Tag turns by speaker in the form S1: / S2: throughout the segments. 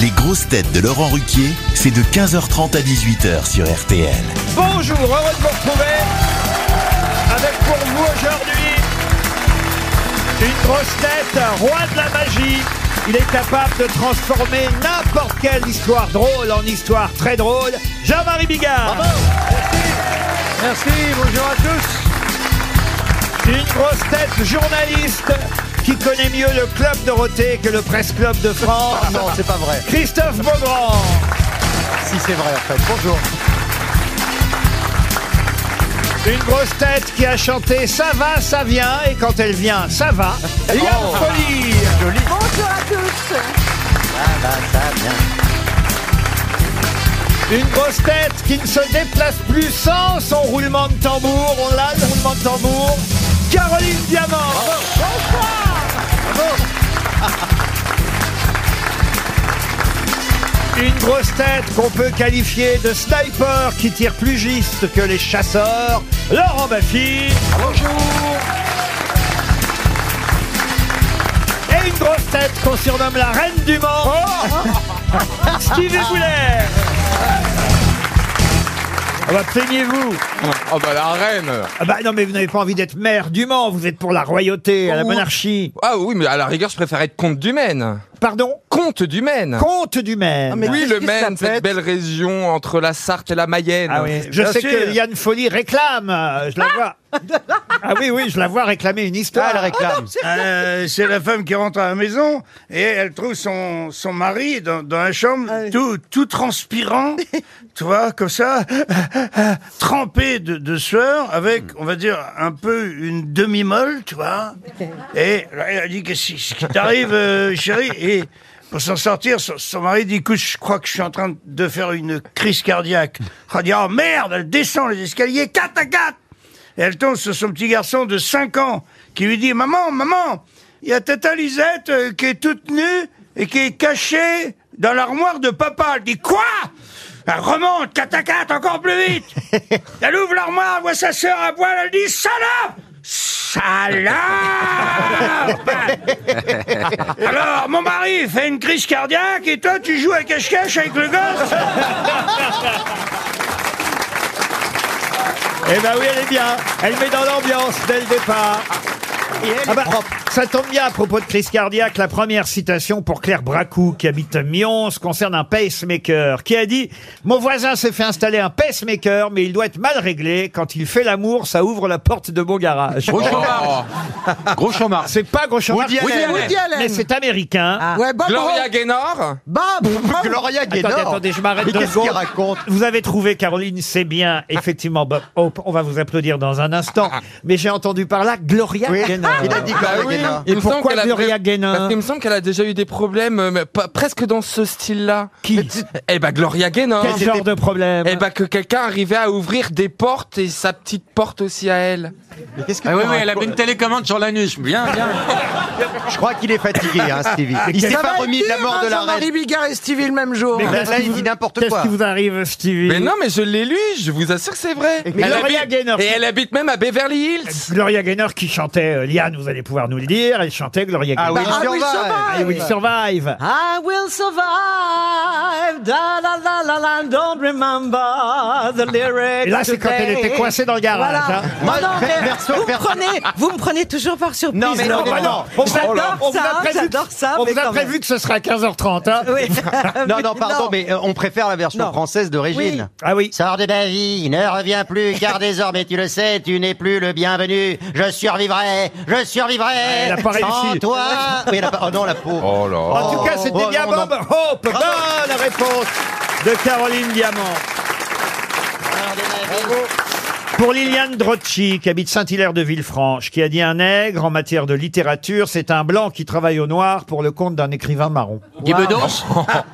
S1: Les grosses têtes de Laurent Ruquier, c'est de 15h30 à 18h sur RTL.
S2: Bonjour, heureux de vous retrouver avec pour vous aujourd'hui une grosse tête, roi de la magie. Il est capable de transformer n'importe quelle histoire drôle en histoire très drôle. Jean-Marie Bigard. Merci, bonjour à tous. Une grosse tête journaliste qui connaît mieux le club Dorothée que le Presse Club de France.
S3: Non, c'est pas vrai.
S2: Christophe Beaugrand.
S3: Si c'est vrai en fait. Bonjour.
S2: Une grosse tête qui a chanté Ça va, ça vient, et quand elle vient, ça va. Liane
S3: Oh.
S2: Folie
S3: Joli.
S4: Bonjour à tous.
S3: Ah bah ça bien.
S2: Une grosse tête qui ne se déplace plus sans son roulement de tambour. On l'a, le roulement de tambour. Caroline Diamant Une grosse tête qu'on peut qualifier de sniper qui tire plus giste que les chasseurs. Laurent Baffy Bonjour Et une grosse tête qu'on surnomme la reine du Mans. Oh. Stevie Boulet ah bah, plaignez-vous
S5: Oh bah la reine
S2: Ah bah non, mais vous n'avez pas envie d'être maire du Mans, vous êtes pour la royauté, à la monarchie.
S5: Ah oui, mais à la rigueur, je préfère être comte du Maine.
S2: Pardon
S5: Comte du Maine
S2: Comte du
S6: Ah,
S2: Maine.
S3: Ah, mais-
S5: Oui,
S3: Qu'est-ce
S5: le
S3: que ça
S5: Maine,
S3: peut être
S5: cette belle région entre la Sarthe et la Mayenne.
S2: Ah oui. Je
S5: Bien
S2: sais
S5: sûr.
S2: que Yann Folly réclame, euh, je la vois. Ah oui, oui, je la vois réclamer une histoire.
S3: Ah, elle réclame.
S7: Euh, c'est la femme qui rentre à la maison et elle trouve son, son mari dans, dans la chambre, tout, tout transpirant, tu vois, comme ça, trempé de, de sueur, avec, on va dire, un peu une demi-molle, tu vois. Et là, elle dit Qu'est-ce qui t'arrive, euh, chérie Et pour s'en sortir, son, son mari dit Écoute, je crois que je suis en train de faire une crise cardiaque. Elle dit Oh merde, elle descend les escaliers, 4 à 4 et elle tombe sur son petit garçon de 5 ans qui lui dit Maman, maman, il y a Tata Lisette euh, qui est toute nue et qui est cachée dans l'armoire de papa. Elle dit Quoi Elle remonte, 4 à 4, encore plus vite Elle ouvre l'armoire, elle voit sa sœur à poil, elle dit Salope Salope Alors, mon mari fait une crise cardiaque et toi, tu joues à cache-cache avec le gosse
S2: Eh ben oui, elle est bien. Elle met dans l'ambiance dès le départ. Ah bah, ça tombe bien à propos de crise cardiaque. La première citation pour Claire Bracou, qui habite Mions, concerne un pacemaker, qui a dit « Mon voisin s'est fait installer un pacemaker, mais il doit être mal réglé. Quand il fait l'amour, ça ouvre la porte de mon garage.
S5: Oh.
S6: Gros chômage.
S2: C'est pas gros chômage,
S6: Woody Allen.
S2: mais-
S6: Woody
S2: mais c'est américain.
S3: Ouais, Bob
S5: Gloria Gaynor
S3: Bob, Gloria
S2: Bah, Attendez,
S3: Gaynor.
S2: attendez, je m'arrête
S3: Mais
S2: deux
S3: qu'est-ce qu'il
S2: secondes.
S3: raconte
S2: Vous avez trouvé, Caroline, c'est bien, effectivement, Bob Hope. On va vous applaudir dans un instant. Mais j'ai entendu par là Gloria Gaynor.
S3: Ah, Il a dit Gloria
S6: Bah
S3: Gaynor.
S2: Et
S5: Bah Il me semble
S2: pourquoi
S5: qu'elle a-
S2: Gloria Gaynor
S5: Parce qu'il me semble qu'elle a déjà eu des problèmes, euh, mais pas- presque dans ce style-là.
S2: Qui
S5: Eh bah Gloria Gaynor
S2: Quel genre de problème
S5: Eh bah que quelqu'un arrivait à ouvrir des portes et sa petite porte aussi à elle.
S3: Mais qu'est-ce qu'il
S6: Ah oui, oui,
S3: raconte
S6: elle avait une télécommande sur l'anus. Bien, bien.
S3: Je crois qu'il est fatigué, hein, Stevie. Il s'est pas remis de la mort de la reine.
S8: Bigard et Stevie le même jour.
S2: Mais
S3: Là,
S2: qu'est-ce
S3: là,
S2: qui
S3: il
S2: vous-
S3: dit n'importe
S2: Qu'est-ce
S3: quoi.
S2: qui vous arrive, Stevie
S5: Mais non, mais je l'ai lu, je vous assure que c'est vrai.
S2: Mais
S5: Elle
S2: Gloria
S5: habite-
S2: Gaynor,
S5: Et elle habite même à Beverly Hills.
S2: Gloria Gaynor qui chantait euh, Liane, vous allez pouvoir nous le dire. Elle chantait Gloria
S3: Ah oui,
S2: Gaynor.
S3: il
S8: oui, ça va.
S3: survive.
S2: I will survive.
S8: I will survive. Da la la la la. Don't remember the lyrics.
S2: Et là, c'est quand elle
S8: today.
S2: était coincée dans le garage.
S8: Voilà.
S2: hein.
S8: Non, non,
S3: Moi,
S8: mais
S3: perso,
S8: vous, me
S3: perso-
S8: prenez, vous me prenez toujours par surprise.
S3: Non, mais
S2: Non,
S3: non,
S2: bah non. On vous a-
S8: J'adore
S2: on vous a
S8: ça, hein,
S2: prévu-
S8: j'adore ça,
S2: On
S8: mais
S2: vous a
S8: quand
S2: prévu que ce sera à 15h30. hein.
S8: Oui.
S3: Non, non, pardon, mais euh, on préfère la version
S8: Non.
S3: française de Régine.
S2: Ah oui.
S3: Sors de ma vie, ne reviens plus, car désormais tu le sais, tu n'es plus le bienvenu. Je survivrai, je survivrai.
S2: Ah, Elle a pas
S3: sans
S2: réussi.
S3: toi. Oui, elle a pas- Oh non, la peau.
S5: Oh là.
S2: En tout cas, c'était
S3: oh,
S2: bien
S3: non, Oh.
S2: Bob Hope. Bonne réponse de Caroline Diamant. Pour Liliane Drocci, qui habite Saint-Hilaire de Villefranche, qui a dit un nègre en matière de littérature, c'est un blanc qui travaille au noir pour le compte d'un écrivain marron.
S6: Guy Bedos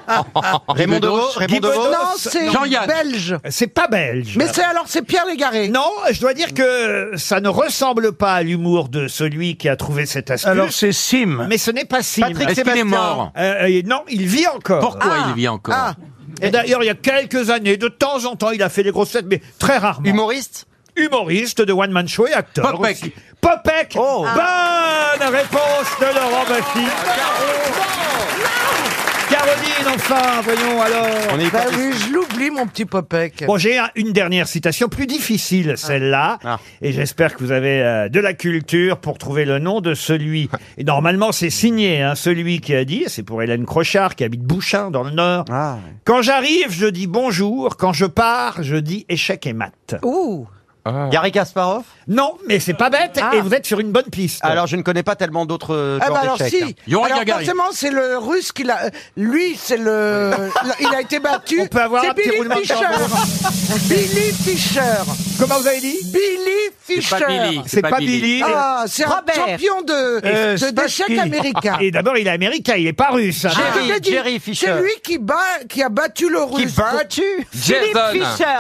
S4: Ah.
S3: Raymond Devaux, Raymond
S2: Guy
S3: Devaux.
S2: Bedos.
S8: Non, c'est
S6: Jean-Yann.
S8: belge.
S2: C'est pas belge.
S8: Mais c'est alors c'est Pierre Légaré.
S2: non, je dois dire que ça ne ressemble pas à l'humour de celui qui a trouvé cette astuce.
S7: Alors c'est Sim.
S2: mais ce n'est pas si.
S3: Patrick
S6: Est-ce qu'il est
S3: Sébastien.
S6: mort
S2: non, il vit encore.
S6: Pourquoi
S8: Ah.
S6: il vit encore
S3: Ah.
S2: Et d'ailleurs, il y a quelques années, de temps en temps, il a fait des grosses têtes, mais très rarement.
S3: Humoriste
S2: humoriste de One Man Show et acteur.
S6: Popek. Oh.
S2: aussi. Popek
S6: Ah,
S2: Bonne réponse de Laurent Baffy. Caroline Caroline, enfin, voyons alors.
S6: On est
S4: Bah
S6: pas-
S4: oui, je l'oublie, mon petit Popek.
S2: Bon, j'ai un- une dernière citation plus difficile, celle-là.
S6: Ah.
S2: Et j'espère que vous avez euh, de la culture pour trouver le nom de celui. Et normalement, c'est signé, hein, celui qui a dit, c'est pour Hélène Crochard, qui habite Bouchain, dans le Nord.
S4: Ah,
S2: Quand j'arrive, je dis bonjour. Quand je pars, je dis échec et mat.
S4: Ouh
S2: Ah.
S9: Gary Kasparov
S2: Non, mais c'est pas bête.
S4: Ah.
S2: Et vous êtes sur une bonne piste.
S9: Alors, je ne connais pas tellement d'autres euh,
S4: Ah
S9: genres
S4: bah alors
S9: d'échecs, hein.
S4: si
S6: Yuri
S4: Alors
S6: Gagarin.
S4: forcément, c'est le russe qui l'a... Lui, c'est le... la- Il a été battu.
S2: On peut avoir
S4: C'est
S2: un petit
S4: Billy
S2: roulement de
S4: Fischer.
S2: tambour.
S4: Billy Fischer.
S2: comment vous avez dit
S4: Billy Fischer.
S6: pas Billy.
S2: C'est pas Billy.
S4: Ah, c'est un
S3: Robert.
S4: champion de,
S2: Euh,
S4: de d'échecs
S2: Spassky.
S4: américains.
S2: Ah, Et d'abord, il est américain, il est pas russe. hein.
S4: Ah, je
S9: Jerry-
S4: l'ai dit,
S9: Jerry
S4: C'est
S9: Fischer.
S4: lui qui, bat, qui a battu le russe.
S9: battu
S5: Jason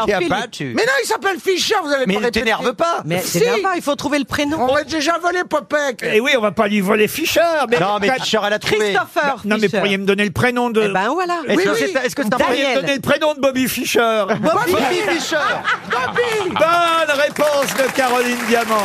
S9: Qui a
S3: Philippe.
S9: battu
S4: Mais non, il s'appelle Fischer, vous avez
S9: Mais
S4: pas
S9: ne
S4: répété.
S9: t'énerve pas
S3: Mais
S4: Si.
S3: c'est bien pas, il faut trouver le prénom.
S4: On m'a déjà volé Popek.
S2: Et Eh oui, on va pas lui voler Fischer. Mais
S9: Non, mais Fischer, elle a trouvé
S3: Christopher
S2: non, mais
S3: Fischer.
S2: pourriez me donner le prénom de.
S3: Eh ben voilà.
S9: Est-ce
S4: Oui,
S9: que
S4: oui.
S9: c'est est-ce que c'est un
S2: Pourriez me
S3: Daniel.
S2: donner le prénom de Bobby Fischer.
S4: Bobby,
S9: Fischer
S4: Bobby.
S2: Bonne réponse de Caroline Diamant.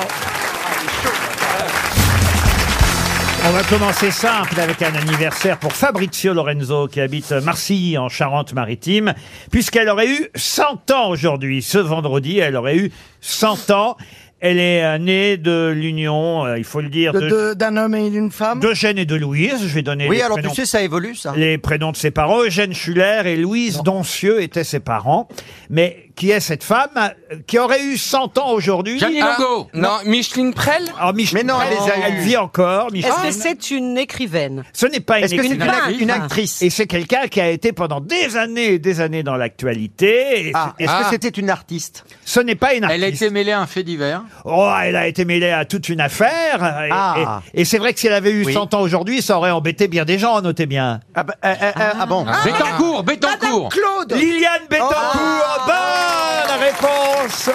S2: On va commencer simple avec un anniversaire pour Fabrizio Lorenzo qui habite Marcilly en Charente-Maritime, puisqu'elle aurait eu 100 ans aujourd'hui. Ce vendredi, elle aurait eu 100 ans. Elle est euh, née de l'union, euh, il faut le dire,
S4: De-
S2: de-
S4: de- D'un homme et d'une femme.
S2: d'Eugène et de Louise. Je vais donner
S9: Oui,
S2: les
S9: alors tu
S2: prénoms
S9: sais, ça évolue,
S3: hein.
S9: ça.
S2: les prénoms de ses parents, Eugène Schuller et Louise Doncieux étaient ses parents. Mais qui est cette femme euh, qui aurait eu 100 ans aujourd'hui
S6: Jacques Longo.
S5: Non, Micheline Prel
S2: Alors, Mich- Ah,
S9: Mais non, elle les a
S2: elle
S9: eu.
S2: vit encore. Mich-
S3: Est-ce que c'est une écrivaine
S2: Ce n'est pas une
S9: Est-ce que c'est une,
S2: écrivaine.
S3: écrivain.
S9: act- une actrice
S2: Et c'est quelqu'un qui a été pendant des années et des années dans l'actualité. Et
S9: Ah, est-ce
S5: Ah.
S9: que c'était une artiste
S2: Ce n'est pas une
S6: Elle a
S2: artiste.
S6: été mêlée à un fait divers.
S2: Oh, elle a été mêlée à toute une affaire. euh, et-
S9: Ah.
S2: Et, et c'est vrai que si elle avait eu
S9: Oui.
S2: 100 ans aujourd'hui, ça aurait embêté bien des gens, notez bien.
S9: Ah, bah, euh, euh, euh, ah Oh. bon
S6: Bétancourt,
S4: Madame
S6: Bétancourt.
S4: Claude.
S2: Liliane Bettencourt,
S9: Ah,
S2: bonne réponse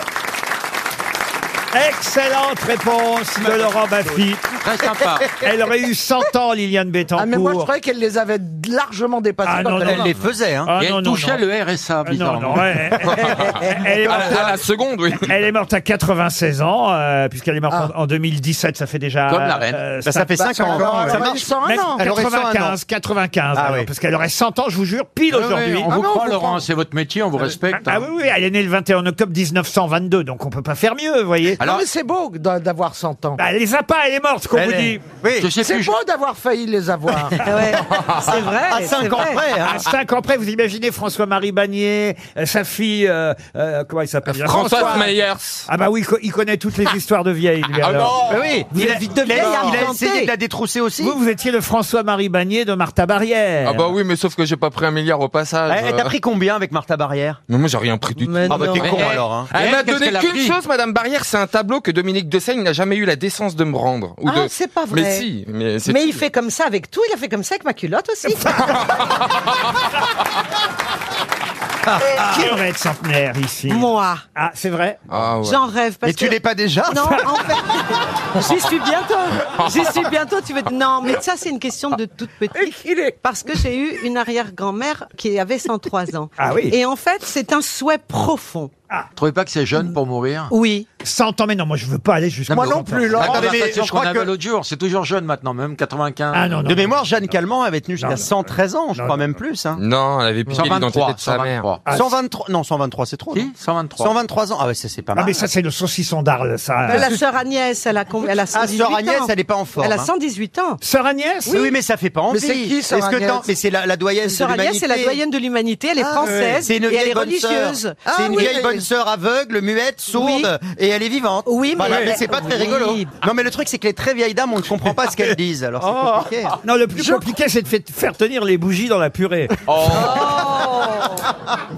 S2: Excellente réponse de Laurent Baffy.
S6: Très sympa.
S2: Elle aurait eu 100 ans, Liliane Bettencourt.
S4: Ah, mais moi, je croyais qu'elle les avait largement dépassés.
S2: Ah,
S4: quand
S2: non,
S4: elle
S2: non,
S4: était-
S9: Elle les faisait, hein
S2: Ah,
S6: Et
S2: non,
S6: elle
S2: non, non.
S6: touchait le RSA,
S2: Ah, non,
S6: bizarrement.
S2: non, ouais. elle, est
S5: à,
S2: morte,
S5: la- à la seconde, oui.
S2: elle est morte à 96 ans, euh, puisqu'elle est morte en, en 2017, ça fait déjà...
S6: Comme la reine.
S2: euh,
S9: Bah, Ça fait 5 ans.
S4: Ah,
S9: Ça
S4: ouais.
S9: marche.
S4: Ils sont un
S2: même
S4: an.
S9: Elle aurait
S2: 95, 95,
S9: Ah,
S2: alors,
S9: oui.
S2: parce qu'elle aurait 100 ans, je vous jure, pile
S6: Ouais,
S2: aujourd'hui.
S6: ouais, on
S4: Ah
S6: vous
S4: non, on
S6: croit,
S4: vous
S6: Laurent,
S4: prend.
S6: c'est votre métier, on vous respecte.
S2: Ah
S6: hein.
S2: oui, oui, elle est née le 21 octobre 1922, donc on peut pas faire mieux, vous voyez.
S4: Non,
S6: Alors,
S4: mais c'est beau d'a- d'avoir 100 ans.
S2: Bah, elle les a pas, elle est morte, qu'on vous
S9: Elle
S2: dit.
S9: est- Oui,
S6: je sais
S4: C'est
S6: plus. je-
S4: beau oh, d'avoir failli les avoir.
S3: Ouais, C'est vrai.
S9: à 5
S3: c'est
S9: ans
S3: vrai.
S9: près. hein.
S2: À cinq ans près, vous imaginez François-Marie Bagné, euh, sa fille, euh, euh, comment il s'appelle
S5: Françoise Meyers.
S2: Ah bah oui, il co- il connaît toutes les histoires de vieilles. lui,
S5: Ah
S2: alors.
S5: non
S9: Bah oui,
S2: Vous
S9: il,
S2: êtes
S9: a,
S2: vite
S9: il, a, il a
S3: Tenté.
S9: essayé de la détrousser aussi.
S2: Vous, vous étiez le François-Marie Bagné de Martha Barrière.
S5: Ah bah oui, mais sauf que j'ai pas pris un milliard au passage.
S9: Eh, T'as
S5: euh.
S9: pris combien avec Martha Barrière
S5: Mais moi j'ai rien pris du tout. eh,
S3: Mais
S9: Ah bah
S3: non.
S9: t'es con
S6: elle-
S9: alors. hein.
S5: Elle,
S6: elle,
S5: m'a
S6: qu'est-ce
S5: donné
S6: qu'elle a
S5: qu'une
S6: pris
S5: chose, Madame Barrière, c'est un tableau que Dominique de Seigne n'a jamais eu la décence de me rendre. Ou
S3: Ah,
S5: de-
S3: c'est pas vrai.
S5: Mais si, mais c'est
S3: Mais il fait comme ça avec tout, il a fait comme ça avec ma culotte aussi.
S2: Ah. Qui aurait de centenaire ici
S3: Moi,
S2: Ah, c'est vrai
S5: Ah ouais.
S3: j'en rêve parce
S9: Et tu
S3: que-
S9: l'es pas déjà
S3: Non, en fait, j'y suis bientôt. J'y suis bientôt. Tu veux non, mais ça c'est une question de toute petite. Parce que j'ai eu une arrière-grand-mère qui avait 103 ans.
S2: Ah oui.
S3: Et en fait, c'est un souhait profond.
S2: Ah.
S6: Vous trouvez pas que c'est jeune pour mourir
S3: Oui.
S2: 100 ans, mais non, moi je veux pas aller jusqu'à...
S6: Non, mais-
S9: Laurent.
S6: La
S9: Attendez, mais
S6: conversation
S9: je
S6: qu'on
S9: crois
S6: avait
S9: que-
S6: l'autre jour, c'est toujours jeune maintenant, même 95.
S2: Ah non, non.
S9: De mémoire, Jeanne Calment avait tenu
S2: Non,
S9: jusqu'à
S2: non.
S9: 113 ans, je
S2: Non,
S9: crois
S2: non.
S9: même plus. hein.
S5: Non, elle avait piqué l'identité
S6: 123,
S5: de sa mère.
S6: 123.
S2: Ah,
S9: 123, non 123 c'est trop.
S6: Si,
S9: non
S6: 123.
S9: 123 ans, ah ouais ça c'est pas
S2: Ah
S9: mal.
S2: mais ça c'est le saucisson d'Arles, ça.
S3: Euh, La sœur Agnès, elle a combien Elle a
S9: Ah,
S3: 118
S9: sœur Agnès,
S3: ans.
S9: elle est pas en forme.
S3: Elle a
S9: hein.
S3: 118 ans.
S2: Sœur Agnès
S9: Oui, mais ça fait pas envie.
S4: c'est qui, sœur
S9: Est-ce que
S4: Agnès
S9: t'en- Mais c'est la, la doyenne
S3: Sœur
S9: de
S3: Agnès, c'est la
S9: l'humanité.
S3: doyenne de l'humanité, elle est
S9: Ah,
S3: française
S9: C'est une
S3: et elle
S9: vieille
S3: est
S9: bonne sœur. Ah,
S3: religieuse. Ah,
S9: c'est une
S4: oui,
S9: vieille
S4: mais-
S9: bonne sœur aveugle, muette, sourde, et elle est vivante.
S3: Oui, mais-
S9: Voilà, mais c'est pas très
S3: Oui.
S9: rigolo. Non, mais le truc, c'est que les très vieilles dames, on ne comprend pas ce qu'elles disent. Alors, c'est compliqué.
S2: Non, le plus compliqué, c'est de fait- faire tenir les bougies dans la purée.
S9: Oh.
S2: Ah,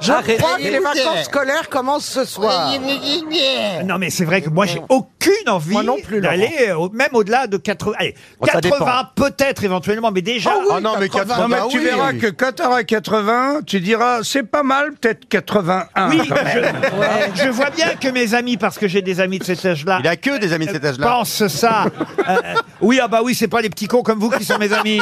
S4: Je crois que les
S9: Écoutez.
S4: vacances scolaires commencent ce soir.
S2: Euh, Non, mais c'est vrai que moi, j'ai aucune envie
S4: Moi non plus, Laurent.
S2: d'aller euh, au- même au-delà de 80. Allez,
S9: Oh, ça
S2: 80 peut-être éventuellement, mais déjà.
S9: Ah non, mais 80,
S7: Non, mais
S4: bah
S7: tu
S9: oui,
S7: verras
S9: oui.
S7: que quand t'auras 80, tu diras c'est pas mal, peut-être 81.
S2: Oui, je, je vois bien que mes amis, parce que j'ai des amis de cet âge-là,
S9: Il a que des amis de cet âge-là.
S2: euh, pensent ça. Euh, euh, oui, ah bah oui, c'est pas les petits cons comme vous qui sont mes amis.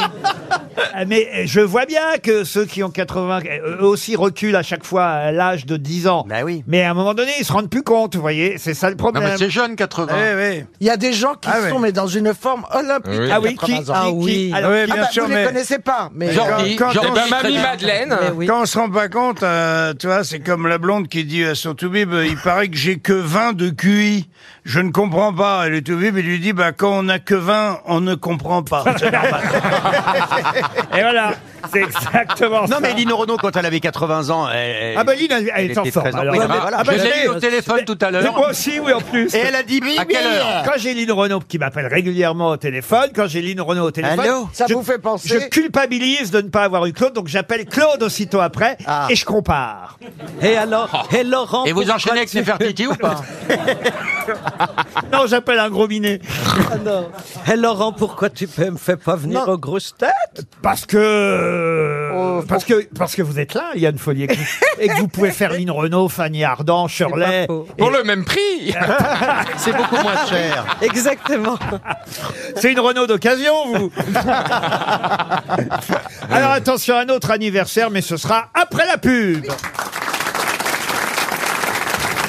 S2: Ah, Mais je vois bien que ceux qui ont 80, euh, eux aussi reculent à chaque fois à l'âge de 10 ans.
S9: Bah oui.
S2: Mais à un moment donné, ils se rendent plus compte, vous voyez, c'est ça le
S6: Non,
S2: problème. Eh
S6: mais c'est jeune, 80.
S9: Eh
S7: oui.
S4: Il y a des gens qui
S7: Ah ouais.
S4: sont mais dans une forme olympique.
S5: Oui.
S2: ah oui, qui, qui-
S4: Ah
S2: qui-
S4: oui.
S2: alors,
S7: Oui,
S2: qui-
S7: bien
S4: Ah bah,
S7: sûr,
S4: vous ne
S7: mais-
S4: les connaissez pas, mais
S7: Jordi,
S6: Quand- quand-
S5: Eh ben, mamie Madeleine.
S3: Mais oui.
S7: Quand on se rend pas compte, euh, tu vois, c'est comme la blonde qui dit à son toubib, euh, il paraît que j'ai que 20 de QI. Je ne comprends pas. Et le toubib, il lui dit, bah, quand on a que 20, on ne comprend pas.
S2: Et voilà, c'est exactement ça.
S9: Non, mais Lino Renault, quand elle avait 80 ans, elle,
S2: Ah ben, Lina, elle,
S9: elle
S2: est en
S9: était
S2: forme.
S9: très en-
S2: alors.
S9: Oui,
S2: Ah
S9: bah
S2: ben,
S9: voilà.
S2: ah ben,
S6: Je
S2: je
S6: l'ai eu au
S2: l'ai-
S6: téléphone tout à
S2: Mais
S6: l'heure.
S2: Moi aussi, oui, en plus.
S9: Et elle a dit,
S6: À quelle heure
S2: Quand j'ai Lynn Renault qui m'appelle régulièrement au téléphone, quand j'ai Lynn Renault au téléphone,
S9: Allô
S4: ça
S2: je,
S4: vous fait
S2: je
S4: penser.
S2: culpabilise de ne pas avoir eu Claude, donc j'appelle Claude aussitôt après
S9: Ah.
S2: et je compare.
S8: Et
S2: Euh,
S8: alors, et Laurent,
S6: Et vous
S8: pourquoi
S6: enchaînez avec
S8: tu-
S6: Nefertiti ou pas
S2: Non, j'appelle un gros minet.
S8: Ah non. Et Laurent, pourquoi tu me fais pas venir aux grosses têtes
S2: Parce que, parce que, parce que vous êtes là, Yann Follier, que vous- et que vous pouvez faire Lynn Renault, Fanny Ardant, Shirley.
S3: faux.
S5: Pour le même prix
S9: c'est beaucoup moins cher.
S3: Exactement.
S2: C'est une Renault d'occasion, vous. Alors attention, un autre anniversaire, mais ce sera après la pub.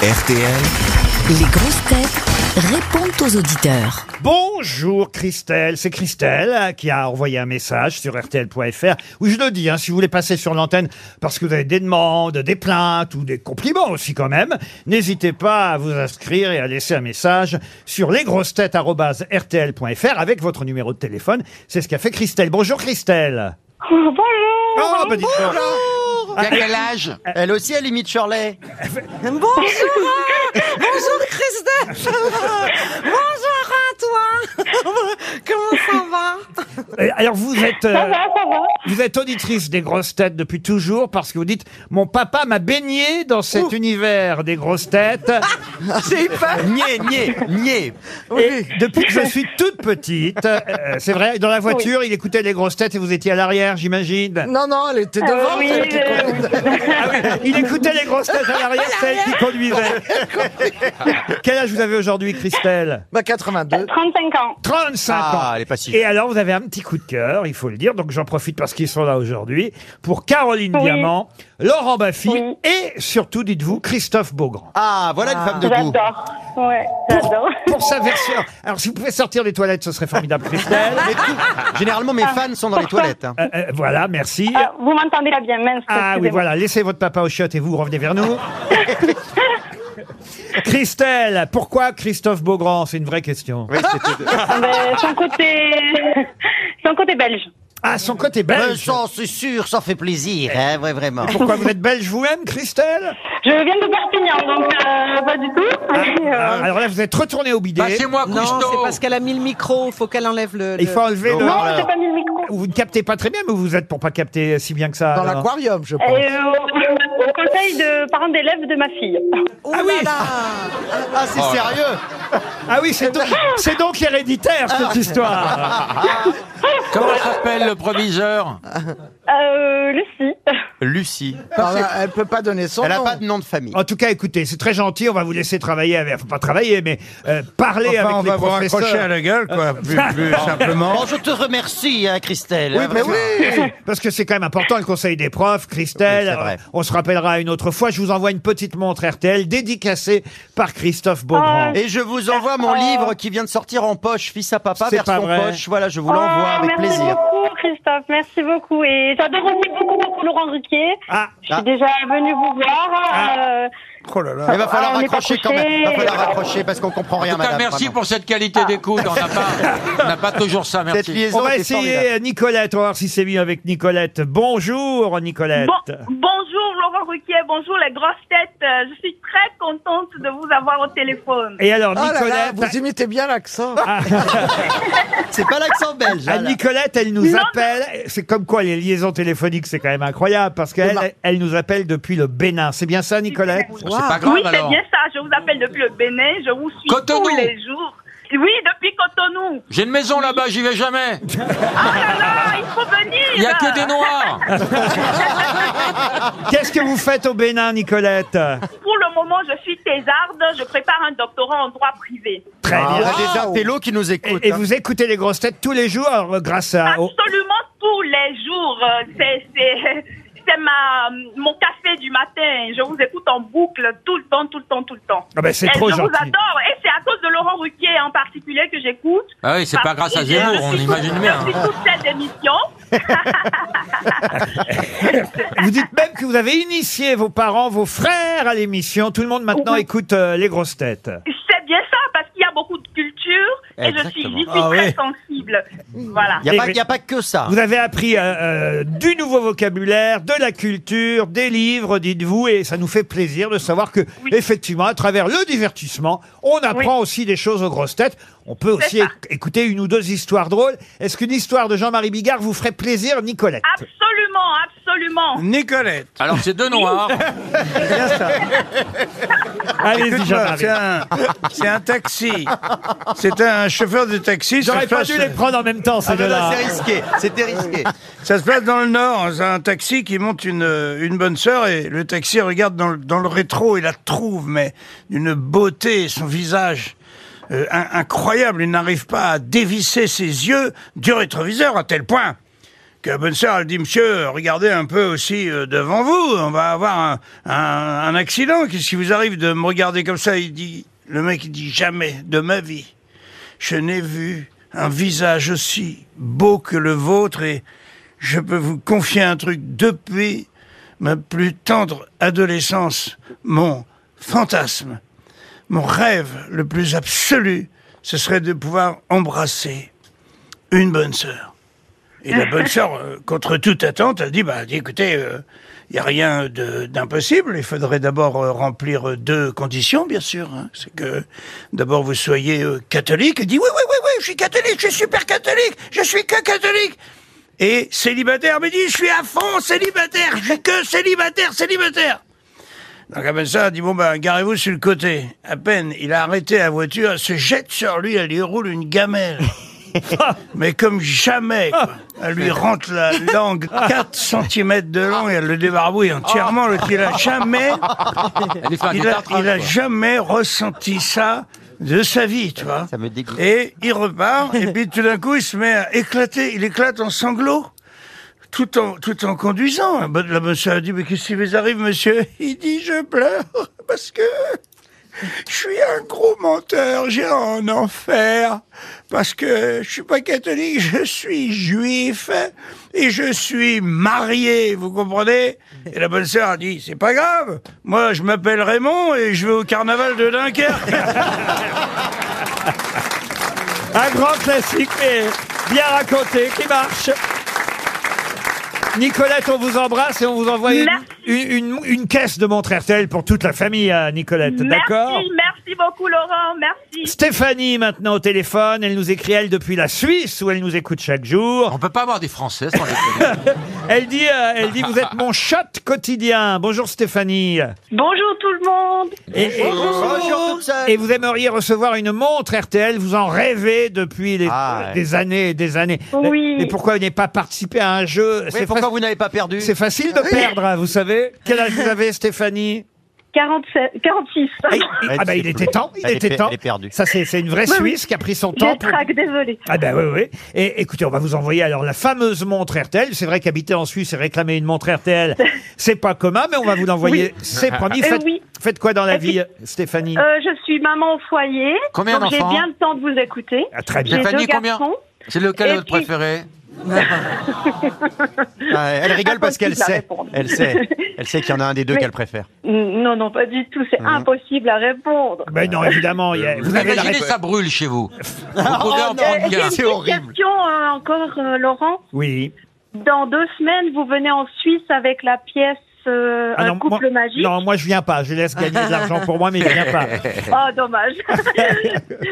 S1: RTL,
S10: Les grosses têtes répondent aux auditeurs.
S2: Bonjour Christelle, c'est Christelle euh, qui a envoyé un message sur rtl.fr où je le dis, hein, si vous voulez passer sur l'antenne parce que vous avez des demandes, des plaintes ou des compliments aussi quand même, n'hésitez pas à vous inscrire et à laisser un message sur lesgrossetêtes.rtl.fr avec votre numéro de téléphone. C'est ce qu'a fait Christelle. Bonjour Christelle. Bonjour. Oh, bah dites
S3: Ah,
S2: donc. Ah.
S9: À quel âge
S3: Euh,
S9: Elle aussi, elle imite Shirley.
S3: Bonjour. euh, Bonjour Christelle. Bonjour Antoine. Comment ça va
S2: Et Alors vous êtes euh, vous êtes auditrice des grosses têtes depuis toujours parce que vous dites mon papa m'a baigné dans cet univers des grosses têtes.
S9: C'est pas nier, nier, nier.
S2: Et depuis que je suis toute petite, euh, c'est vrai, dans la voiture, il écoutait les grosses têtes et vous étiez à l'arrière, j'imagine.
S4: Non, non, elle
S7: Euh,
S4: était devant. celle qui conduisait.
S2: Ah oui, il écoutait les grosses têtes à l'arrière, celle qui conduisait. Quel âge vous avez aujourd'hui, Christelle
S4: Bah,
S9: Euh,
S4: 82.
S11: 35 ans.
S2: 35
S9: Ah,
S2: ans.
S9: elle est pas si
S2: Et alors, vous avez un petit coup de cœur, il faut le dire, donc j'en profite parce qu'ils sont là aujourd'hui, pour Caroline
S11: Oui.
S2: Diamant, Laurent Baffy
S11: Oui.
S2: et surtout, dites-vous, Christophe Beaugrand.
S9: Ah, voilà une femme de goût.
S11: J'adore. Ouais, j'adore.
S2: Pour sa version. Alors, si vous pouvez sortir des toilettes, ce serait formidable, Christelle.
S9: Mais tout- Généralement, mes fans sont dans les toilettes. hein.
S2: Euh, euh, voilà, merci.
S11: Ah, vous m'entendez là bien, mince.
S2: Ah oui,
S11: excusez-moi.
S2: voilà, laissez votre papa au chiottes et vous revenez vers nous. Christelle, pourquoi Christophe Beaugrand C'est une vraie question.
S9: Oui, c'était-
S11: Ah ben, son côté, son côté belge.
S2: Ah, son côté
S9: Euh,
S2: belge. Eh.
S9: ça, c'est sûr, ça fait plaisir, hein, vrai- vraiment.
S2: Pourquoi vous êtes belge vous-même, Christelle
S11: Je viens de Perpignan, donc euh, pas du tout. Mais, euh,
S2: Ah, Alors là, vous êtes retourné au bidet.
S6: Passez-moi
S3: Non, c'est
S6: Cousteau
S3: parce qu'elle a mis le micro, il faut qu'elle enlève le.
S2: Il
S3: le-
S2: faut enlever le.
S11: non, j'ai pas mis le micro.
S2: Vous ne captez pas très bien, mais vous êtes pour pas capter si bien que ça.
S4: Dans
S2: alors.
S4: l'aquarium, je pense.
S11: Et, euh, au, au conseil de parents d'élèves de ma fille.
S3: Oh
S2: Ah oui.
S3: là
S2: Oh.
S3: là.
S9: Ah, c'est sérieux
S2: Ah oui, c'est donc, c'est donc héréditaire cette
S9: Ah.
S2: histoire.
S6: Comment s'appelle le proviseur
S9: Ah,
S11: Euh, Lucie.
S9: Lucie.
S4: Non, là, elle peut pas donner son
S9: Elle n'a
S4: nom.
S9: pas de nom de famille.
S2: En tout cas, écoutez, c'est très gentil. On va vous laisser travailler. Avec... Enfin, pas travailler, mais euh, parler
S7: Enfin,
S2: avec
S7: on
S2: les
S7: va vous
S2: professeurs.
S7: raccrocher à la gueule, quoi, plus, plus simplement.
S9: Oh, je te remercie, hein, Christelle.
S2: Oui,
S9: hein,
S2: mais
S9: vraiment.
S2: oui Parce que c'est quand même important, le conseil des profs, Christelle.
S9: Oui, c'est vrai.
S2: On se rappellera une autre fois. Je vous envoie une petite montre RTL dédicacée par Christophe Beaugrand.
S9: Et je vous envoie mon
S11: Oh.
S9: livre qui vient de sortir en poche, Fils à papa,
S2: C'est pas
S9: version
S2: vrai.
S9: poche. Voilà, je vous l'envoie
S11: Oh,
S9: avec
S11: merci
S9: plaisir.
S11: beaucoup, Christophe. Merci beaucoup. Et j'adore aussi beaucoup, beaucoup Laurent Ruquier.
S2: Ah,
S11: Je suis
S9: Ah.
S11: déjà venue vous voir. euh,
S7: Oh là là.
S9: Mais va falloir
S11: Ah, on est pas
S9: raccrocher quand même. Il va
S11: couché.
S9: falloir raccrocher parce qu'on comprend
S6: En
S9: rien,
S6: tout cas,
S9: madame.
S6: merci
S9: vraiment.
S6: pour cette qualité d'écoute. On n'a pas, on n'a pas toujours ça,
S9: cette
S6: merci.
S9: liaison.
S2: Ah, on va
S9: était formidable.
S2: essayer euh, Nicolette. On va voir si c'est mieux avec Nicolette. Bonjour, Nicolette. Ah,
S11: bonjour Laurent Ruquier, bonjour les grosses têtes. Euh, Je suis très contente de vous avoir au téléphone.
S2: Et alors,
S4: Oh là là,
S2: Nicolette,
S4: vous imitez bien l'accent.
S9: C'est pas l'accent belge.
S2: Ah,
S9: hein, là.
S2: Nicolette, elle nous appelle. C'est comme quoi les liaisons téléphoniques, c'est quand même incroyable parce qu'elle
S9: Demain.
S2: elle nous appelle depuis le Bénin. C'est bien ça, Nicolette
S6: C'est pas grave alors.
S11: ça. Je vous appelle depuis le Bénin. Je vous suis
S6: Cotonou.
S11: jours. Oui, depuis Cotonou.
S6: J'ai une maison là-bas, j'y vais jamais.
S11: Ah, il faut venir.
S6: Il y a que des noirs.
S2: Qu'est-ce que vous faites au Bénin, Nicolette
S11: Pour le moment, je suis thésarde. Je prépare un doctorat en droit privé.
S2: Très
S6: Ah,
S9: Il y
S2: bien. Ah,
S9: a des intellos qui nous écoutent.
S2: Et, et
S9: hein.
S2: vous écoutez les grosses têtes tous les jours alors, euh, grâce à. au-
S11: Absolument tous les jours. euh, C'est, c'est, c'est ma, mon café du matin. Je vous écoute en boucle tout le temps, tout le temps, tout le temps.
S2: Ah ben, c'est
S11: Et
S2: trop
S11: je vous
S2: gentil.
S11: adore. Et c'est à cause de Laurent Ruquier en particulier que j'écoute.
S6: Ah oui, c'est pas
S11: Parce
S6: grâce à
S11: que
S6: Zemmour,
S11: je
S6: on
S11: suis-
S6: imagine bien.
S11: Je suis toute cette émission.
S2: Vous dites même que vous avez initié vos parents, vos frères à l'émission. Tout le monde maintenant écoute euh, les grosses têtes.
S11: C'est bien ça, parce qu'il y a beaucoup de culture et je suis, j'y suis
S2: Exactement. Ah
S11: très
S2: oui.
S11: sensible. Voilà.
S2: Y a pas- y a
S9: pas que ça.
S2: Ah. Vous avez appris euh, euh, du nouveau vocabulaire, de la culture, des livres, dites-vous, et ça nous fait plaisir de savoir que, effectivement, à travers le divertissement, on apprend aussi des choses aux grosses têtes. On peut aussi éc- écouter une ou deux histoires drôles. Est-ce qu'une histoire de Jean-Marie Bigard vous ferait plaisir, Nicolette
S11: Absolument, absolument.
S7: Nicolette.
S6: Alors, c'est deux noirs.
S2: Allez-y,
S7: Écoute-moi,
S2: Jean-Marie.
S7: C'est un, c'est un taxi. C'est un chauffeur de taxi. ça
S2: J'aurais
S7: se
S2: pas
S7: passe-
S2: dû les prendre en même temps, ces
S7: Ah, non,
S2: deux-là.
S7: non,
S9: C'était risqué.
S7: Ça se passe dans le Nord. C'est un taxi qui monte une, euh, une bonne sœur et le taxi regarde dans le, dans le rétro et la trouve, mais d'une beauté, son visage. euh, in- incroyable, il n'arrive pas à dévisser ses yeux du rétroviseur à tel point que la bonne sœur, elle dit, monsieur, regardez un peu aussi euh, devant vous, on va avoir un, un- un accident. Qu'est-ce qui vous arrive de me regarder comme ça? Il dit, le mec, il dit, jamais de ma vie. Je n'ai vu un visage aussi beau que le vôtre et je peux vous confier un truc depuis ma plus tendre adolescence, mon fantasme, mon rêve le plus absolu, ce serait de pouvoir embrasser une bonne sœur. Et la bonne sœur, euh, contre toute attente, a dit, bah, dit, écoutez, il n'y a rien de- d'impossible. Il faudrait d'abord euh, remplir euh, deux conditions, bien sûr. hein. C'est que d'abord vous soyez euh, catholique. Elle dit, oui, oui, oui, oui, je suis catholique, je suis super catholique, je suis que catholique. Et célibataire me dit, je suis à fond célibataire, je suis que célibataire, célibataire. Donc la bonne sœur a dit, bon, ben, garez-vous sur le côté. À peine, il a arrêté la voiture, elle se jette sur lui, elle lui roule une gamelle. Mais comme jamais, quoi. elle lui rentre la langue 4 cm de long et elle le débarbouille entièrement. Le il a jamais,
S6: Elle lui fait un
S7: il a,
S6: détartrage,
S7: il a
S6: quoi.
S7: jamais ressenti ça de sa vie, tu vois. Et il repart et puis tout d'un coup il se met à éclater, il éclate en sanglots. Tout en, tout en conduisant. La bonne la bonne sœur a dit, mais qu'est-ce qui vous arrive, monsieur? Il dit, je pleure parce que je suis un gros menteur, j'ai un enfer, parce que je suis pas catholique, je suis juif, et je suis marié, vous comprenez Et la bonne sœur a dit, c'est pas grave, moi je m'appelle Raymond et je vais au carnaval de Dunkerque.
S2: Un grand classique, mais bien raconté, qui marche. Nicolette, on vous embrasse et on vous envoie une, une, une- une caisse de montre RTL pour toute la famille, hein, Nicolette, d'accord
S11: Merci, merci beaucoup Laurent, merci.
S2: Stéphanie, maintenant au téléphone, elle nous écrit, elle, depuis la Suisse, où elle nous écoute chaque jour.
S6: On peut pas avoir des Français sans les
S2: Elle dit, euh, elle dit, vous êtes mon shot quotidien. Bonjour Stéphanie.
S11: Bonjour tout le monde.
S2: Et, et- et vous aimeriez recevoir une montre RTL, vous en rêvez depuis les-
S9: Ah, ouais.
S2: des années et des années.
S9: Oui.
S2: Et pourquoi vous n'avez pas participé à un jeu C'est
S9: pourquoi
S2: faci-
S9: vous n'avez pas perdu Ah
S2: C'est facile de perdre, hein, vous savez. Quel âge vous avez, Stéphanie
S11: 47, 46.
S2: Ah bah, il était temps, il
S9: Elle est
S2: était
S9: per-
S2: temps.
S9: elle est perdue.
S2: Ça c'est c'est une vraie
S11: Oui, oui.
S2: Suisse qui a pris son temps.
S11: Je
S2: pour-
S11: traque, désolé.
S2: Ah ben oui, oui. Et écoutez, on va vous envoyer alors la fameuse montre RTL. C'est vrai qu'habiter en Suisse et réclamer une montre RTL, c'est pas commun, mais on va vous l'envoyer.
S11: Oui.
S2: C'est promis.
S11: Eh
S2: Faites,
S11: oui.
S2: faites quoi dans la
S11: Et puis-
S2: vie, Stéphanie
S11: Euh, je suis maman au foyer.
S6: Combien
S11: donc J'ai
S6: d'enfants
S11: bien le temps de vous écouter.
S2: Ah, très bien.
S11: J'ai deux
S6: Stéphanie, combien
S11: garçons.
S6: C'est lequel
S11: Et
S6: votre
S11: puis-
S6: préféré
S9: Ah, elle rigole parce qu'elle
S11: Impossible à
S9: sait.
S11: répondre.
S9: Elle sait. Elle sait qu'il y en a un des deux
S11: Mais-
S9: qu'elle préfère.
S11: Non, non, pas du tout. C'est impossible à répondre.
S2: Ah. Ben non, évidemment.
S9: Euh,
S2: il y a- vous avez la
S6: Imaginez,
S2: réponse.
S6: ça brûle chez vous. Vous pouvez en
S11: Euh,
S6: prendre
S11: j'ai
S6: qu'un.
S11: une petite question euh, encore, euh, Laurent.
S2: Oui.
S11: Dans deux semaines, vous venez en Suisse avec la pièce euh,
S2: Ah
S11: Un
S2: non,
S11: couple
S2: moi-
S11: magique.
S2: Non, moi je viens pas. Je laisse gagner de l'argent pour moi, mais je viens pas.
S11: Ah, dommage.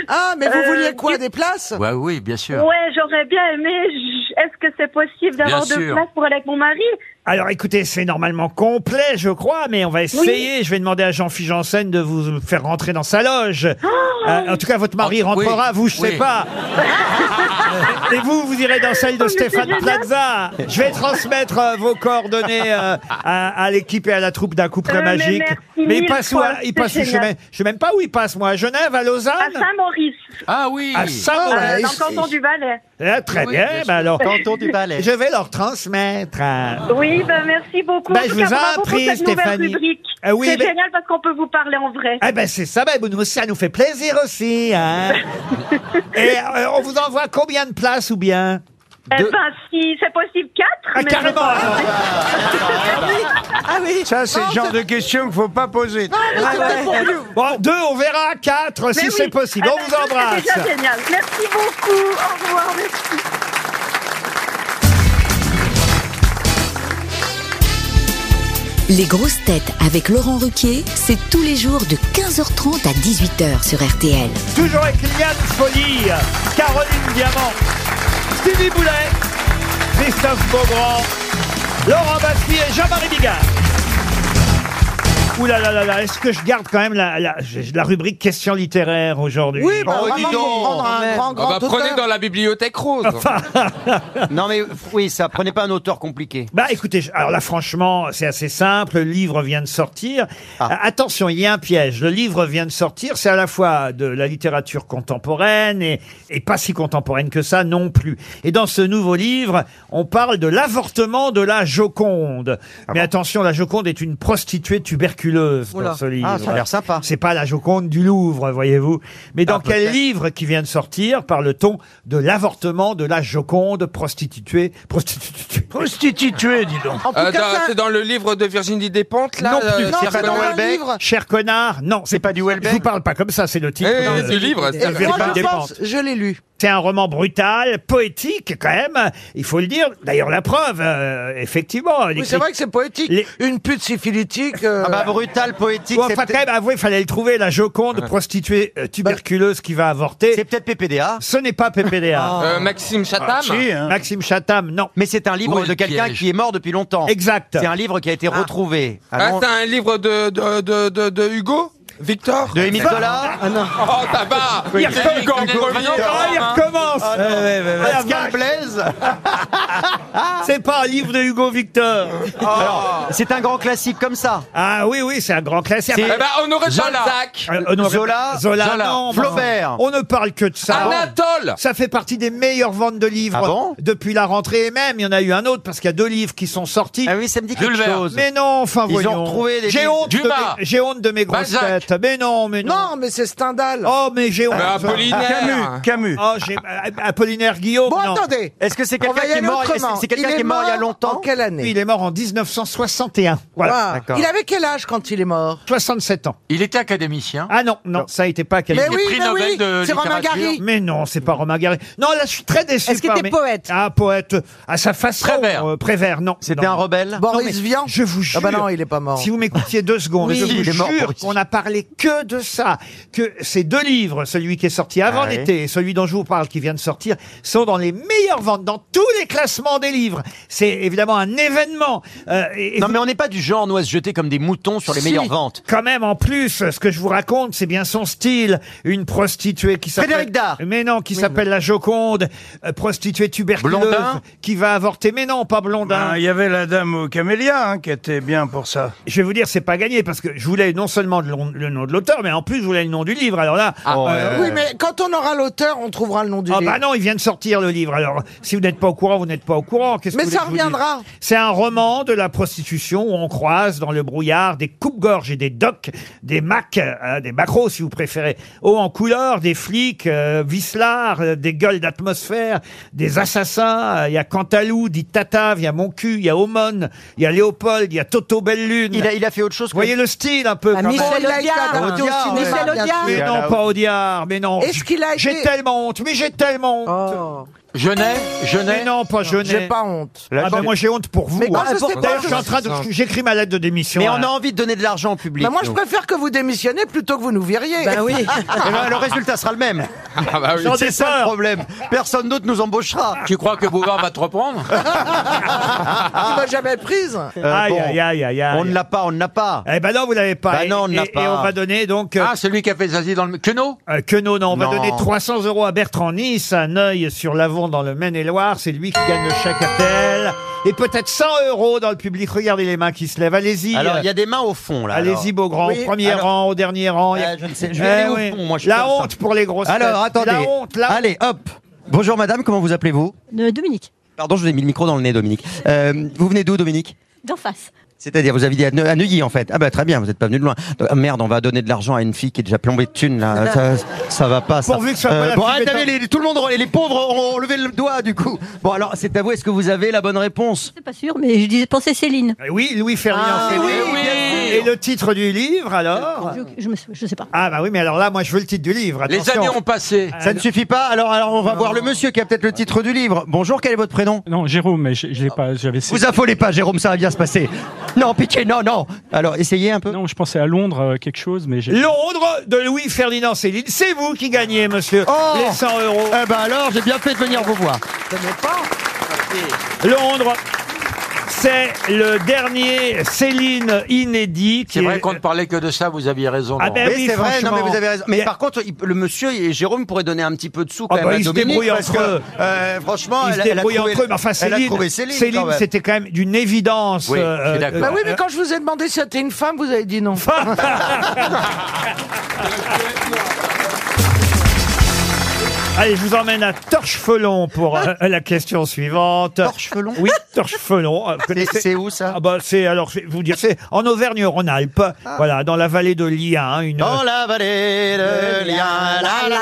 S4: Ah, mais vous
S11: Euh,
S4: vouliez quoi Des places
S6: Oh. Ouais, oui, bien sûr.
S11: ouais, j'aurais bien aimé. J- Est-ce que c'est possible d'avoir
S2: Bien
S11: deux
S2: sûr.
S11: places pour aller avec mon mari
S2: Alors écoutez, c'est normalement complet, je crois, mais on va essayer. Je vais demander à Jean-Philippe Janssen de vous faire rentrer dans sa loge.
S11: Oh.
S2: Euh, en tout cas, votre mari rentrera, vous, je sais
S6: Ah, oui.
S2: pas. Euh, Et vous, vous irez dans celle
S11: Oh,
S2: de Stéphane Plaza. Je vais transmettre euh, vos coordonnées euh, à, à l'équipe et à la troupe d'un couple
S11: Euh, mais
S2: magique.
S11: merci
S2: Mais il
S11: mille
S2: passe où
S11: fois,
S2: alors Il
S11: c'est
S2: passe où Je sais
S11: génial.
S2: même- je sais même pas où il passe, moi. À Genève, à Lausanne
S11: À Saint-Maurice.
S2: Ah oui À Saint-Maurice.
S11: Euh, dans le canton du Valais.
S2: Ah, très
S11: Oui,
S2: bien,
S11: bien
S2: bah alors.
S11: Canton du Valais.
S2: Je vais leur transmettre. euh,
S11: Oui, ben merci beaucoup.
S2: Ben,
S11: En
S2: je
S11: tout
S2: vous
S11: cas,
S2: en
S11: bravo pour
S2: prie,
S11: cette nouvelle
S2: Stéphanie.
S11: rubrique.
S2: Ah oui,
S11: c'est
S2: ben-
S11: génial parce qu'on peut vous parler en vrai.
S2: Eh ben c'est ça, ben, nous, ça nous fait plaisir aussi. hein. Et euh, on vous envoie combien de places ou bien
S11: Eh ben, si c'est possible, quatre. mais
S2: carrément,
S11: je-
S2: alors.
S3: Ah oui
S7: Ça, c'est le genre de question qu'il ne faut pas poser.
S2: Ah ouais. Bon, deux, on verra. Quatre, si
S11: Mais
S2: c'est
S11: oui.
S2: possible.
S11: Eh
S2: On
S11: ben,
S2: vous
S11: ça,
S2: embrasse.
S11: C'est déjà génial. Merci beaucoup. Au revoir. Merci.
S10: Les grosses têtes avec Laurent Ruquier, c'est tous les jours de 15h30 à 18h sur RTL.
S2: Toujours avec Liliane Folie, Caroline Diamant, Stevie Boulet, Christophe Beaugrand, Laurent Bassi et Jean-Marie Bigard. Ouh là là là là, est-ce que je garde quand même la, la- j'ai la rubrique questions littéraires aujourd'hui
S5: Oui, bah, Oh, vraiment, dis donc. on prendra un
S9: Un grand,
S5: Ah
S9: grand
S5: bah, prenez
S9: auteur.
S5: dans la bibliothèque rose.
S9: Non mais oui, ça prenait pas un auteur compliqué.
S2: Bah écoutez, je- alors là franchement, c'est assez simple, le livre vient de sortir.
S9: Ah.
S2: Euh, Attention, il y a un piège. Le livre vient de sortir, c'est à la fois de la littérature contemporaine et, et pas si contemporaine que ça non plus. Et dans ce nouveau livre, on parle de l'avortement de la Joconde.
S9: Ah
S2: Mais attention, la Joconde est une prostituée tuberculeuse
S9: Oula.
S2: dans ce livre.
S9: Ah, ça a l'air Ah,
S2: sympa. Euh, C'est pas la Joconde du Louvre, voyez-vous. Mais dans quel
S9: peut-être.
S2: livre qui vient de sortir parle-t-on de l'avortement de la Joconde prostituée prostituée
S7: Prostituée, dis donc.
S5: Euh, dans- C'est dans le livre de Virginie Despentes, là
S2: non
S5: euh,
S2: plus.
S5: Pierre Noël.
S2: Cher connard, non. C'est pas du Welbeck. Je vous parle pas comme ça, c'est le titre.
S5: Eh,
S2: de-
S5: du livre,
S2: de
S5: c'est-
S2: Virginie
S5: Moi, je
S2: Despentes.
S5: pense,
S4: Je l'ai lu.
S2: C'est un roman brutal, poétique quand même, il faut le dire. D'ailleurs, la preuve, euh, effectivement.
S4: Oui, c'est vrai que c'est poétique. Une pute syphilitique. euh,
S2: Ah bah,
S4: brutale, poétique.
S2: Bon, enfin, quand même, avouez, fallait le trouver, la Joconde, prostituée euh, tuberculeuse qui va avorter. C'est peut-être PPDA. Ce n'est pas
S4: Ah.
S2: PPDA.
S5: Euh, Maxime Chatham
S2: Maxime Chatham, non.
S9: Mais c'est un
S4: Oh,
S9: livre de quelqu'un qui est mort depuis longtemps.
S2: Exact.
S9: C'est un livre qui a été retrouvé.
S5: Ah,
S9: Avant-
S5: c'est un livre de, de, de, de, de Hugo Victor
S9: Ah. De Émile Zola
S5: Ah non Oh, ça va
S9: Il
S5: C'est
S9: recommence.
S5: Hugo
S9: Il
S5: Premier.
S9: recommence.
S2: Il recommence
S9: Ah, non. Pascal
S2: Blaise C'est pas un livre de Hugo Victor
S9: Alors, C'est un grand classique comme ça.
S2: Ah oui, oui, c'est un grand classique.
S9: C'est-
S5: Eh ben, Honoré
S9: Zola.
S5: Balzac
S2: Euh, honoré-
S9: Zola,
S2: Zola,
S9: Zola,
S2: non,
S9: Flaubert.
S2: On ne parle que de ça.
S5: Anatole
S2: Ça fait partie des meilleures ventes de livres
S9: Ah bon
S2: depuis la rentrée. Et même, il y en a eu un autre parce qu'il y a deux livres qui sont sortis.
S9: Ah oui, ça me dit
S6: Jules
S9: quelque
S6: Verne.
S9: chose.
S2: Mais non, enfin
S9: Ils ont
S2: voyons.
S9: retrouvé des
S2: j'ai
S9: livres.
S2: honte, de mes,
S6: Dumas.
S2: j'ai honte de mes grosses
S6: Balzac.
S2: têtes. Mais non, mais non.
S4: Non, mais c'est Stendhal.
S2: Oh, mais j'ai honte.
S5: Ben, Apollinaire
S7: Camus.
S9: Ah,
S2: Oh, j'ai euh, Apollinaire Guillaume.
S4: bon,
S2: non.
S4: attendez.
S9: Est-ce que c'est
S4: On va
S9: quelqu'un
S4: y
S9: qui est
S4: aller
S9: mort
S4: autrement.
S9: est-ce que C'est quelqu'un qui est
S4: est
S9: mort il y a
S4: En
S9: longtemps.
S4: quelle année
S2: Oui, il est mort en 1961. Voilà.
S4: Waouh.
S9: d'accord.
S4: Il avait quel âge quand il est mort
S2: 67 ans.
S6: Il était académicien.
S2: Ah non, non, ça n'était pas
S4: Mais
S2: quelqu'un.
S4: oui,
S6: prix
S4: mais
S6: Nobel
S4: oui,
S6: de
S4: c'est Romain
S6: littérature.
S4: Gary.
S2: Mais non, c'est pas Romain Gary. Non, là, je suis très déçu.
S3: Est-ce qu'il
S2: par
S3: était
S2: mes-
S3: poète
S2: Ah, poète. À sa façon.
S6: Prévert.
S2: euh, Prévert, non.
S9: C'était
S2: Non.
S9: un rebelle.
S2: Non, mais
S4: Boris Vian.
S2: Je vous jure.
S4: Ah bah non, il est pas mort.
S2: Si vous m'écoutiez deux secondes,
S9: Oui,
S2: je vous
S9: il est mort,
S2: jure
S9: Boris.
S2: qu'on a parlé que de ça. Que ces deux livres, celui qui est sorti avant
S9: Ah oui.
S2: l'été et celui dont je vous parle qui vient de sortir, sont dans les meilleures ventes, dans tous les classements des livres. C'est évidemment un événement. Euh, et- et
S9: Non mais on n'est pas du genre nous à se jeter comme des moutons sur les
S2: si,
S9: meilleures ventes.
S2: Quand même, en plus, ce que je vous raconte, c'est bien son style. Une prostituée qui s'appelle...
S9: Frédéric Dard.
S2: Mais non, qui s'appelle la Joconde. euh, prostituée tuberculeuse.
S9: Blondin.
S2: Qui va avorter. Mais non, pas Blondin.
S7: Ben, Il y avait la dame au camélia hein, qui était bien pour ça.
S2: Je vais vous dire, c'est pas gagné, parce que je voulais non seulement le nom- le nom de l'auteur, mais en plus, je voulais le nom du livre. Alors là... euh,
S4: Oui, mais quand on aura l'auteur, on trouvera le nom du
S2: Ah
S4: livre.
S2: bah non, il vient de sortir le livre. Alors, si vous n'êtes pas au courant, vous n'êtes pas au courant. Qu'est-ce que
S4: Mais
S2: vous
S4: ça
S2: voulez que je vous dise
S4: reviendra.
S2: C'est un roman de la prostitution où on croise dans le brouillard des coupes-gorges et des docks, des macs, euh, des macros si vous préférez, hauts en couleur, des flics, euh, vislards, euh, des gueules d'atmosphère, des assassins. Euh, Il y a Cantalou, dit Tatav, il y a Moncu, il y a Aumône, il y a Léopold, il y a Toto Bellune.
S9: Il a, il a fait autre chose.
S2: Vous
S9: que-
S2: voyez le style un peu
S3: Ah,
S2: quand même.
S3: Michel Audiard.
S9: Audiard,
S3: Michel
S4: ouais.
S3: Audiard.
S2: Mais
S9: Ah,
S2: non,
S9: là,
S2: pas Audiard, mais non.
S4: Est-ce qu'il a
S2: J'ai
S4: été-
S2: tellement honte, mais j'ai tellement
S4: Oh.
S2: honte.
S6: Genet,
S2: Mais
S6: Genet.
S2: non, pas Jeunet.
S4: J'ai pas honte.
S2: Ah ben moi j'ai honte pour vous.
S4: Mais quand
S2: hein.
S4: je sais pas,
S2: D'ailleurs, je
S4: je-
S2: suis en train de j'écris ma lettre de démission.
S9: Mais
S2: hein.
S9: on a envie de donner de l'argent au public.
S4: Bah, moi, je
S9: nous.
S4: préfère Bah que vous démissionnez plutôt que vous nous verriez.
S3: Ben oui.
S9: Eh ben, le résultat sera le même.
S5: Ah bah oui.
S2: J'en ai
S9: C'est ça le
S2: peur.
S9: problème. Personne d'autre nous embauchera.
S6: Tu crois que Bouvard va te reprendre
S4: Tu m'as jamais prise.
S9: Euh,
S2: Aïe,
S9: bon,
S2: aïe, aïe, aïe, aïe.
S9: On ne l'a pas, on ne l'a pas.
S2: Eh ben non, vous l'avez pas.
S9: Bah
S2: Et-
S9: non, on
S2: et,
S9: l'a
S2: et
S9: pas.
S2: on va donner donc euh,
S6: Ah, celui qui a fait Zazie dans le... Queneau
S2: euh, que non, non, on va
S9: Non.
S2: donner 300 euros à Bertrand Nice, à Neuil sur Corvon dans le Maine-et-Loire. C'est lui qui gagne chaque appel. Et peut-être 100 euros dans le public. Regardez les mains qui se lèvent. Allez-y.
S9: Alors, il y a des mains au fond, là.
S2: Allez-y, Beaugrand, au premier rang, au dernier rang. Il y a-
S9: Euh, je ne sais, je
S2: Eh
S9: vais aller
S2: oui.
S9: au fond, moi, je suis
S2: La
S9: comme ça.
S2: honte pour les grosses
S9: Alors,
S2: têtes.
S9: attendez.
S2: La honte, la
S9: Allez, hop. Bonjour, madame, comment vous appelez-vous
S12: Euh, Dominique,
S9: Pardon, je vous ai mis le micro dans le nez, Dominique. Euh, vous venez d'où, Dominique
S12: d'en face.
S9: C'est-à-dire, vous avez dit à, Neu- à Neuilly, en fait. Ah bah très bien, vous n'êtes pas venu de loin. Ah, merde, on va donner de l'argent à une fille qui est déjà plombée de thunes, là. Ça, ça va pas, ça.
S2: Pourvu que ce soit pas la
S9: bon,
S2: fille
S9: ah, t'as vu,
S2: bêta.
S9: les, les- tout le monde, les, les pauvres ont, ont levé le doigt, du coup. Bon, alors, c'est à vous, est-ce que vous avez la bonne réponse
S12: C'est pas sûr, mais je disais, pensais Céline.
S2: Eh Oui, Louis Eh Ferriand.
S12: Ah,
S2: c'est
S12: oui,
S2: lui.
S12: oui, bien
S2: Et le titre du livre, alors
S12: Euh, Je, je me sou- je sais pas.
S2: Ah bah oui, mais alors là, moi, je veux le titre du livre.
S9: Les
S2: attention. Euh,
S9: années ont
S5: passé.
S9: Ça ne suffit pas, alors, alors on va voir le monsieur qui a peut-être le titre du livre. Bonjour, quel est votre prénom
S13: Non, Jérôme, mais je, je l'ai pas, j'avais
S9: Vous affolez pas, Jérôme, ça va bien se passer. Non, pitié, non, non. Alors, essayez un peu.
S13: Non, je pensais à Londres, euh, quelque chose, mais j'ai.
S2: Londres de Louis-Ferdinand Céline. C'est vous qui gagnez, monsieur. les 100 euros.
S9: Oh. Eh ben alors, j'ai bien fait de venir vous voir.
S2: Londres. C'est le dernier Céline inédit. qui
S6: C'est vrai
S2: est-
S6: qu'on ne parlait que de ça, vous aviez raison.
S2: Ah
S6: Laurent.
S2: ben
S9: Oui,
S2: oui,
S9: c'est vrai, non, mais
S2: franchement.
S9: vous avez raison. Mais
S2: Il y a-
S9: par contre, il- le monsieur et Jérôme pourraient donner un petit peu de sous quand
S2: Ah bah,
S9: même à
S2: ils se
S9: Dominique,
S2: débrouillent
S9: parce
S2: entre
S9: que,
S2: eux.
S9: euh, franchement,
S2: Ils
S9: elle,
S2: se
S9: elle a
S2: débrouillent
S9: trouvé,
S2: entre eux, mais enfin
S9: elle a
S2: Céline,
S9: trouvé Céline.
S2: Céline,
S9: quand même.
S2: c'était quand même d'une évidence. euh,
S9: Oui, je suis d'accord.
S4: Bah oui, mais quand je vous ai demandé si c'était une femme, vous avez dit non.
S2: Allez, je vous emmène à Torchefelon pour euh, la question suivante.
S9: Ah. Torchefelon
S2: Oui, Torchefelon. Euh, vous connaissez-
S9: C'est où ça
S2: Ah bah c'est alors je vais vous dire c'est en Auvergne-Rhône-Alpes
S9: Ah.
S2: voilà dans la vallée de l'Ia hein, une
S9: Dans la vallée de Lien, la la la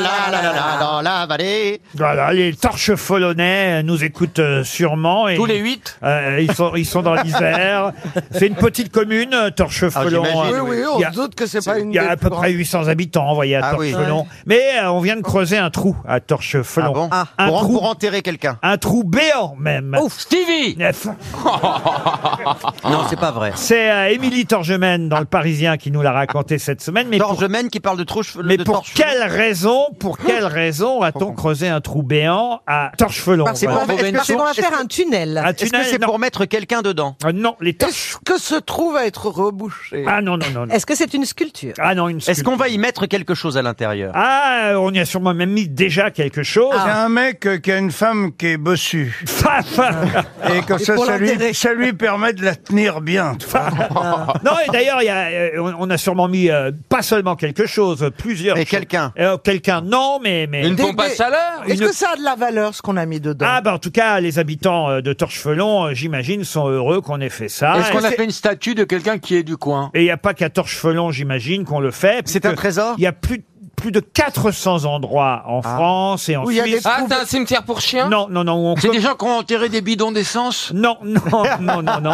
S9: la la la la, dans la vallée.
S2: euh, Voilà, les torches folonnais nous écoutent euh, sûrement. Et,
S6: Tous les huit
S2: Euh, ils, sont, ils sont dans l'Isère. C'est une petite commune, euh, Torchefelon.
S9: Ah, j'imagine,
S2: Euh,
S4: oui, oui, on
S2: il y a-
S4: se doute que c'est pas une
S2: Il y a
S4: des
S2: à
S4: plus
S2: peu
S4: grandes.
S2: près 800 habitants, vous voyez, à
S9: Ah oui.
S2: Torchefelon. Mais euh, on vient de creuser un trou à
S9: Ah
S2: Torchefelon.
S9: bon
S2: un,
S9: pour, en-
S2: trou,
S9: pour enterrer quelqu'un.
S2: un trou béant, même.
S6: Stevie
S2: Neuf.
S9: Non, c'est pas vrai.
S2: C'est euh, Émilie Torgemène dans Le Parisien qui nous l'a raconté cette semaine. Mais pour,
S9: Georges Mène qui parle de Hein trouche.
S2: mais pour quelle raison, pour quelle raison a-t-on creusé un trou béant à Torchefelon
S9: C'est
S2: voilà.
S9: pour, est-ce que c'est
S3: On va
S9: est-ce
S3: faire
S9: que-
S3: un tunnel.
S2: Un
S9: est-ce que
S2: tunnel,
S9: c'est
S2: non.
S9: pour mettre quelqu'un dedans
S2: Ah Non, les torches.
S4: Est-ce que ce trou va être rebouché
S2: Ah non, non, non. non.
S3: Est-ce que c'est une sculpture
S2: Ah non, une
S9: Est-ce
S2: sculpture.
S9: qu'on va y mettre quelque chose à l'intérieur
S2: Ah, on y a sûrement même mis déjà quelque chose. hein.
S7: Il y a un mec euh, qui a une femme qui est bossue.
S2: Fa- fa-
S7: Et comme ça,
S3: pour
S7: ça
S3: l'enterrer.
S7: lui, ça lui permet de la tenir bien. tu vois.
S4: Ah.
S2: non, et d'ailleurs, il y a, euh, on on a sûrement mis euh, pas seulement quelque chose, euh, plusieurs.
S9: Et
S2: choses.
S9: quelqu'un
S2: Euh, Quelqu'un, non, mais. mais...
S6: Une
S4: Des-
S6: pompe à
S4: des-
S6: chaleur
S4: Est-ce
S2: Une-
S4: que ça a de la valeur, ce qu'on a mis dedans
S2: Ah, bah en tout cas, les habitants euh, de Torchefelon, euh, j'imagine, sont heureux qu'on ait fait ça.
S6: Est-ce qu'on a
S2: Ah, Et-
S6: fait une statue de quelqu'un qui est du coin
S2: Et il n'y a pas qu'à Torchefelon, j'imagine, qu'on le fait.
S9: C'est
S2: puisque
S9: un trésor
S2: Il y a plus, plus de 400 endroits en
S6: Ah.
S2: France et en
S4: Où il y a des-
S2: Suisse.
S5: Ah, c'est un cimetière pour chiens
S2: Non, non, non, où on
S6: C'est des gens qui ont enterré des bidons d'essence
S2: Non, non, non, non, non.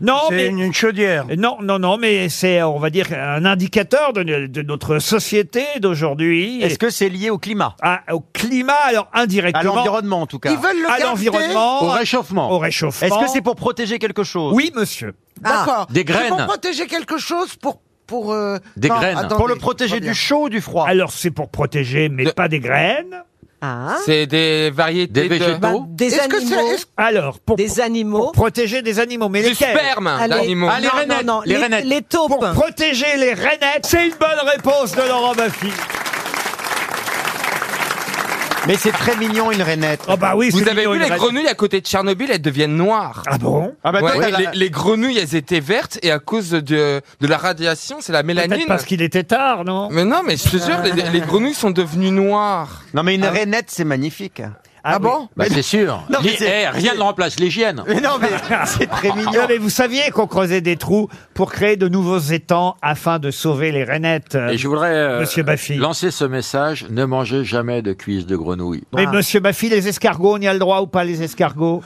S2: Non,
S7: C'est
S2: mais. Euh,
S7: une, une chaudière.
S2: Non, non, non, mais c'est, on va dire, un indicateur de, de notre société d'aujourd'hui.
S9: Est-ce que c'est lié au climat
S2: À- au climat, alors
S9: À
S2: indirectement.
S9: l'environnement, en tout cas.
S4: Ils veulent le
S2: à
S4: garder
S2: l'environnement,
S6: Au
S2: à-
S6: réchauffement
S2: au réchauffement.
S9: Est-ce que c'est pour protéger quelque chose
S2: Oui, monsieur.
S4: Ah, D'accord.
S6: des
S4: C'est
S6: graines.
S4: Pour protéger quelque chose, pour... pour euh,
S6: Des graines.
S9: Pour le
S4: attendez,
S9: protéger
S4: je vois
S9: du chaud ou du froid
S2: Alors c'est pour protéger, mais
S5: De-
S2: pas des graines.
S3: Ah.
S5: C'est des variétés
S6: Des
S5: de-
S6: végétaux.
S3: Bah,
S6: Oh.
S3: des
S4: Est-ce que c'est-
S3: animaux.
S4: est-ce-
S2: Alors pour,
S3: Des animaux.
S2: pour protéger des animaux, mais
S5: Du
S2: lesquels
S5: sperme
S3: Allez,
S5: d'animaux.
S3: non, non, non, les, les taupes.
S2: Pour protéger les rainettes, c'est une bonne réponse de Laurent Baffy.
S9: Mais c'est très mignon, une rainette.
S2: Oh bah oui,
S5: Vous
S2: c'est
S5: avez
S2: mignon,
S5: vu
S2: une
S5: les
S2: rainette.
S5: grenouilles à côté de Tchernobyl, elles deviennent noires.
S2: Ah bon
S9: Ah bah
S5: Ouais,
S9: toi,
S5: oui,
S9: t'as
S5: les,
S9: la-
S5: les grenouilles, elles étaient vertes et à cause de, de la radiation, c'est la mélanine.
S2: Peut-être parce qu'il était tard, non
S5: Mais non, mais je te jure, les, les grenouilles Ah, sont devenues noires.
S9: Non mais une rainette, c'est magnifique.
S2: Ah bon
S6: Bah c'est sûr.
S9: Non, mais
S6: L'hy-
S9: c'est-
S6: eh, rien ne remplace l'hygiène.
S9: Mais non, mais c'est très
S6: Ah,
S9: mignon.
S2: Non, mais vous saviez qu'on creusait des trous pour créer de nouveaux étangs afin de sauver les rainettes. euh,
S6: Et je voudrais euh,
S2: Monsieur Baffy.
S6: lancer ce message, ne mangez jamais de cuisses de grenouille.
S2: Mais monsieur Baffy, les escargots, on y a le droit ou pas les escargots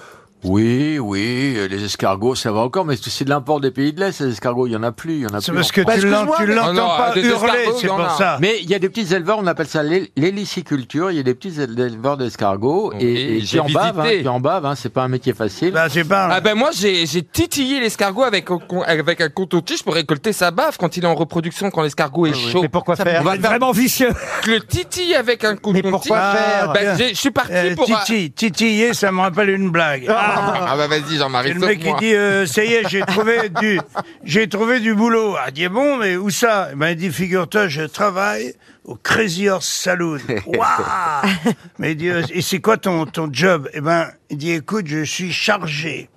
S6: Oui, oui, euh, les escargots, ça va encore, mais c'est de l'import des pays de l'Est, les escargots, il n'y en a plus, il y en a
S7: C'est
S6: plus.
S7: parce que
S4: Bah,
S6: encore.
S7: tu l'en-
S4: excuse-moi,
S7: tu
S4: mais-
S5: Oh non,
S7: l'entends pas
S5: des
S7: hurler,
S5: escargots,
S7: c'est
S5: il y en
S7: pour
S5: a.
S7: ça.
S6: Mais il y a des petits éleveurs, on appelle ça l'hé- l'héliciculture, il y a des petits éleveurs d'escargots,
S5: Oui,
S6: et, et qui,
S5: j'ai
S6: en bavent, hein,
S5: visité.
S6: qui en bavent, hein, c'est pas un métier facile.
S2: Bah,
S7: Là, tu parles.
S5: Ah ben moi, j'ai j'ai titillé l'escargot avec, un con- avec un couteau-tige pour récolter sa baffe quand il est en reproduction, quand l'escargot est chaud.
S9: Mais pourquoi faire
S5: On va le faire
S2: Vraiment vicieux
S5: le titille avec un couteau-tige.
S9: pourquoi faire
S5: Ben, j'ai- Je suis parti
S7: Ah, Euh,
S5: pour...
S7: titi, titiller, ça me rappelle une blague.
S5: Ah, Ah bah vas-y Jean-Marie,
S7: Et le mec qui
S5: sauve-moi.
S7: dit euh, ça y est j'ai trouvé du j'ai trouvé du boulot. Ah dit bon mais où ça Eh ben, il dit figure-toi je travaille au Crazy Horse Saloon. Waouh Mais il dit euh, et c'est quoi ton ton job Eh ben il dit écoute je suis chargé.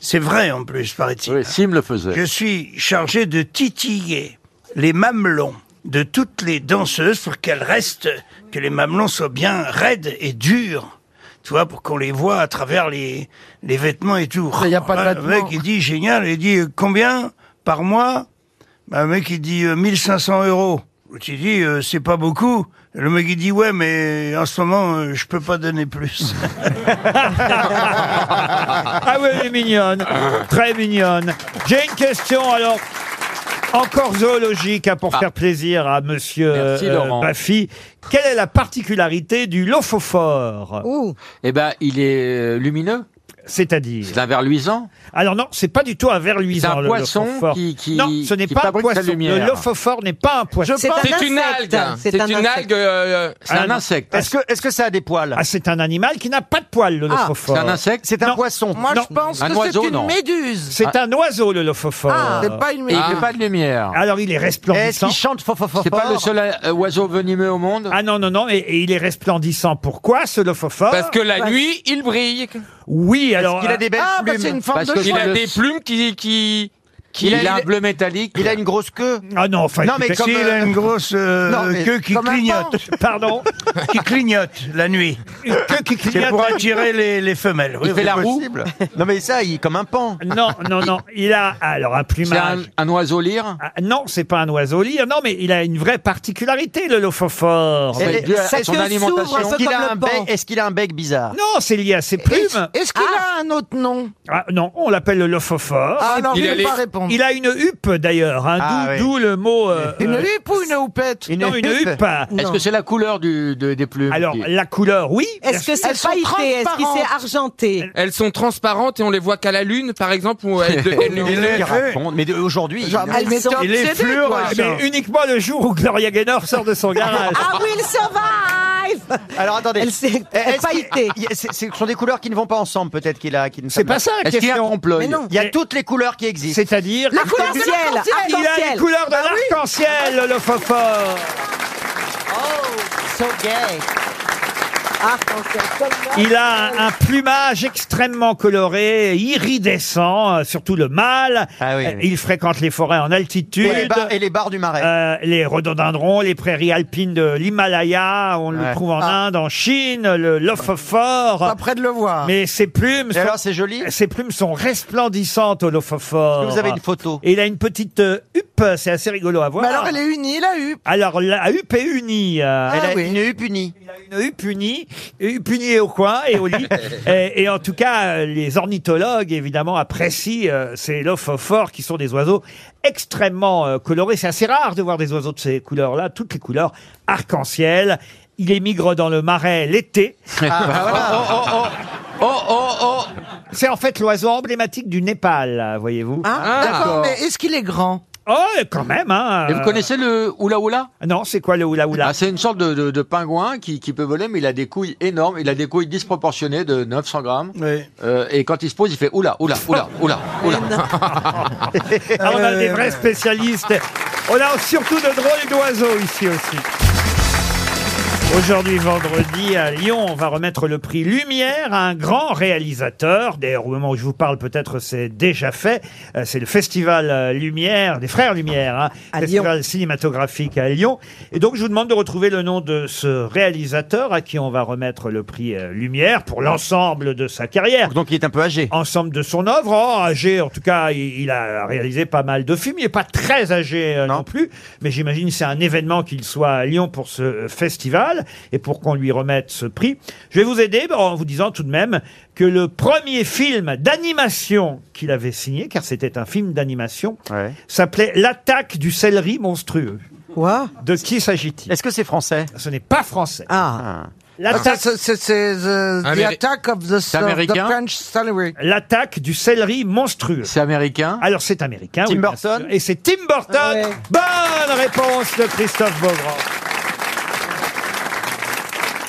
S7: C'est vrai en plus paraît-il.
S6: Oui, Sim le faisait.
S7: Je suis chargé de titiller les mamelons de toutes les danseuses pour qu'elles restent, que les mamelons soient bien raides et durs. Tu vois, pour qu'on les voit à travers les, les vêtements et tout. Il a pas Le mec, il dit génial, il dit euh, combien par mois bah, Le mec, il dit euh, 1500 euros. Tu dis, euh, c'est pas beaucoup. Le mec, il dit, ouais, mais en ce moment, euh, je peux pas donner plus.
S2: Ah oui, elle est mignonne. Très mignonne. J'ai une question, alors. Encore zoologique, hein, pour faire plaisir à monsieur
S6: Ah. Merci, Laurent.
S2: Baffy. Quelle est la particularité du lophophore
S6: Eh ben, il est euh, lumineux.
S2: C'est-à-dire
S6: C'est un ver luisant.
S2: Alors non, c'est pas du tout un ver luisant.
S6: C'est un
S2: le
S6: poisson
S2: lophophore.
S6: qui- qui-
S2: non, ce n'est
S6: qui
S2: pas un
S6: fabrique sa
S2: poisson.
S6: lumière.
S2: Le lophophore n'est pas un poisson.
S5: C'est une algue. C'est une algue. euh,
S2: Est-ce que, est-ce que ça a des poils Ah, c'est un animal qui n'a pas de poils, le
S5: Ah.
S2: lophophore.
S5: C'est un insecte
S2: C'est un poisson.
S5: Moi, je pense Un que c'est oiseau, une non. Ah.
S2: méduse. C'est un oiseau, le lophophore.
S6: Ah. C'est pas une méduse. Et il fait pas de lumière.
S2: euh, Alors, il est resplendissant.
S6: Est-ce qu'il chante C'est pas le seul euh, oiseau venimeux au monde
S2: Ah non, non, non, et, et il est resplendissant. Pourquoi, ce lophophore
S5: Parce que la nuit, il brille.
S2: Oui, alors...
S5: qu'il a des belles Ah, bah, plumes. c'est une forme Parce de que il a cheveux. des plumes qui... qui... qui- Il a un bleu
S6: métallique.
S9: Il a une grosse queue.
S2: Ah non, enfin,
S7: Non, mais comme, il a
S2: hein.
S7: une grosse euh,
S9: Non, mais
S7: queue qui
S9: comme un
S7: clignote.
S2: Pardon
S7: Qui clignote la nuit.
S2: Une queue qui
S7: C'est pour attirer les, les femelles. Oui, c'est possible.
S9: Non mais ça, il comme un pan.
S2: Non, non, non. Il a alors un plumage. Ah,
S6: C'est un, oiseau lyre
S2: Non, c'est pas un oiseau lyre. Non, mais il a une vraie particularité, le lophophore.
S9: Elle est- sa queue s'ouvre un peu Est-ce qu'il a,
S2: comme
S9: un
S2: le
S9: bec-
S2: pan.
S9: est-ce qu'il a un bec bizarre
S2: Non, c'est lié à ses plumes.
S4: Est-ce qu'il a un autre nom
S2: Ah, non, on l'appelle le lophophore.
S4: Ah, non, Il je a vais les- pas répondre.
S2: Il a une huppe d'ailleurs, hein,
S6: Ah,
S2: d'où
S6: oui.
S2: d'où le mot. euh,
S4: Une
S2: euh,
S4: huppe ou une houppette
S2: Non, une huppe.
S6: Est-ce que c'est la couleur du, de- des plumes
S2: Alors, la couleur, oui.
S3: Est-ce que c'est pailleté Est-ce que c'est argenté
S5: Elles sont transparentes et on les voit qu'à la lune, par exemple, ou elles deviennent lumineuses.
S9: Ah, Mais aujourd'hui,
S5: Genre,
S9: il-
S5: mais t'es
S9: il est
S5: obsédé,
S9: fleur,
S5: toi.
S9: elles sont-
S2: Mais Eh uniquement le jour où Gloria Gaynor sort de son garage.
S3: Ah oui, il survive
S9: Alors attendez.
S3: Elle s'est
S9: Eh, est-ce
S3: pailletée.
S9: qu'il- y a- c'est- Ce sont des couleurs qui ne vont pas ensemble, peut-être qu'il a. qui ne
S2: C'est pas ça la
S9: Est-ce qu'il y a un
S2: question.
S9: trompe-l'œil
S2: Mais non.
S9: Il y a toutes les couleurs qui existent.
S2: C'est-à-dire Ah,
S3: La couleur de Arc-en-ciel, l'arc-en-ciel.
S2: Il a les couleurs
S9: Bah
S2: de l'arc-en-ciel, le phosphore.
S3: So gay Arc-en-ciel, comme moi.
S2: Il a un- un plumage extrêmement coloré, iridescent, euh, surtout le mâle. Euh, Il fréquente les forêts en altitude.
S9: Ah Et les bars- et les bars du marais.
S2: Euh, les rhododendrons, les prairies alpines de l'Himalaya, on le
S9: Ouais. Ah.
S2: trouve en Inde, en Chine, le l'ophophore. Pas près de le voir. Mais ses plumes. alors, c'est joli. Ses plumes sont resplendissantes au l'ophophore.
S9: Est-ce que vous avez une photo
S2: Et il a une petite euh, huppe, c'est assez rigolo à voir.
S4: Mais alors, elle est unie, la huppe.
S2: Alors, la huppe est unie. euh,
S9: Elle a
S2: oui.
S9: une huppe unie.
S2: une huppe unie, une huppe unie au coin et au lit. et, et en tout cas, euh, les ornithologues, évidemment, apprécient euh, ces lophophores qui sont des oiseaux extrêmement euh, colorés. C'est assez rare de voir des oiseaux de ces couleurs-là, toutes les couleurs arc-en-ciel. Il émigre dans le marais l'été.
S11: Ah, bah
S2: Oh, C'est en fait l'oiseau emblématique du Népal, voyez-vous.
S4: Ah, D'accord, mais est-ce qu'il est grand
S2: Oh, quand même, hein.
S6: Et vous connaissez le oula oula
S2: Ah Non, c'est quoi le oula oula
S6: Ah, C'est une sorte de, de- de pingouin qui, qui peut voler, mais il a des couilles énormes. Il a des couilles disproportionnées de 900 grammes. Euh, et quand il se pose, il fait oula oula oula oula oula.
S2: Ah, on a des vrais spécialistes. On a surtout de drôles d'oiseaux ici aussi. Aujourd'hui, vendredi, à Lyon, on va remettre le prix Lumière à un grand réalisateur. D'ailleurs, au moment où je vous parle, peut-être c'est déjà fait. Euh, C'est le Festival euh, Lumière, des Frères Lumière, hein, Festival cinématographique à Lyon. Et donc, je vous demande de retrouver le nom de ce réalisateur à qui on va remettre le prix euh, Lumière pour l'ensemble de sa carrière.
S9: Donc il est un peu âgé.
S2: Ensemble de son œuvre, oh, âgé en tout cas, il, il a réalisé pas mal de films. Il n'est pas très âgé euh, non. plus, mais j'imagine que c'est un événement qu'il soit à Lyon pour ce euh, festival et pour qu'on lui remette ce prix. Je vais vous aider bah, en vous disant tout de même que le premier film d'animation qu'il avait signé, car c'était un film d'animation, s'appelait L'attaque du céleri monstrueux. De qui s'agit-il
S9: Est-ce que c'est français
S2: Ce n'est pas français.
S9: Ah.
S2: L'attaque-
S4: Ça, c'est- c'est euh, The
S2: Améri-
S4: Attack of the,
S2: C'est
S4: of the
S2: américain
S4: French Salary.
S2: L'attaque du céleri monstrueux.
S6: C'est américain
S2: Alors c'est américain.
S9: Tim
S2: oui, bien
S9: Burton
S2: sûr. Et c'est Tim Burton. Bonne réponse de Christophe Beaugrand.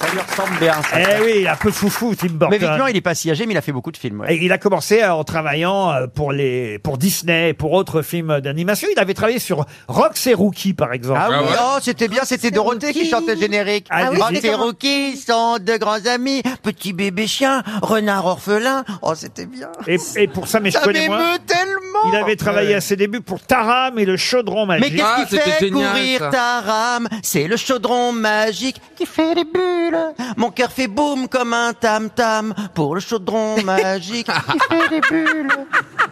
S9: Ça
S6: lui ressemble bien. ça.
S2: Eh oui, il est un peu foufou, Tim Burton.
S9: Mais Victor, il est pas si âgé, mais il a fait beaucoup de films. ouais.
S2: Et il a commencé euh, en travaillant euh, pour les pour Disney, pour autres films d'animation. Il avait travaillé sur Rox et Rookie, par exemple.
S9: Ah oui, oh, c'était bien, c'était Dorothée qui chantait le générique.
S2: Ah oui,
S9: Rox
S2: c'était
S9: et
S2: comment
S9: Rookie sont de grands amis, petit bébé chien, renard orphelin. Oh, c'était bien.
S2: Et, et pour ça, mais je
S9: Ça
S2: connais moins.
S9: m'émeut tellement.
S2: Il avait travaillé
S9: Ouais.
S2: à ses débuts pour Taram et le chaudron
S9: Mais
S2: magique.
S9: qu'est-ce
S4: Ah,
S3: Ah,
S9: qui fait courir ta rame C'est le chaudron magique qui fait des bulles. Mon cœur fait boum comme un tam-tam pour le chaudron magique qui fait des bulles.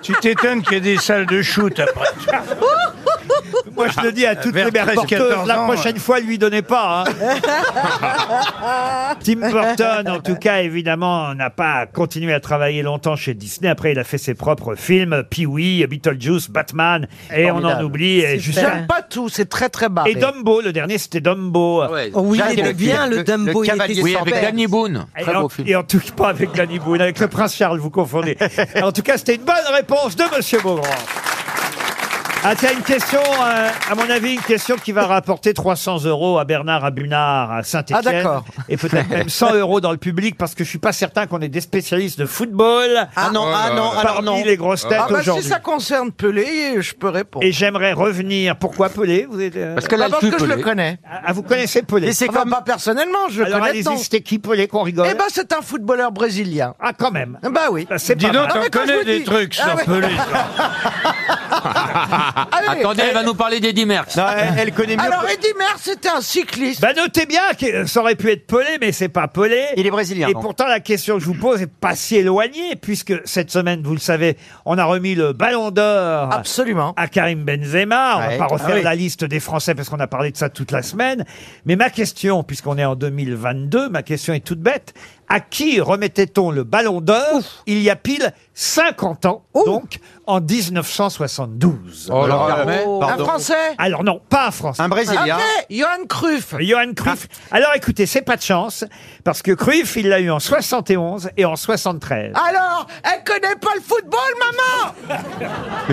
S7: Tu t'étonnes qu'il y ait des salles de shoot après.
S2: Moi, je le dis à toutes
S7: Ah, Vers
S2: les mères
S7: 13, 14
S2: porteuses, la
S7: ans,
S2: prochaine fois, lui donnez pas. hein. Tim Burton, en tout cas, évidemment, n'a pas continué à travailler longtemps chez Disney. Après, il a fait ses propres films, Pee-wee, Beetlejuice, Batman, et on en
S4: Formidable.
S2: oublie. Et, juste-
S4: J'aime pas tout, c'est très très bas.
S2: et Dumbo, le dernier, c'était Dumbo.
S4: Oh oui, Jacques il était et le- bien, le le- Dumbo, le il était cavalier.
S6: Oui, avec Danny Boone.
S2: Et
S6: Très
S2: en-
S6: beau film.
S2: Et en tout cas, pas avec Danny Boone, avec le prince Charles, vous confondez. en tout cas, c'était une bonne réponse de Monsieur Beaugrand. Ah, tiens, une question, euh, à mon avis, une question qui va rapporter 300 euros à Bernard Abunard à Saint-Etienne.
S4: Ah, d'accord.
S2: Et peut-être même 100 euros dans le public, parce que je suis pas certain qu'on ait des spécialistes de football.
S4: Ah non, ah non,
S2: parmi
S4: alors non.
S2: les grosses têtes
S4: ah bah,
S2: aujourd'hui.
S4: Si ça concerne Pelé, je peux répondre.
S2: Et j'aimerais revenir. Pourquoi Pelé vous êtes, euh,
S4: Parce que là, Bah, parce que je Pelé. le connais.
S2: Ah, vous connaissez Pelé
S4: Et c'est
S2: Ah bah,
S4: comme pas personnellement, je
S2: Alors,
S4: connais.
S2: allez-y, c'était qui Pelé qu'on rigole
S4: Eh ben c'est un footballeur brésilien.
S2: Ah quand même.
S4: Bah oui.
S2: c'est Dis pas donc,
S5: Ah,
S2: mal. t'en
S4: Non, mais quand
S2: connais
S4: je vous
S2: des
S4: dis-
S2: trucs sur
S4: ouais.
S2: Pelé,
S4: Allez.
S6: Attendez, elle va nous parler d'Eddie Merckx.
S4: Alors Eddie Merckx c'était un cycliste.
S2: Bah notez bien que ça aurait pu être Pelé, mais c'est pas Pelé.
S9: Il est brésilien,
S2: Et
S9: donc.
S2: pourtant, la question que je vous pose est pas si éloignée, puisque cette semaine, vous le savez, on a remis le Ballon d'Or
S4: Absolument.
S2: à Karim Benzema. On
S9: Ouais.
S2: va pas refaire
S9: Ah oui.
S2: la liste des Français parce qu'on a parlé de ça toute la semaine. Mais ma question, puisqu'on est en 2022, ma question est toute bête. À qui remettait-on le Ballon d'Or il y a pile 50 ans, donc en 1972
S6: Oh, Laurent Germain, pardon.
S4: Un Français Ah,
S2: Alors non, pas un Français.
S9: Un Brésilien. Ah.
S4: Ok, Johan Cruyff.
S2: Johan Cruyff. Alors écoutez, c'est pas de chance, parce que Cruyff, il l'a eu en 71 et en 73.
S4: Alors, elle connaît pas le football, maman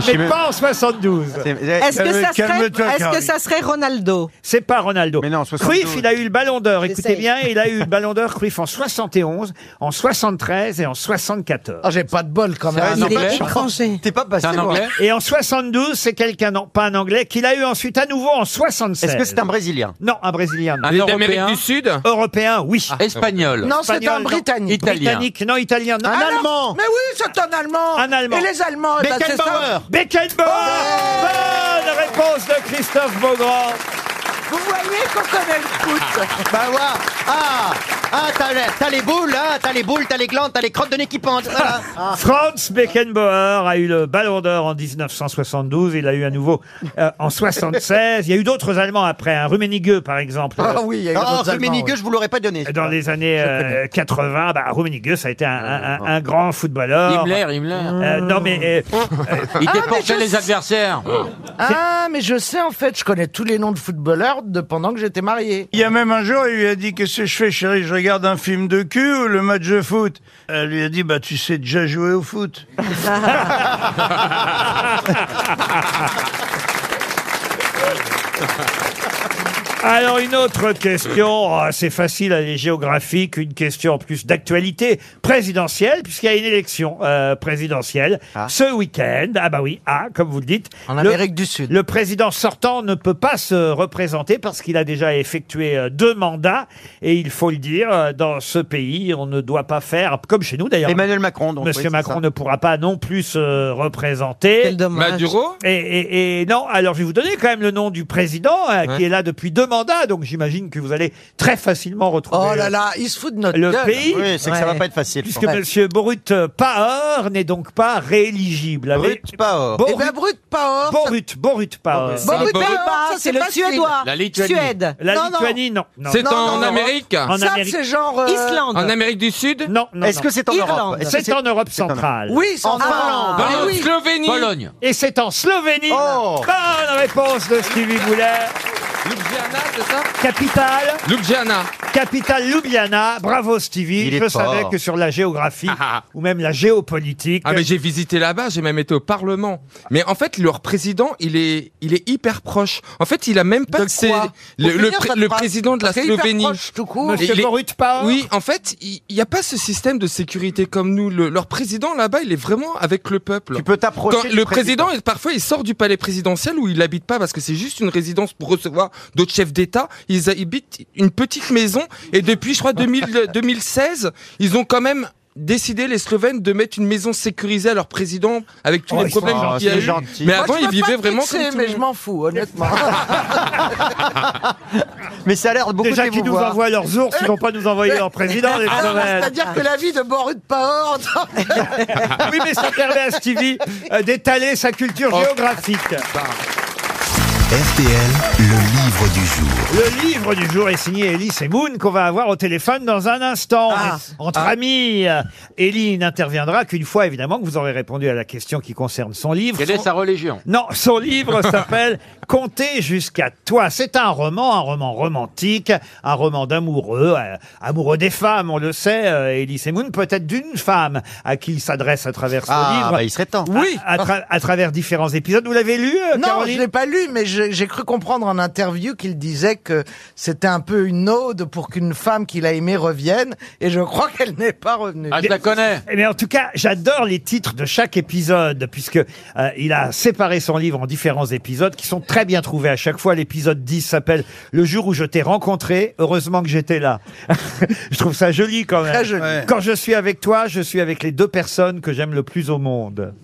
S2: mais pas en 72.
S3: Est-ce que, ça serait, est-ce que ça serait Ronaldo
S2: C'est pas Ronaldo. Mais
S9: non,
S2: Cruyff, il a eu le ballon d'or, écoutez
S3: J'essaye.
S2: bien, il a eu le ballon d'or Cruyff en 71, en 73 et en 74.
S4: Ah, j'ai pas de bol quand même.
S2: C'est un
S4: J'ai pas de
S2: Anglais
S4: chance.
S9: T'es pas passé
S6: C'est un
S9: loin.
S6: Anglais
S2: Et en 72, c'est quelqu'un, non, pas un Anglais, qu'il a eu ensuite à nouveau en 76.
S9: Est-ce que c'est un Brésilien
S2: Non, un Brésilien. non.
S6: Un Européen
S5: Sud
S2: Européen, oui.
S6: Espagnol.
S4: Non, c'est
S2: Espagnol,
S4: un
S2: non.
S4: Britannique.
S6: Italien.
S2: Britannique, non, italien, non.
S4: Ah non,
S9: Allemand.
S4: Mais oui, c'est un Allemand.
S2: Un Allemand.
S4: Et les Allemands, eh ben, c'est ça.
S9: Beckenbauer.
S2: Beckenbauer
S11: Oh.
S2: Bonne réponse de Christophe Beaugrand
S4: Vous voyez qu'on connaît le foot.
S9: Bah ouais. Ah, ah t'as, t'as les boules, hein, t'as les boules, t'as les glandes, t'as les crottes de nez qui pendent. Voilà. Ah.
S2: Franz Beckenbauer a eu le Ballon d'Or en 1972, il a eu à nouveau euh, en 76. Il y a eu d'autres Allemands après, un Rummenigge par exemple.
S4: Ah oui, il y a eu
S9: Ah,
S4: d'autres Allemands,
S9: Rummenigge,
S4: ouais.
S9: je vous l'aurais pas donné.
S2: Dans les années euh, 80, bah, Rummenigge, ça a été un, un- un- un grand footballeur.
S6: Himmler, Himmler.
S2: Euh, non mais euh,
S6: Il
S4: Ah,
S6: déportait
S4: mais je
S6: les
S4: sais-
S6: adversaires.
S4: Ah, mais je sais, en fait, je connais tous les noms de footballeurs de pendant que j'étais marié.
S7: Il y a même un jour, il lui a dit Qu'est-ce que je fais, chérie Je regarde un film de cul ou le match de foot Elle lui a dit Bah, tu sais déjà jouer au foot.
S2: Alors une autre question, Ah, c'est facile, elle est géographique, une question en plus d'actualité présidentielle, puisqu'il y a une élection euh, présidentielle ce week-end. Ah bah oui, ah, comme vous le dites.
S4: En
S2: Le-
S4: Amérique du Sud.
S2: Le président sortant ne peut pas se représenter parce qu'il a déjà effectué euh, deux mandats, et il faut le dire, euh, dans ce pays, on ne doit pas faire, comme chez nous d'ailleurs.
S9: Emmanuel Macron, donc. oui,
S2: Monsieur
S9: c'est
S2: Macron
S9: ça.
S2: ne pourra pas non plus se représenter.
S3: Quel dommage.
S5: Maduro
S2: Et, et- et non, alors je vais vous donner quand même le nom du président euh, qui
S5: Ouais.
S2: est là depuis deux mandats, donc j'imagine que vous allez très facilement retrouver euh,
S4: Oh là là, il se fout de notre
S2: le
S4: gueule.
S2: pays,
S9: Oui, c'est que ça va
S4: Ouais.
S9: pas être facile.
S2: puisque
S9: Ouais.
S2: Monsieur Borut Pahor n'est donc pas rééligible. Avec-
S9: Brut Pahor.
S2: Borut,
S4: Eh ben, Brut Pahor.
S2: Borut, Borut Pahor.
S4: Bon,
S5: Borut
S4: Brut Pahor,
S3: Ah,
S4: ça,
S3: c'est le
S4: facile.
S3: Suédois.
S5: La Lituanie.
S3: Suède.
S2: La
S4: Non, non.
S2: Lituanie, non. non,
S5: C'est
S2: non.
S4: non,
S5: en
S4: non.
S5: Amérique
S2: En
S4: Ça,
S2: Amérique.
S4: c'est genre... euh,
S3: Islande.
S5: En Amérique du Sud
S2: Non, non,
S9: Est-ce
S2: non.
S9: que c'est en Europe
S3: Irlande.
S9: Est-ce que
S2: C'est en Europe
S9: c'est en Europe.
S2: centrale. Eh
S4: Oui, c'est
S9: En Finlande.
S4: Ah,
S5: Pardon,
S4: oui.
S5: Slovénie
S6: Pologne.
S2: Et c'est en Slovénie.
S9: Oh.
S2: Bonne réponse de Stevie Boulet.
S5: Luciana, c'est ça
S2: Capitale.
S5: Ljubljana.
S2: Capitale Ljubljana. Ah, Bravo Stevie.
S5: Il est
S2: Je savais
S5: fort.
S2: que sur la géographie ou même la géopolitique.
S5: Ah mais j'ai visité là-bas, j'ai même été au Parlement. Mais en fait, leur président, il est, il est hyper proche. En fait, il a même pas de ses- le,
S2: Faut
S5: le
S2: finir
S5: pré-
S2: cette
S5: le
S2: phrase.
S5: président de la
S2: Parce qu'il est hyper
S5: Slovénie.
S2: proche, tout court. Monsieur
S5: Il est-
S2: Borutpa.
S5: Oui, en fait, il n'y a pas ce système de sécurité comme nous. Le- leur président là-bas, il est vraiment avec le peuple. Tu peux
S6: t'approcher du
S5: Le président, il- parfois, il sort du palais présidentiel où il habite pas parce que c'est juste une résidence pour recevoir d'autres chefs d'État. Ils habitent une petite maison et depuis, je crois, 2000 2016, ils ont quand même décidé les Slovènes de mettre une maison sécurisée à leur président avec tous
S4: Oh,
S5: les
S4: ils sont
S5: problèmes qu'il y a
S4: gentils,
S5: eu.
S4: gentils.
S5: Mais
S4: Moi,
S5: avant
S4: je
S5: ils
S4: veux
S5: vivaient
S4: pas
S5: vraiment
S4: te
S5: comme
S4: vexer,
S5: tout
S4: mais
S5: le
S4: je
S5: monde.
S4: m'en fous, honnêtement.
S6: Mais ça a l'air de beaucoup
S2: Déjà
S6: de les
S2: qu'ils nous
S6: voir.
S2: envoient leurs ours, ils vont pas nous envoyer leur président, les
S4: Ah,
S2: Slovènes.
S4: C'est-à-dire que la vie de Borut de Pahor...
S2: oui, mais ça permet à Stevie euh, d'étaler sa culture géographique.
S1: RTL, le livre du jour.
S2: Le livre du jour est signé Elie Semoun qu'on va avoir au téléphone dans un instant.
S6: Ah.
S2: Entre amis, Elie n'interviendra qu'une fois, évidemment, que vous aurez répondu à la question qui concerne son livre.
S6: Quelle est
S2: Son-
S6: sa religion
S2: Non, son livre s'appelle Comptez jusqu'à toi. C'est un roman, un roman romantique, un roman d'amoureux, euh, amoureux des femmes, on le sait, euh, Elie Semoun, peut-être d'une femme à qui il s'adresse à travers son
S6: Ah,
S2: livre.
S6: bah, il serait temps.
S2: Oui. À, à tra- à travers différents épisodes. Vous l'avez lu, euh,
S4: Non,
S2: Caroline
S4: je l'ai pas lu, mais je- j'ai cru comprendre en interview qu'il disait que c'était un peu une ode pour qu'une femme qu'il a aimée revienne, et je crois qu'elle n'est pas revenue.
S2: Ah, connais. Mais Eh en tout cas, j'adore les titres de chaque épisode, puisque euh, il a séparé son livre en différents épisodes qui sont très bien trouvés à chaque fois. L'épisode 10 s'appelle Le jour où je t'ai rencontré. Heureusement que j'étais là. je trouve ça joli quand même.
S4: Très joli. Ouais.
S2: Quand je suis avec toi, je suis avec les deux personnes que j'aime le plus au monde.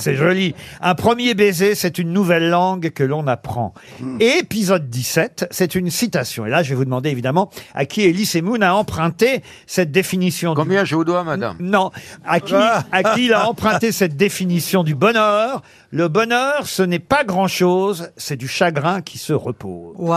S2: c'est joli. Un premier baiser, c'est une nouvelle langue que l'on apprend. Et épisode 17, c'est une citation. Et là, je vais vous demander évidemment à qui Elie Moon a emprunté cette définition. Combien je vous dois, madame Ah. Non. À qui, à qui il a emprunté cette définition du bonheur Le bonheur, ce n'est pas grand-chose, c'est du chagrin qui se repose.
S3: Waouh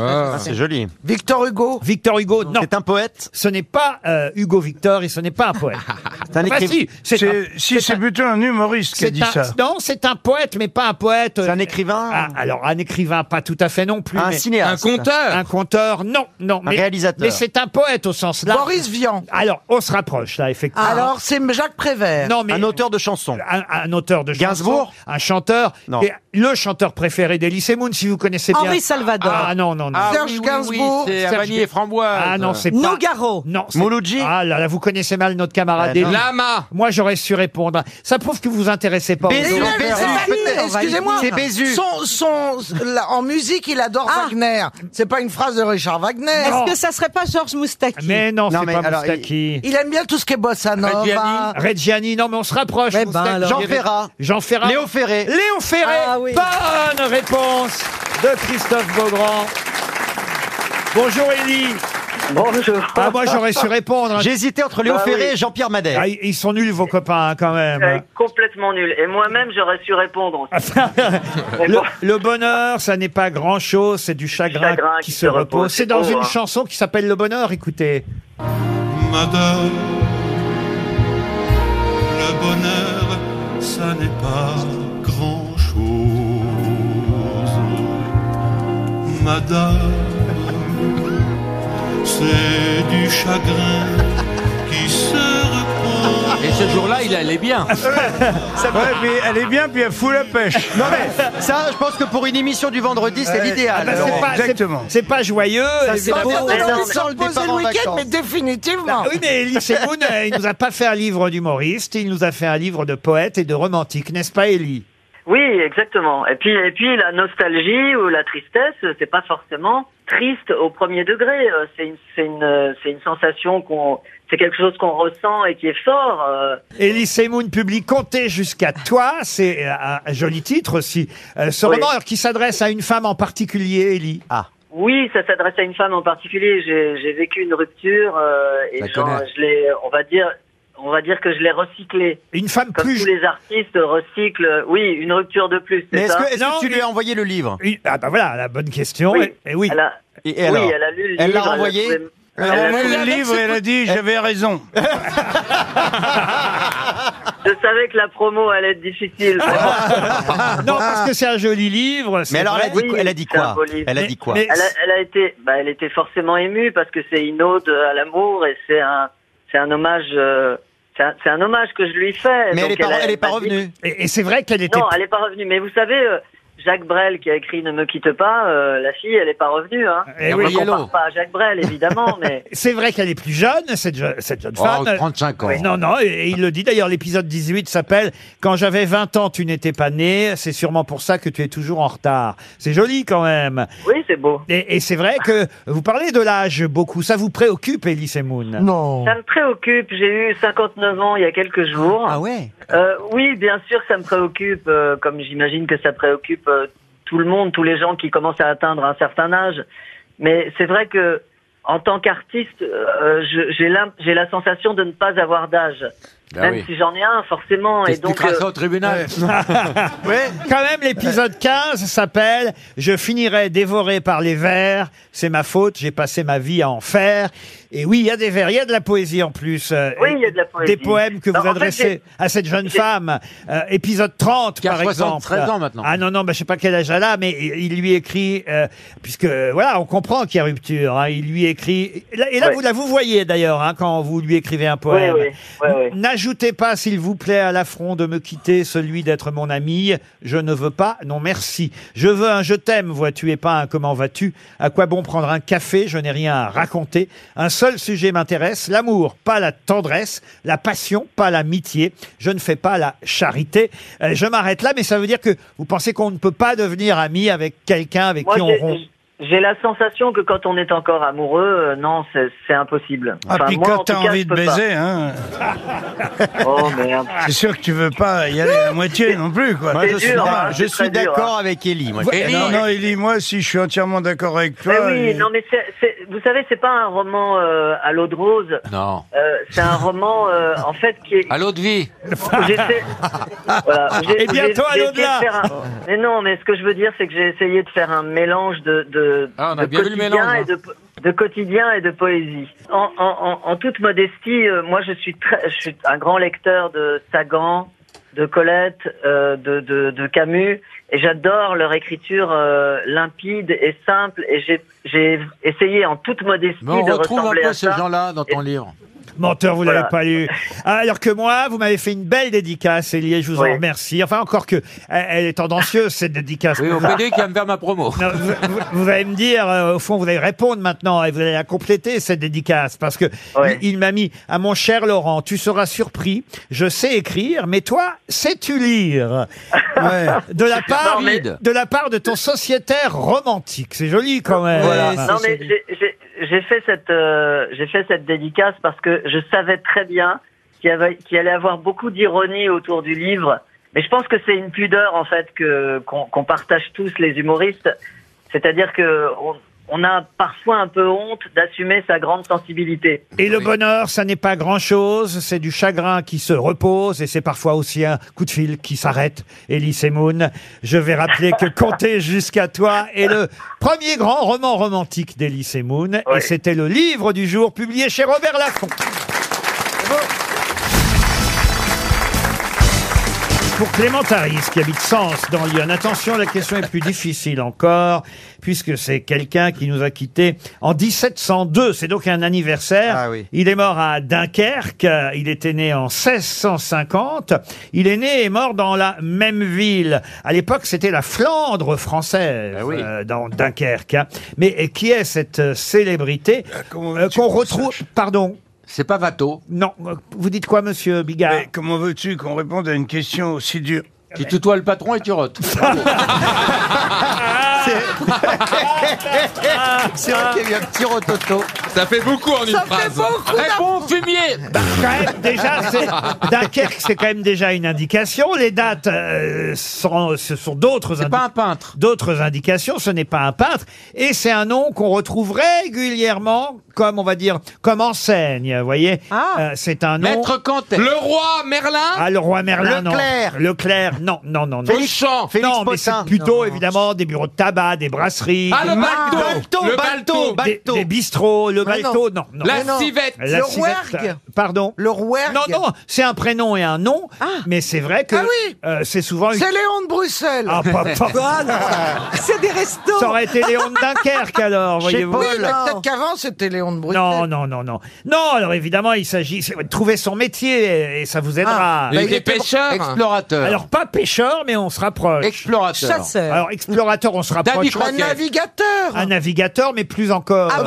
S2: Ah, joli. Victor Hugo. Victor Hugo, non. C'est un poète. Ce n'est pas euh, Hugo Victor et ce n'est pas un poète.
S7: un
S2: Enfin,
S7: écrivain.
S2: si, c'est
S7: C'est-
S2: un-
S7: si, c'est plutôt un humoriste qui a
S2: c'est
S7: dit
S2: un-
S7: ça.
S2: Non, c'est un poète, mais pas un poète. C'est un écrivain. alors un écrivain, pas tout à fait non plus.
S6: Un
S2: mais-
S6: cinéaste. Un conteur.
S2: Un conteur, non, non.
S6: Un réalisateur.
S2: Mais c'est un poète au sens large. Boris Vian. Alors, on se rapproche là, effectivement.
S4: Alors, c'est Jacques Prévert.
S2: Non, mais-
S6: Un auteur de chansons.
S2: un, un auteur de chansons,
S6: Gainsbourg
S2: un chanteur,
S6: Non.
S2: et le chanteur préféré d'Elie Moon, si vous connaissez bien.
S3: Henri Salvador.
S2: Ah non, non, non.
S6: Ah Serge oui, oui, oui, Gainsbourg. c'est
S2: Serge
S6: Avanier
S2: Ga-
S6: et Framboise.
S2: Ah non, c'est pas.
S3: Nogaro.
S2: Non. c'est- Ah là là, vous connaissez mal notre camarade.
S6: Ah non.
S2: Elie.
S6: Lama.
S2: Moi, j'aurais su répondre. Ça prouve que vous vous intéressez pas. aux
S4: Mais
S2: auteurs.
S4: non, mais c'est pas lui, excusez-moi.
S2: C'est Bézu.
S4: Son, son, la- en musique, il adore Wagner. C'est pas une phrase de Richard Wagner.
S2: Non.
S3: Ah. Est-ce que ça serait pas Georges Moustaki
S2: Mais non,
S4: Non,
S2: c'est
S4: mais
S2: pas
S4: alors,
S2: Moustaki.
S4: Il aime bien tout ce qui est bossa nova.
S2: Reggiani, non mais on se rapproche.
S6: Eh ben,
S2: Moustaki.
S4: alors. Jean Ferrat.
S2: Jean Ferrat.
S4: Léo Ferré.
S2: Léo Ferré.
S4: Ah oui.
S2: Bonne réponse de Christophe Beaugrand. Bonjour Élie. Bonjour. Ah moi j'aurais su répondre. hein.
S6: J'hésitais entre Léo
S14: Bah
S6: Ferré
S14: oui.
S6: et Jean-Pierre Madère.
S2: Ah, ils ils sont nuls vos copains hein, quand même.
S14: Euh, complètement nul. Et moi-même, j'aurais su répondre. aussi. Mais
S2: Le,
S14: bon,
S2: le bonheur, ça n'est pas grand chose, c'est du chagrin,
S14: Chagrin
S2: qui, se repose. C'est dans
S14: Oh,
S2: une
S14: hein.
S2: chanson qui s'appelle Le bonheur, écoutez.
S15: Madame, le bonheur, ça n'est pas grand-chose. Madame, c'est du chagrin qui se repose.
S6: Et ce jour-là, il allait bien.
S7: Ouais, mais elle est bien, puis elle fout la pêche.
S6: Non mais ça, je pense que pour une émission du vendredi, c'est
S7: Ouais.
S6: l'idéal.
S7: Ah bah, c'est
S6: Laurent.
S7: pas- c'est-
S2: Exactement. C'est pas joyeux.
S6: Ça, c'est
S2: évidemment.
S6: pas-
S4: Alors,
S6: Non,
S4: il s'est
S6: non, le
S4: reposé
S6: départ
S4: le
S6: en
S4: week-end,
S6: vacances.
S4: mais définitivement.
S2: Ah oui, mais Elie Semoun, euh, il nous a pas fait un livre d'humoriste, il nous a fait un livre de poète et de romantique, n'est-ce pas, Elie
S14: oui, exactement. Et puis, et puis, la nostalgie ou la tristesse, c'est pas forcément triste au premier degré. Euh, C'est une, c'est une, euh, c'est une sensation qu'on, c'est quelque chose qu'on ressent et qui est fort. euh.
S2: Elie Semoun publie Comptez jusqu'à toi, c'est euh, un un joli titre aussi. Euh, ce
S14: Oui.
S2: roman alors, qui s'adresse à une femme en particulier, Elie. Ah.
S14: Oui, ça s'adresse à une femme en particulier. J'ai j'ai vécu une rupture euh, et
S2: La
S14: j'en-
S2: connais.
S14: je l'ai, on va dire, on va dire que je l'ai recyclée.
S2: Une femme
S14: Comme
S2: plus-
S14: tous les artistes recyclent. Oui, une rupture de plus.
S6: Mais
S14: c'est
S6: est-ce
S14: ça
S6: que, est-ce que tu lui as envoyé le livre
S2: Ah bah voilà, la bonne question.
S14: Oui.
S2: Et, et oui.
S14: Elle a-
S6: Et alors
S14: oui, elle a lu le
S6: Elle l'a
S14: livre, elle a
S6: renvoyé
S14: trouvé- elle
S7: Elle
S14: a
S7: a envoyé
S14: trouvé-
S7: le livre et elle a dit j'avais raison.
S14: de sa savais que la promo allait être difficile.
S2: non, parce que c'est un joli livre. c'est
S14: Ah. alors, elle a
S2: vrai.
S14: dit quoi- elle a dit quoi C'est un beau livre.
S2: Mais- mais-
S14: elle, a, elle a été, bah, elle était forcément émue parce que c'est une ode à l'amour et c'est un, c'est un hommage, euh, c'est un, c'est un hommage que je lui fais. Donc, m'a dit-
S2: bah, Et, et c'est vrai qu'elle était.
S14: Non, elle n'est pas revenue. Mais vous savez, euh, Jacques Brel qui a écrit Ne me quitte pas, euh, la fille, elle n'est pas revenue. Hein.
S2: Eh
S14: Et on
S2: oui,
S14: ne compare
S2: Yellow.
S14: pas à Jacques Brel, évidemment, mais.
S2: C'est vrai qu'elle est plus jeune, cette, je- cette jeune
S14: Oh,
S2: femme.
S14: 35 ans.
S2: Oui, Non, non, et, et il le dit d'ailleurs, l'épisode 18 s'appelle Quand j'avais 20 ans, tu n'étais pas né, c'est sûrement pour ça que tu es toujours en retard. C'est joli quand même.
S14: Oui, c'est beau.
S2: Et, et c'est vrai que vous parlez de l'âge beaucoup, ça vous préoccupe, Elie Semoun Non.
S14: Ça me préoccupe. J'ai eu 59 ans il y a quelques jours. Ah ouais Oui, bien sûr, ça me préoccupe, euh, comme j'imagine que ça préoccupe euh, tout le monde, tous les gens qui commencent à atteindre un certain âge. Mais c'est vrai que, en tant qu'artiste, euh, je- j'ai la, j'ai la sensation de ne pas avoir d'âge.
S7: Bah
S6: Ben
S14: Même
S6: oui.
S14: si j'en ai un, forcément. Et donc, euh,
S6: au tribunal.
S2: Quand même, l'épisode 15 s'appelle Je finirai dévoré par les vers. C'est ma faute, j'ai passé ma vie à en faire. Et oui, il y a des vers, il y a de la poésie en plus. euh,
S14: Oui, il y a de la poésie.
S2: Des poèmes que
S14: Non,
S2: vous
S14: en fait,
S2: adressez
S14: j'ai-
S2: à cette jeune
S14: j'ai-
S2: femme. Euh, épisode 30,
S6: Qui a
S2: par exemple.
S6: 73 ans maintenant.
S2: Ah non, non, bah, je sais pas quel âge elle a, mais il lui écrit, euh, puisque voilà, on comprend qu'il y a rupture. hein, il lui écrit. Et là, et là,
S14: Ouais.
S2: vous la vous voyez d'ailleurs hein, quand vous lui écrivez un poème.
S14: Oui, oui, oui, oui.
S2: N'ajoutez pas, s'il vous plaît, à l'affront de me quitter celui d'être mon ami. Je ne veux pas, non merci. Je veux un je t'aime, vois-tu, et pas un comment vas-tu. À quoi bon prendre un café Je n'ai rien à raconter. Un seul sujet m'intéresse, l'amour, pas la tendresse, la passion, pas l'amitié. Je ne fais pas la charité. Euh, Je m'arrête là, mais ça veut dire que vous pensez qu'on ne peut pas devenir ami avec quelqu'un avec
S14: moi,
S2: qui on
S14: j'ai-
S2: rompt.
S14: j'ai la sensation que quand on est encore amoureux, euh, non, c'est c'est impossible.
S7: Ah, puis
S14: moi,
S7: quand
S14: en tout
S7: t'as
S14: cas,
S7: envie
S14: je
S7: de
S14: peux pas.
S7: baiser, hein.
S14: Oh merde.
S7: C'est sûr que tu veux pas y aller à moitié non plus, quoi. hein.
S6: Moi, je suis d'ac- je suis d'accord avec Ellie. moi.
S7: Ouais, Non, non, Élie, moi, si je suis entièrement d'accord avec toi.
S14: Mais Ben Eh oui,
S7: et-
S14: non, mais c'est- c'est- vous savez, c'est pas un roman euh, à l'eau de rose.
S6: Non.
S14: Euh, c'est un roman, euh, en fait, qui est.
S6: À l'eau de vie.
S14: où j'essaie- voilà, où j'ai-
S6: Et
S14: où j'ai-
S6: bientôt Eh à
S14: j'ai essayé
S6: l'au-delà.
S14: de faire un- Mais non, mais ce que je veux dire, c'est que j'ai essayé de faire un mélange de, de,
S6: Ah, on a
S14: de
S6: bien vu le mélange, hein.
S14: et de, po- de quotidien et de poésie. En, en- en- en toute modestie, euh, moi, je suis, très, je suis un grand lecteur de Sagan, de Colette, euh, de, de, de Camus, et j'adore leur écriture euh, limpide et simple. Et j'ai- j'ai essayé en toute modestie
S6: Mais on
S14: de
S6: retrouve un
S14: ressembler
S6: peu
S14: à
S6: ces
S14: ça.
S6: gens-là dans ton livre.
S2: Menteur, vous
S14: Voilà.
S2: l'avez pas lu. Ah, Alors que moi, vous m'avez fait une belle dédicace, Elie, je vous
S6: Oui.
S2: en remercie. Enfin, encore que, elle elle est tendancieuse, cette dédicace.
S6: Oui, au PD qui va me faire ma promo.
S2: Non, vous, vous- vous allez me dire, euh, au fond, vous allez répondre maintenant et vous allez la compléter, cette dédicace, parce que il, il m'a mis à mon cher Laurent, tu seras surpris, je sais écrire, mais toi, sais-tu lire Euh, de, la part,
S14: Non, mais-
S2: de la part de ton sociétaire romantique. C'est joli quand même.
S14: Voilà. non, mais j'ai- j'ai- j'ai fait cette euh, j'ai fait cette dédicace parce que je savais très bien qu'il y avait qu'il allait avoir beaucoup d'ironie autour du livre. Mais je pense que c'est une pudeur en fait que qu'on qu'on partage tous les humoristes, c'est-à-dire que on, on a parfois un peu honte d'assumer sa grande sensibilité.
S2: Et le bonheur, ça n'est pas grand-chose, c'est du chagrin qui se repose et c'est parfois aussi un coup de fil qui s'arrête. Elise Moon, je vais rappeler que Compter jusqu'à toi est le premier grand roman romantique d'Elise Moon et c'était le livre du jour publié chez Robert Laffont. Pour Clémentaris, qui habite Sens, dans Lyon. Attention, la question est plus difficile encore, puisque c'est quelqu'un qui nous a quittés en 1702. C'est donc un anniversaire.
S6: Ah
S2: Il est mort à Dunkerque. euh, Il était né en 1650. Il est né et mort dans la même ville. À l'époque, c'était la Flandre française,
S6: Ah
S2: euh, dans Dunkerque. hein. Mais et qui est cette euh, célébrité euh, qu'on retrouve... Pardon
S6: C'est pas Vato.
S2: Non. euh, Vous dites quoi, monsieur Bigard
S7: Mais comment veux-tu qu'on réponde à une question aussi dure
S6: Tu tutoies le patron et tu rotes.
S2: Ah.
S9: C'est vrai qu'il y a eu un petit rototo.
S5: Ça fait beaucoup en une
S9: Ça fait
S5: phrase.
S9: beaucoup
S6: Réponds, fumier
S2: Bah, quand même, déjà, c'est- Dunkerque, c'est quand même déjà une indication. Les dates euh, sont, ce sont d'autres indications. pas un
S6: peintre.
S2: D'autres indications, ce n'est pas un peintre. Et c'est un nom qu'on retrouve régulièrement comme, on va dire, comme enseigne, vous voyez. Euh, c'est un nom...
S6: Maître Cantet. Le roi Merlin
S2: Ah, le roi Merlin, non.
S6: Leclerc.
S2: Leclerc, non, non, non. non.
S6: Félix- Félix
S2: Non, mais c'est
S6: Potin.
S2: plutôt, évidemment, des bureaux de tabac. tabac, des brasseries.
S5: Ah, le
S2: des-
S5: balto Le balto
S2: Des, des bistrots, le
S5: Mais
S2: balto,
S5: non.
S2: non. non.
S5: La Mais non. civette.
S2: La
S5: Le
S2: civette,
S5: rouergue.
S2: Pardon
S4: Le rouergue.
S2: Non, non, c'est un prénom et un nom, mais c'est vrai que
S4: Ah oui.
S2: euh, c'est souvent...
S4: C'est Léon de Bruxelles.
S2: Ah, pas- pas- Quoi, non
S4: C'est des restos.
S2: Ça aurait été Léon de Dunkerque alors, voyez-vous.
S4: Oui, mais peut-être qu'avant c'était Léon de Bruxelles.
S2: Non, non, non, non. Non, alors évidemment, il s'agit c'est- trouver son métier et, et ça vous aidera.
S6: Ah, bah, Il il était était pêcheur. explorateur.
S2: Alors pas pêcheur, mais on se rapproche.
S6: Explorateur. Chasseur.
S2: Alors explorateur, on se rapproche.
S6: Danny Croquet. Un
S2: navigateur. Un navigateur, mais plus encore.
S4: Un,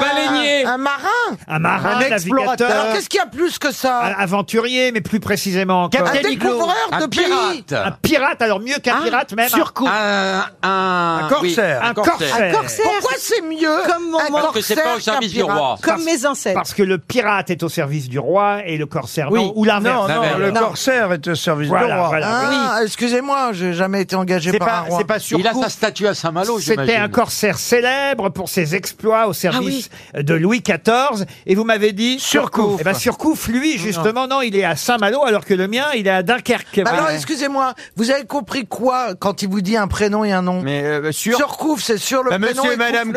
S4: baleinier. Un marin.
S2: Un marin,
S4: Un explorateur.
S2: navigateur.
S4: Alors qu'est-ce qu'il y a plus que ça
S2: Un aventurier, mais plus précisément encore.
S4: Capitaine Un Iglo. découvreur de Un pays. Ah, pirate.
S2: Un pirate, alors mieux qu'un pirate même.
S6: Un, un,
S2: Un corsaire.
S6: oui,
S2: Un corsaire. Un corsaire.
S4: Pourquoi c'est mieux
S3: Comme mon
S4: un
S3: Parce
S6: que c'est pas au
S4: corsaire
S6: service
S4: qu'un
S6: du roi.
S4: pirate
S3: Comme mes ancêtres.
S2: Parce que le pirate est au service du roi et le corsaire
S4: Oui.
S2: non, ou l'inverse.
S7: Non, non, le
S2: Non.
S7: corsaire est au service
S2: Voilà,
S7: du roi.
S2: voilà,
S4: Ah, excusez-moi, j'ai jamais été engagé
S2: C'est
S4: par
S2: pas-
S4: un roi.
S2: c'est pas sur Il a cours. sa
S6: statue à Saint-Malo,
S2: C'était un corsaire célèbre pour ses
S4: Ah
S2: exploits au service de Louis XIV. Et vous m'avez dit
S4: Surcouf.
S2: Eh ben Surcouf, lui, justement, non, il est à Saint-Malo, alors que le mien, il est à Dunkerque.
S4: Bah alors,
S2: Ouais.
S4: excusez-moi, vous avez compris quoi quand il vous dit un prénom et un nom Mais sur... Surcouf, c'est sur le prénom. et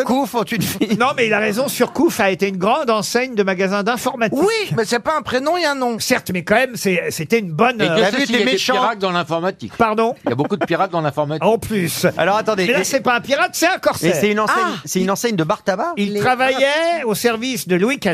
S4: Couf, le-
S2: ont une fille. Non, mais il a raison, Surcouf a été une grande enseigne de magasins d'informatique.
S4: Oui, mais c'est pas un prénom et un nom.
S2: Certes, mais quand même, c'est- c'était une bonne.
S6: Et
S2: euh,
S6: qu'est-ce qu'il y a des pirates dans l'informatique
S2: Pardon
S6: Il y a beaucoup de pirates dans l'informatique.
S2: En plus.
S6: Alors attendez.
S2: Mais là, c'est pas un pirate, c'est un corsaire. Ah.
S6: Mais c'est une enseigne-
S9: C'est une enseigne de bar tabac
S2: Il travaillait au service de Louis XIV.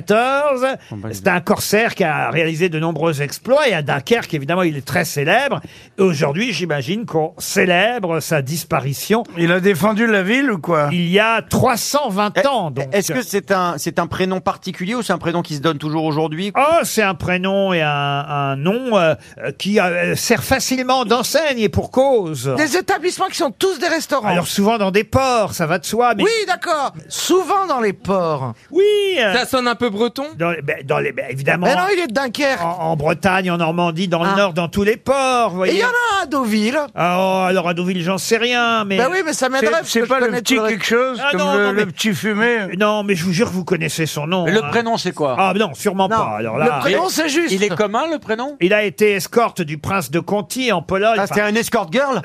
S7: Oh, bah,
S2: C'est un corsaire qui a réalisé de nombreux exploits. Et à Dunkerque, évidemment, il est très célèbre. Et Aujourd'hui, j'imagine qu'on célèbre sa disparition.
S7: Il a défendu la ville ou quoi
S2: Il y a 320 ans. Donc.
S9: Eh, Est-ce que c'est un, c'est un prénom particulier ou c'est un prénom qui se donne toujours aujourd'hui
S2: Oh, c'est un prénom et un, un nom euh, euh, qui euh, sert facilement d'enseigne et pour cause.
S4: Des établissements qui sont tous des restaurants.
S2: Alors souvent dans des ports, ça va de soi. Mais
S4: Oui, d'accord. Souvent dans les ports.
S2: Oui. euh,
S5: Ça sonne un peu breton
S2: dans, les- ben, dans les, ben, évidemment.
S4: Mais non, il est de Dunkerque.
S2: en, en Bretagne, en Normandie, dans le Nord, dans tous les ports. vous
S4: Et il
S2: voyez.
S4: y en a un à Deauville.
S2: Ah, oh, alors à Deauville, j'en sais rien, mais.
S4: Bah oui, mais ça m'aiderait. parce
S7: C'est
S4: que
S7: pas
S4: je
S7: le
S4: connais
S7: petit
S4: tout
S7: quelque chose
S2: Ah
S7: comme
S2: non,
S7: le,
S2: non, mais-
S7: le petit fumé
S2: Non, mais je vous jure que vous connaissez son nom.
S6: Mais le
S2: hein.
S6: prénom, c'est quoi
S2: Ah non, sûrement pas. Alors là,
S6: Le prénom, c'est juste. Il est commun, le prénom
S2: il a été escorte du prince de Conti en Pologne.
S9: Ah, c'est
S2: Enfin,
S9: un escort girl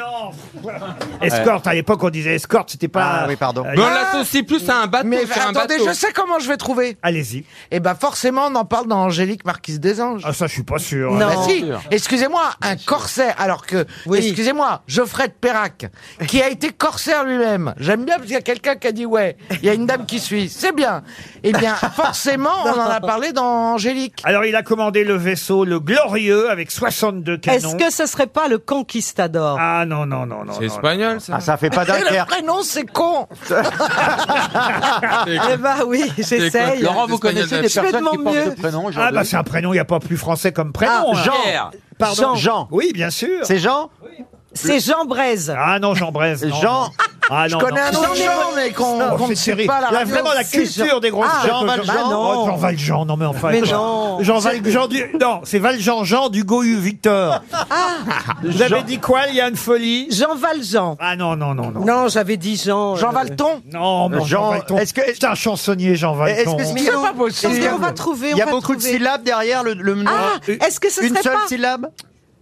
S2: Escorte, à l'époque on disait escorte, c'était pas.
S9: Ah oui, pardon.
S2: Euh,
S5: Mais on l'associe plus à un bateau.
S4: Mais
S5: sur un
S4: attendez,
S5: bateau.
S4: je sais comment je vais trouver.
S2: Allez-y.
S4: Eh ben forcément, on en parle dans Angélique Marquise des Anges.
S2: Ah, ça, je suis pas sûr.
S4: Non.
S2: Bah,
S4: si. Excusez-moi, un corsaire, alors que, excusez-moi, Geoffrey de Perrac, qui a été corsaire lui-même. J'aime bien parce qu'il y a quelqu'un qui a dit, ouais, il y a une dame qui suit. C'est bien. Eh bien, forcément, on en a parlé dans Angélique.
S2: Alors il a commandé le vaisseau le Glorieux avec 62 canons.
S3: Est-ce que ce serait pas le conquistador
S2: Ah non non non non.
S5: C'est
S2: non,
S5: espagnol, ça.
S9: Ah, Ça fait pas
S4: Et le
S9: Dunkerque.
S4: prénom, c'est con.
S3: Eh ben oui, j'essaye.
S6: Laurent, vous
S5: Espagnol
S6: connaissez
S5: de
S6: des
S3: Je fais de
S6: personnes qui
S3: mon
S6: portent
S3: mieux.
S6: ce prénom
S2: Ah
S6: aujourd'hui
S2: bah c'est un prénom, il n'y a pas plus français comme prénom. hein.
S9: Jean.
S6: Pierre.
S2: Pardon.
S9: Jean. Jean.
S2: Oui, bien sûr.
S9: C'est Jean
S3: C'est Jean Braise.
S2: Ah non, Jean Braise. non,
S9: Jean.
S2: non. Ah non.
S4: Je connais
S2: non.
S4: un autre genre, mais qu'on
S2: Oh,
S4: qu'on ne
S2: c'est
S4: sait
S2: terrible.
S4: pas à la
S2: Là,
S4: radio.
S2: vraiment la
S4: C'est Jean-
S2: culture des grosses
S4: Ah,
S2: gens.
S4: Jean Valjean.
S2: Oh, Jean Valjean, non mais enfin.
S3: Mais
S2: quoi.
S3: non.
S2: Jean Valjean du. Non, c'est Valjean Jean du Gohu Victor. Vous avez dit quoi, il y a une folie
S3: Jean Valjean.
S2: Ah non, non, non, non.
S3: Non, j'avais dit Jean.
S4: Jean
S3: euh,
S4: Valton
S2: Non, non, Jean
S9: Jean-
S2: Valjean.
S9: est-ce que-
S2: C'est un chansonnier, Jean
S9: Est-ce
S2: Valjean.
S9: que
S4: Mais c'est pas possible.
S3: Est-ce qu'on va trouver
S9: Il y a
S3: on va
S9: beaucoup de
S3: trouver.
S9: syllabes derrière le, le nom.
S3: Ah, est-ce que ce
S9: Une
S3: serait
S9: seule
S3: pas
S9: syllabe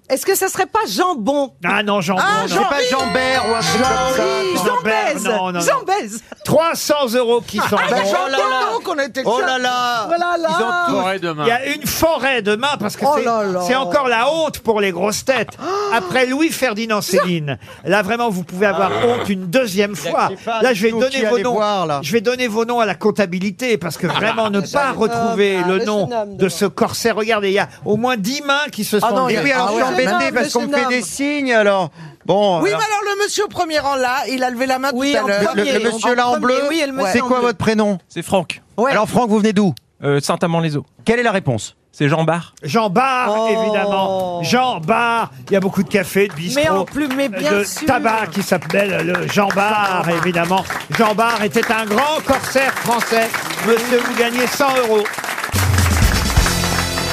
S3: Est-ce que ça serait pas jambon
S2: Ah non, Jean
S9: Ah,
S2: non,
S9: c'est
S2: non.
S9: pas Jean-Bert ou un truc comme ça.
S2: Jean-
S3: Jean Baise
S2: Non, non, non.
S3: Jean Baise
S2: 300 euros qui s'en
S9: Ah,
S2: vont.
S9: bah, Jean-
S4: Oh là là. qu'on était
S9: Oh là là
S3: Voilà là
S9: Ils ont
S6: Ouais, demain.
S2: Il y a une forêt demain parce que
S3: Oh
S2: c'est-
S3: là là.
S2: c'est encore la honte pour les grosses têtes. Après Louis-Ferdinand Céline, là vraiment vous pouvez avoir honte une deuxième fois. Là je vais
S9: Nous
S2: donner
S9: qui
S2: vos
S9: allez
S2: noms.
S9: voir, là.
S2: je vais donner vos noms à la comptabilité parce que vraiment ne pas
S3: jeune
S2: retrouver
S3: homme, là,
S2: le,
S3: le
S2: nom
S3: jeune homme,
S2: de
S3: demain.
S2: ce corset. Regardez, il y a au moins 10 mains qui se sont.
S9: Ah non,
S2: levées.
S9: et oui, alors
S4: Ah
S9: je
S4: ouais.
S9: suis
S3: Monsieur
S9: embêté parce qu'on me
S3: Nam,
S9: fait des
S3: monsieur
S9: signes, alors. Bon.
S4: Oui, mais
S9: alors,
S4: alors le monsieur au premier rang là, il a levé la main
S3: Oui,
S4: tout à
S3: en
S4: l'heure.
S9: le,
S3: premier.
S9: le monsieur là
S3: en
S9: en,
S3: premier,
S9: bleu,
S3: oui, elle me
S9: c'est
S3: semble.
S9: quoi votre prénom
S13: C'est Franck.
S3: Ouais.
S9: Alors, Franck, vous venez d'où
S13: Euh, Saint-Amand-les-Eaux.
S9: Quelle est la réponse
S13: C'est Jean Barre.
S2: Jean Bar,
S3: Oh.
S2: évidemment. Jean Bar. Il y a beaucoup de café, de bistrots.
S3: Mais en plus, mais bien
S2: de
S3: sûr.
S2: tabac qui s'appelle euh, le Jean Bar, évidemment. Jean Bar était un grand corsaire français. Monsieur, vous gagnez 100 euros.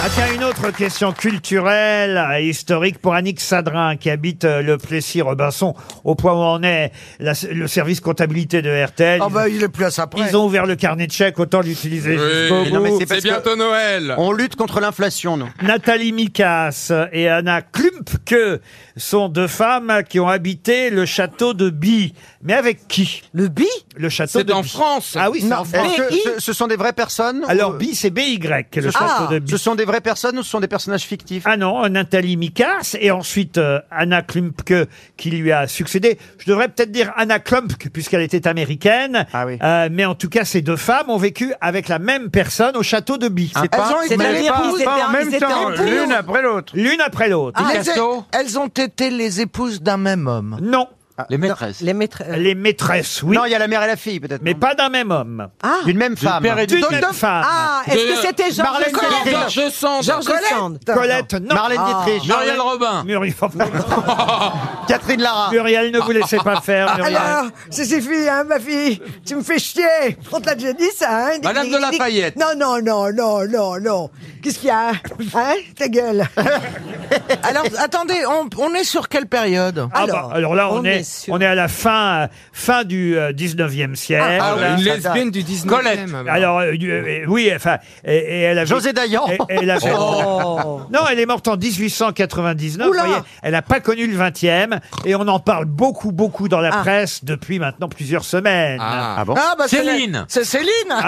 S2: Ah tiens, une autre question culturelle et historique pour Annick Sadrin, qui habite euh, le Plessis-Robinson, au point où on est, la- le service comptabilité de RTL. Ah bah, il est plus à sa Ils ont ouvert le carnet de chèques, autant l'utiliser jusqu'au
S5: Oui.
S2: bout.
S5: C'est bientôt Noël.
S2: On lutte contre l'inflation, non Nathalie Mikas et Anna Klumpke sont deux femmes qui ont habité le château de Bi. Mais avec qui Le Bi Le château
S6: C'est
S2: de
S6: en
S2: Bi.
S6: France.
S2: Ah oui, c'est
S6: Non,
S2: en France.
S6: est-ce que ce, ce sont des vraies personnes
S2: Alors Bi, c'est BY, le
S6: Ce
S2: château
S6: sont- Ah,
S2: de Bi.
S6: Ce sont des vraies personnes ou ce sont des personnages fictifs
S2: Ah non, euh, Nathalie Mikas et ensuite euh, Anna Klumpke qui lui a succédé. Je devrais peut-être dire Anna Klumpke puisqu'elle était américaine.
S6: Ah
S2: Euh, mais en tout cas, ces deux femmes ont vécu avec la même personne au château de Bi.
S4: Elles pas- ont été c'est-à-dire mais pas- qu'ils pas en étaient- même ils étaient temps, épouses. l'une après
S2: l'autre. Ah, L'une après l'autre.
S4: Les- Ah, elles ont été les épouses d'un même homme.
S2: Non.
S6: Ah. les maîtresses.
S3: Les maîtresses.
S2: Les maîtresses, oui.
S6: Non, il y a la mère et la fille peut-être.
S2: Mais pas d'un même homme.
S3: Ah.
S6: D'une même femme.
S2: D'une même femme.
S3: Ah, est-ce que c'était Georges
S6: Marlène
S3: Sand
S6: Dietrich. Georges Sand.
S3: Georges
S6: Colette.
S3: Sand.
S2: Colette, non.
S6: Marlène Dietrich. Muriel Robin.
S2: Muriel
S6: Catherine Lara.
S2: Muriel, ne vous laissez pas faire,
S3: Ah,
S2: Muriel.
S16: Alors, ça suffit, hein, ma fille. Tu me fais chier. On te l'a déjà dit, ça, hein.
S6: Madame de Lafayette.
S16: Non, non, non, Oh, non, non, non. Qu'est-ce qu'il y a Hein Ta gueule.
S4: Alors, attendez, on, on est sur quelle période
S2: Ah bah, alors, là, on, est, on est à la fin, euh, fin du euh, 19e siècle.
S5: Ah, ah oui,
S2: Là.
S5: une lesbienne du 19e. Colette.
S2: Alors, euh, du- euh, oui, enfin, et, et elle a
S5: José Dayan.
S2: elle a-
S5: Oh.
S2: Non, elle est morte en 1899.
S5: Oula.
S2: vous voyez, elle n'a pas connu le 20e. Et on en parle beaucoup, beaucoup dans la
S5: Ah.
S2: presse depuis maintenant plusieurs semaines. Ah,
S6: bon
S5: bah,
S6: Céline.
S4: bah, C'est Céline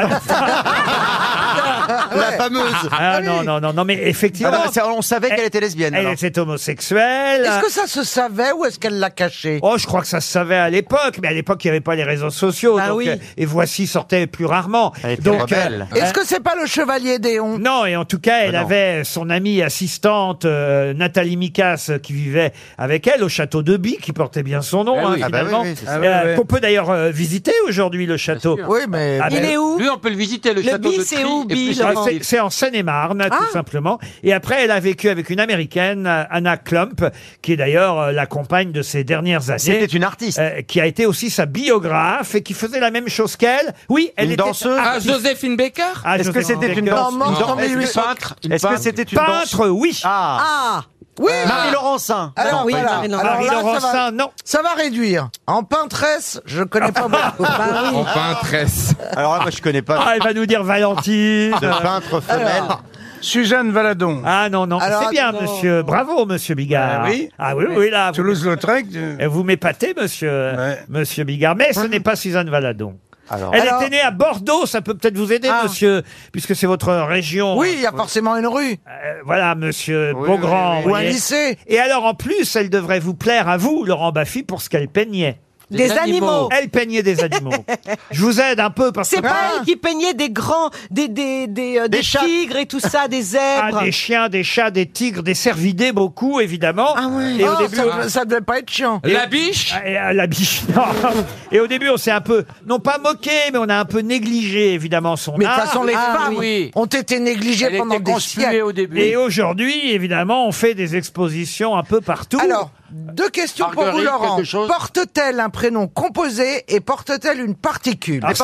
S6: La fameuse.
S2: Ah, non, non, non, non, mais effectivement.
S6: Ah non, c'est- on savait qu'elle était lesbienne,
S2: Elle
S6: alors.
S2: était homosexuelle.
S4: Est-ce que ça se savait ou est-ce qu'elle l'a caché
S2: Oh, je crois que ça se savait à l'époque, mais à l'époque, il n'y avait pas les réseaux sociaux.
S4: Ah
S2: donc, euh, Et voici sortait plus rarement. Donc, euh, hein
S4: rebelle. Est-ce que c'est pas le chevalier Déon
S2: Non, et en tout cas, elle
S6: Ah
S4: non.
S2: avait son amie assistante, euh, Nathalie Mikas, euh, qui vivait avec elle au château de Bi, qui portait bien son nom,
S6: Ah
S2: hein,
S6: oui. Ah bah oui,
S2: finalement.
S6: oui, c'est ça.
S2: Euh,
S6: Ah oui, oui.
S2: Qu'on peut d'ailleurs euh, visiter aujourd'hui, le château.
S4: Oui, mais...
S2: Ah, mais-
S6: Lui, on peut le visiter, Euh, le, château de Tri est plus
S2: Ah,
S6: actif.
S2: c'est- C'est en Seine-et-Marne, tout simplement. Et après, elle a vécu avec une américaine, euh, Anna Klump, qui est d'ailleurs euh, la compagne de ces dernières années. C'était
S6: une artiste.
S2: qui a été aussi sa biographe et qui faisait la même chose qu'elle. Oui, elle
S5: Une
S2: était
S5: danseuse. Ah,
S2: artiste.
S5: Joséphine Baker
S2: Ah,
S5: Est-ce que
S2: Joséphine
S5: c'était une
S2: Baker.
S5: danse- une danse-
S2: Est-ce que-
S5: une peintre Une
S2: Est-ce que
S5: peintre
S2: c'était une peintre Oui.
S4: Ah Oui
S2: Euh,
S4: Ah,
S6: Marie Laurencin.
S4: Alors,
S6: Non, pas
S4: voilà.
S6: Marie
S4: Alors
S6: Laurencin.
S4: là,
S6: Marie
S4: ça va-
S6: Laurencin,
S2: non.
S4: Ça va réduire. En peintresse, je connais pas beaucoup. Ah
S6: En peintresse. Alors là, moi, je connais pas.
S2: Ah, elle va nous dire Valentine. Euh,
S6: De peintre femelle.
S2: Alors,
S7: Suzanne Valadon.
S2: Ah non, non,
S7: Alors,
S2: c'est bien,
S7: non.
S2: monsieur. Bravo, monsieur Bigard.
S4: Euh,
S7: Ah oui.
S2: Ah oui,
S7: Oui.
S2: oui, là. Toulouse-Lautrec. Vous m'épatez, monsieur, monsieur Bigard. Mais ce n'est pas Suzanne Valadon. Elle
S4: Alors- Ah.
S2: était née à Bordeaux, ça peut peut-être vous aider, monsieur, puisque c'est votre région.
S4: Oui, il y a forcément une rue.
S2: Euh, voilà, monsieur
S4: oui,
S2: Beaugrand.
S4: oui.
S2: vous
S4: Ou un
S2: voyez.
S4: lycée.
S2: Et alors, en plus, elle devrait vous plaire à vous, Laurent Baffy, pour ce qu'elle peignait.
S3: Des Des animaux. animaux.
S2: Elle peignait des animaux. Je vous aide un peu parce que... Ah.
S3: C'est pas elle qui peignait des grands, des, des, des, euh, des tigres et tout ça, des zèbres.
S2: Ah, des chiens, des chats, des tigres, des cervidés, beaucoup, évidemment.
S3: Ah
S2: Et au
S4: Oh,
S2: début,
S4: ça,
S2: on-
S4: ça devait pas être chiant.
S2: Et- Ah, et, ah, La biche, non. Et au début, on s'est un peu, non pas moqué, mais on a un peu négligé, évidemment, son
S4: Mais de
S2: art. Ah
S4: toute façon, les femmes ont été négligées
S6: Elle
S4: pendant
S6: était
S4: des
S6: conspuée
S4: siècles.
S6: au début.
S2: Et aujourd'hui, évidemment, on fait des expositions un peu partout.
S4: Alors, deux questions pour vous,
S2: Marguerite,
S4: Laurent.
S2: quelque chose
S4: Porte-t-elle un prénom composé et porte-t-elle une particule
S2: Alors, c'est-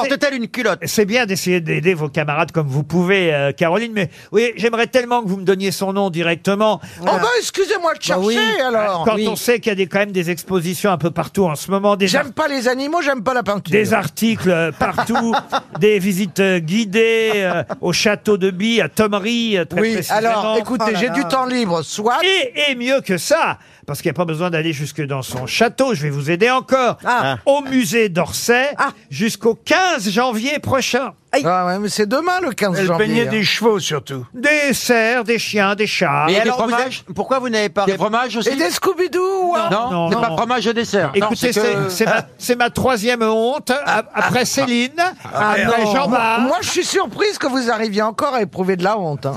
S2: C'est bien d'essayer d'aider vos camarades comme vous pouvez, euh, Caroline, mais oui, j'aimerais tellement que vous me donniez son nom directement.
S4: Oh bah excusez-moi de chercher alors.
S2: Quand on sait qu'il y a des, quand même des expositions un peu partout en ce moment, des,
S4: J'aime pas les animaux, j'aime pas la peinture.
S2: des articles euh, partout, des visites euh, guidées euh, au château de Bi, à Thomery, euh, très
S4: Oui,
S2: précisément. Oh
S4: alors écoutez, j'ai du temps libre, soit
S2: Et, et mieux que ça, parce qu'il n'y a pas besoin d'aller jusque dans son château, je vais vous aider encore,
S4: Ah.
S2: Ah. au musée d'Orsay, jusqu'au 15 janvier prochain.
S4: Ah ouais, mais c'est demain le 15
S7: Elle
S4: janvier.
S7: peignait
S4: hein.
S7: des chevaux surtout.
S2: Des cerfs, des chiens, des chats.
S6: Et alors, vous avez- pourquoi vous n'avez pas. Des fromages aussi
S4: Et des Scooby-Doo ouais.
S6: Non,
S2: hein non,
S6: c'est
S2: non.
S6: pas fromage et dessert.
S2: Écoutez, c'est
S6: Non, que-
S2: c'est ma-
S4: Ah.
S2: c'est ma, troisième honte, a- après Céline, après
S4: non. moi,
S2: Jean-Marc.
S4: ah, moi, je suis surprise que vous arriviez encore à éprouver de la honte. hein.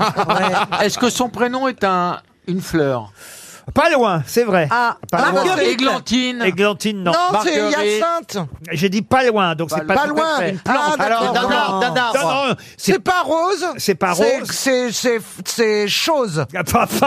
S6: Est-ce que son prénom est un, une fleur
S2: Pas loin, c'est vrai.
S3: Ah,
S2: pas loin.
S4: Marguerite. Églantine.
S2: Églantine, non.
S4: Non, c'est Marguerite. Hyacinthe.
S2: J'ai dit pas loin, donc c'est pas
S4: pas
S2: tout à
S4: loin.
S2: fait.
S4: Une plante. Ah, d'accord.
S2: Alors,
S4: D'un arbre,
S2: non.
S4: d'un arbre.
S2: Non, non,
S4: C'est pas rose.
S2: C'est pas
S4: C'est-
S2: rose. Ah,
S4: C'est c'est c'est chose.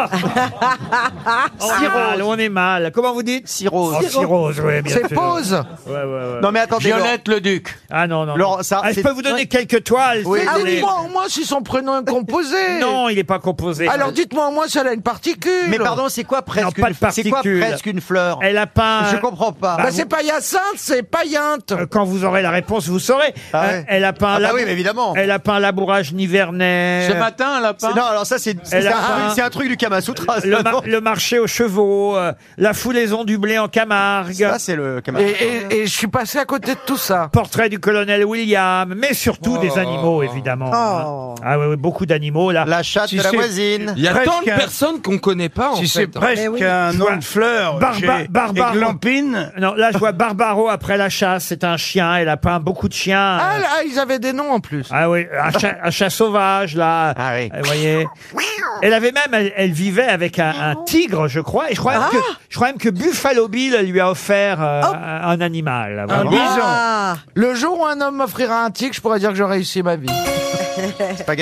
S2: On est mal, on est mal. Comment vous dites Cirrhose. Oh, cirrhose, oui, bien
S4: C'est
S2: sûr.
S4: pose.
S2: Ouais, ouais, ouais.
S4: Non, mais attendez, Violette
S2: le Duc. Ah non, non.
S4: Laurent,
S2: non.
S4: ça,
S2: Ah, je
S4: c'est-
S2: peux vous donner quelques toiles.
S4: Oui,
S2: si vous
S4: ah
S2: voulez.
S4: oui, moi, au moins, si son prénom est composé.
S2: Non, il n'est pas composé.
S4: Alors dites-moi, au moins, si elle a une particule.
S9: Mais pardon, c'est quoi presque
S2: Non, pas
S9: une-
S2: de
S9: C'est quoi
S2: particule.
S9: presque une fleur
S2: Elle a pas.
S9: Je comprends pas.
S4: Bah, c'est pas Hyacinthe, c'est païente.
S2: Euh, Quand vous aurez la réponse, vous saurez.
S9: Ah
S2: Euh,
S9: ouais.
S2: Elle a pas
S9: Ah
S2: un
S9: bah
S2: labou-
S9: oui, mais évidemment.
S2: Elle a pas un labourage nivernais.
S9: Ce matin, un lapin C'est- non, alors ça, c'est- c'est
S2: Elle a
S9: un
S2: pas
S9: truc- c'est un truc du Kama Sutra, ça,
S2: Le, mar-
S9: non
S2: le marché aux chevaux, euh, la foulaison du blé en Camargue.
S9: Ça, c'est le Camargue.
S2: Et, je suis passé à côté de tout ça. Portrait du colonel William, mais surtout des animaux, évidemment.
S9: Oh.
S2: Ah oui, oui, beaucoup d'animaux là. La chatte
S9: de la voisine.
S5: Il y a tant de personnes qu'on connaît pas, en
S2: Si
S5: fait.
S2: c'est presque un nom de
S7: fleur
S2: Barba-
S7: chez
S2: Barbaro. Non, là je vois Barbaro après la chasse. C'est un chien. Elle a peint beaucoup de chiens.
S4: Ah, là, ils avaient des noms en plus. Ah
S2: Ah oui, un chat, un chat sauvage, là. Euh, Vous voyez Elle avait même, elle, elle vivait avec un, un
S4: Ah.
S2: tigre, je crois. Et je crois, même que, je crois même que Buffalo Bill lui a offert euh, un un animal.
S4: Oh. Un
S9: Ah.
S2: Voilà.
S4: Ah. Le jour où un homme m'offrira un tic, je pourrais dire que j'ai réussi ma vie.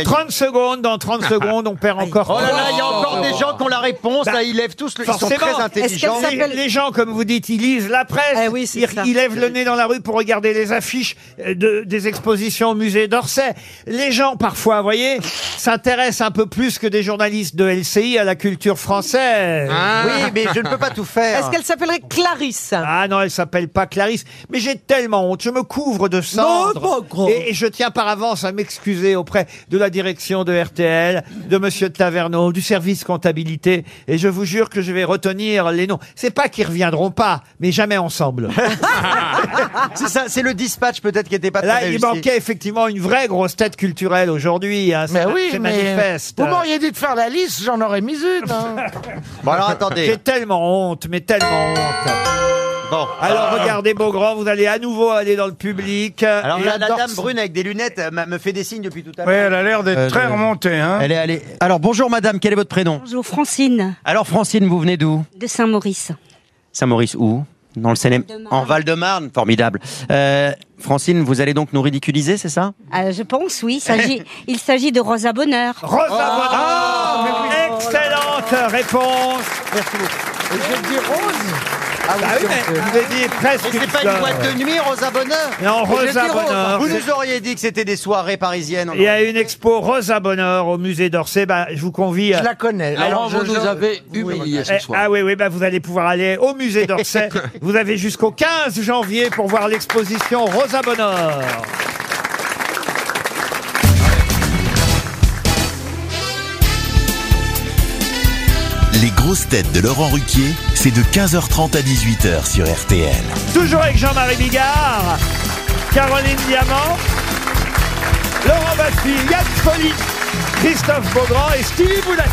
S2: 30 secondes, dans 30 secondes, on perd encore.
S9: Oh là là, il y a
S2: trois
S9: encore des
S2: secondes.
S9: gens qui ont la réponse,
S2: Bah,
S9: là, ils lèvent tous le... Ils sont
S2: forcément.
S9: très intelligents.
S2: Les- Les gens, comme vous dites, ils lisent la presse,
S3: Eh
S2: ils, ils lèvent le nez dans la rue pour regarder les affiches euh, de, des expositions au musée d'Orsay. Les gens, parfois, vous voyez, s'intéressent un peu plus que des journalistes de LCI à la culture française.
S9: Ah. Oui, mais je ne peux pas tout faire.
S3: Est-ce qu'elle s'appellerait Clarisse
S2: Ah non, elle s'appelle pas Clarisse. Mais j'ai tellement honte, je me couvre de cendres. et, et je tiens par avance à m'excuser auprès de la direction de RTL, de Monsieur Taverneau, du service comptabilité. Et je vous jure que je vais retenir les noms. C'est pas qu'ils reviendront pas, mais jamais ensemble.
S9: C'est ça, c'est le dispatch peut-être qui n'était pas
S2: Là,
S9: très
S2: il
S9: réussi.
S2: manquait effectivement une vraie grosse tête culturelle aujourd'hui. hein.
S4: Mais
S2: C'est-
S4: Eh oui,
S2: c'est
S4: mais
S2: manifeste.
S4: vous m'auriez dit de faire la liste, j'en aurais mis une. hein.
S9: Bon, alors attendez.
S2: J'ai tellement honte, mais tellement honte.
S9: Bon. Euh,
S2: Alors regardez Beaugrand, vous allez à nouveau aller dans le public.
S9: Alors là, la dame brune avec des lunettes euh, m'a- me fait des signes depuis tout à l'heure.
S7: Oui, elle a l'air d'être
S9: Euh,
S7: très
S9: le-
S7: remontée. Hein.
S9: Elle est allée. Alors bonjour madame, quel est votre prénom
S12: Bonjour Francine
S9: Alors Francine, vous venez d'où
S12: de Saint-Maurice.
S9: Saint-Maurice où Dans le Seine. En Val-de-Marne, formidable. Euh, Francine, vous allez donc nous ridiculiser, c'est ça
S12: Ah, je pense, oui. il s'agit- il s'agit de Rosa Bonheur.
S2: Rosa
S9: Ah,
S2: Bonheur Ah, Excellente réponse
S9: Merci beaucoup.
S4: Je dis rose
S9: Ah
S2: Bah oui, mais vous avez dit presque
S9: Mais c'est pas
S2: fleur.
S9: une boîte de nuit, Rosa Bonheur
S2: Non,
S9: Mais je
S2: Rosa
S9: dis rose.
S2: Bonheur.
S9: Vous nous auriez dit que c'était des soirées parisiennes.
S2: Il y a une expo Rosa Bonheur au musée d'Orsay. Bah, je vous convie. à-
S4: Je la connais.
S9: Laurent,
S4: Alors, je
S9: vous
S4: je-
S9: nous avez humiliés
S2: Eh, ah oui, oui, bah vous allez pouvoir aller au musée d'Orsay. vous avez jusqu'au 15 janvier pour voir l'exposition Rosa Bonheur.
S1: Les grosses têtes de Laurent Ruquier, c'est de 15h30 à 18h sur RTL.
S2: Toujours avec Jean-Marie Bigard, Caroline Diamant, Laurent Baffi, Yann Folly, Christophe Beaugrand et Stevie Boulet.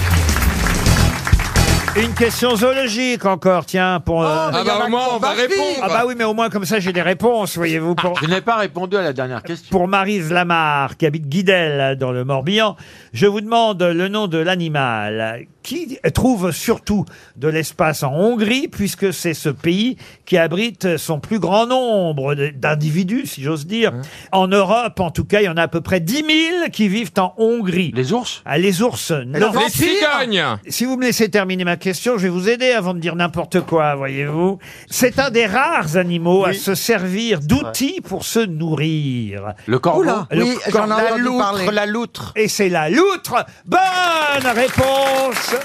S2: Une question zoologique encore, tiens, pour... euh,
S6: Ah bah au moins on va répondre.
S2: Ah bah oui, mais au moins comme ça j'ai des réponses, voyez-vous. Pour...
S6: Je n'ai pas répondu à la dernière question.
S2: Pour Marise Lamarre, qui habite Guidel dans le Morbihan, je vous demande le nom de l'animal qui trouve surtout de l'espace en Hongrie, puisque c'est ce pays qui abrite son plus grand nombre de- d'individus, si j'ose dire.
S6: Hein.
S2: En Europe, en tout cas, il y en a à peu près 10 000 qui vivent en Hongrie. Les ours ah, Les ours, non.
S5: Les cigognes
S2: Si vous me laissez terminer ma question, je vais vous aider avant de dire n'importe quoi, voyez-vous. C'est un des rares animaux à se servir d'outils pour se nourrir.
S6: Le corbeau
S2: Oula, le
S9: Oui,
S2: corbeau.
S9: j'en ai
S2: La
S9: entendu
S2: loutre,
S9: parler.
S2: la loutre. Et c'est la loutre. Bonne réponse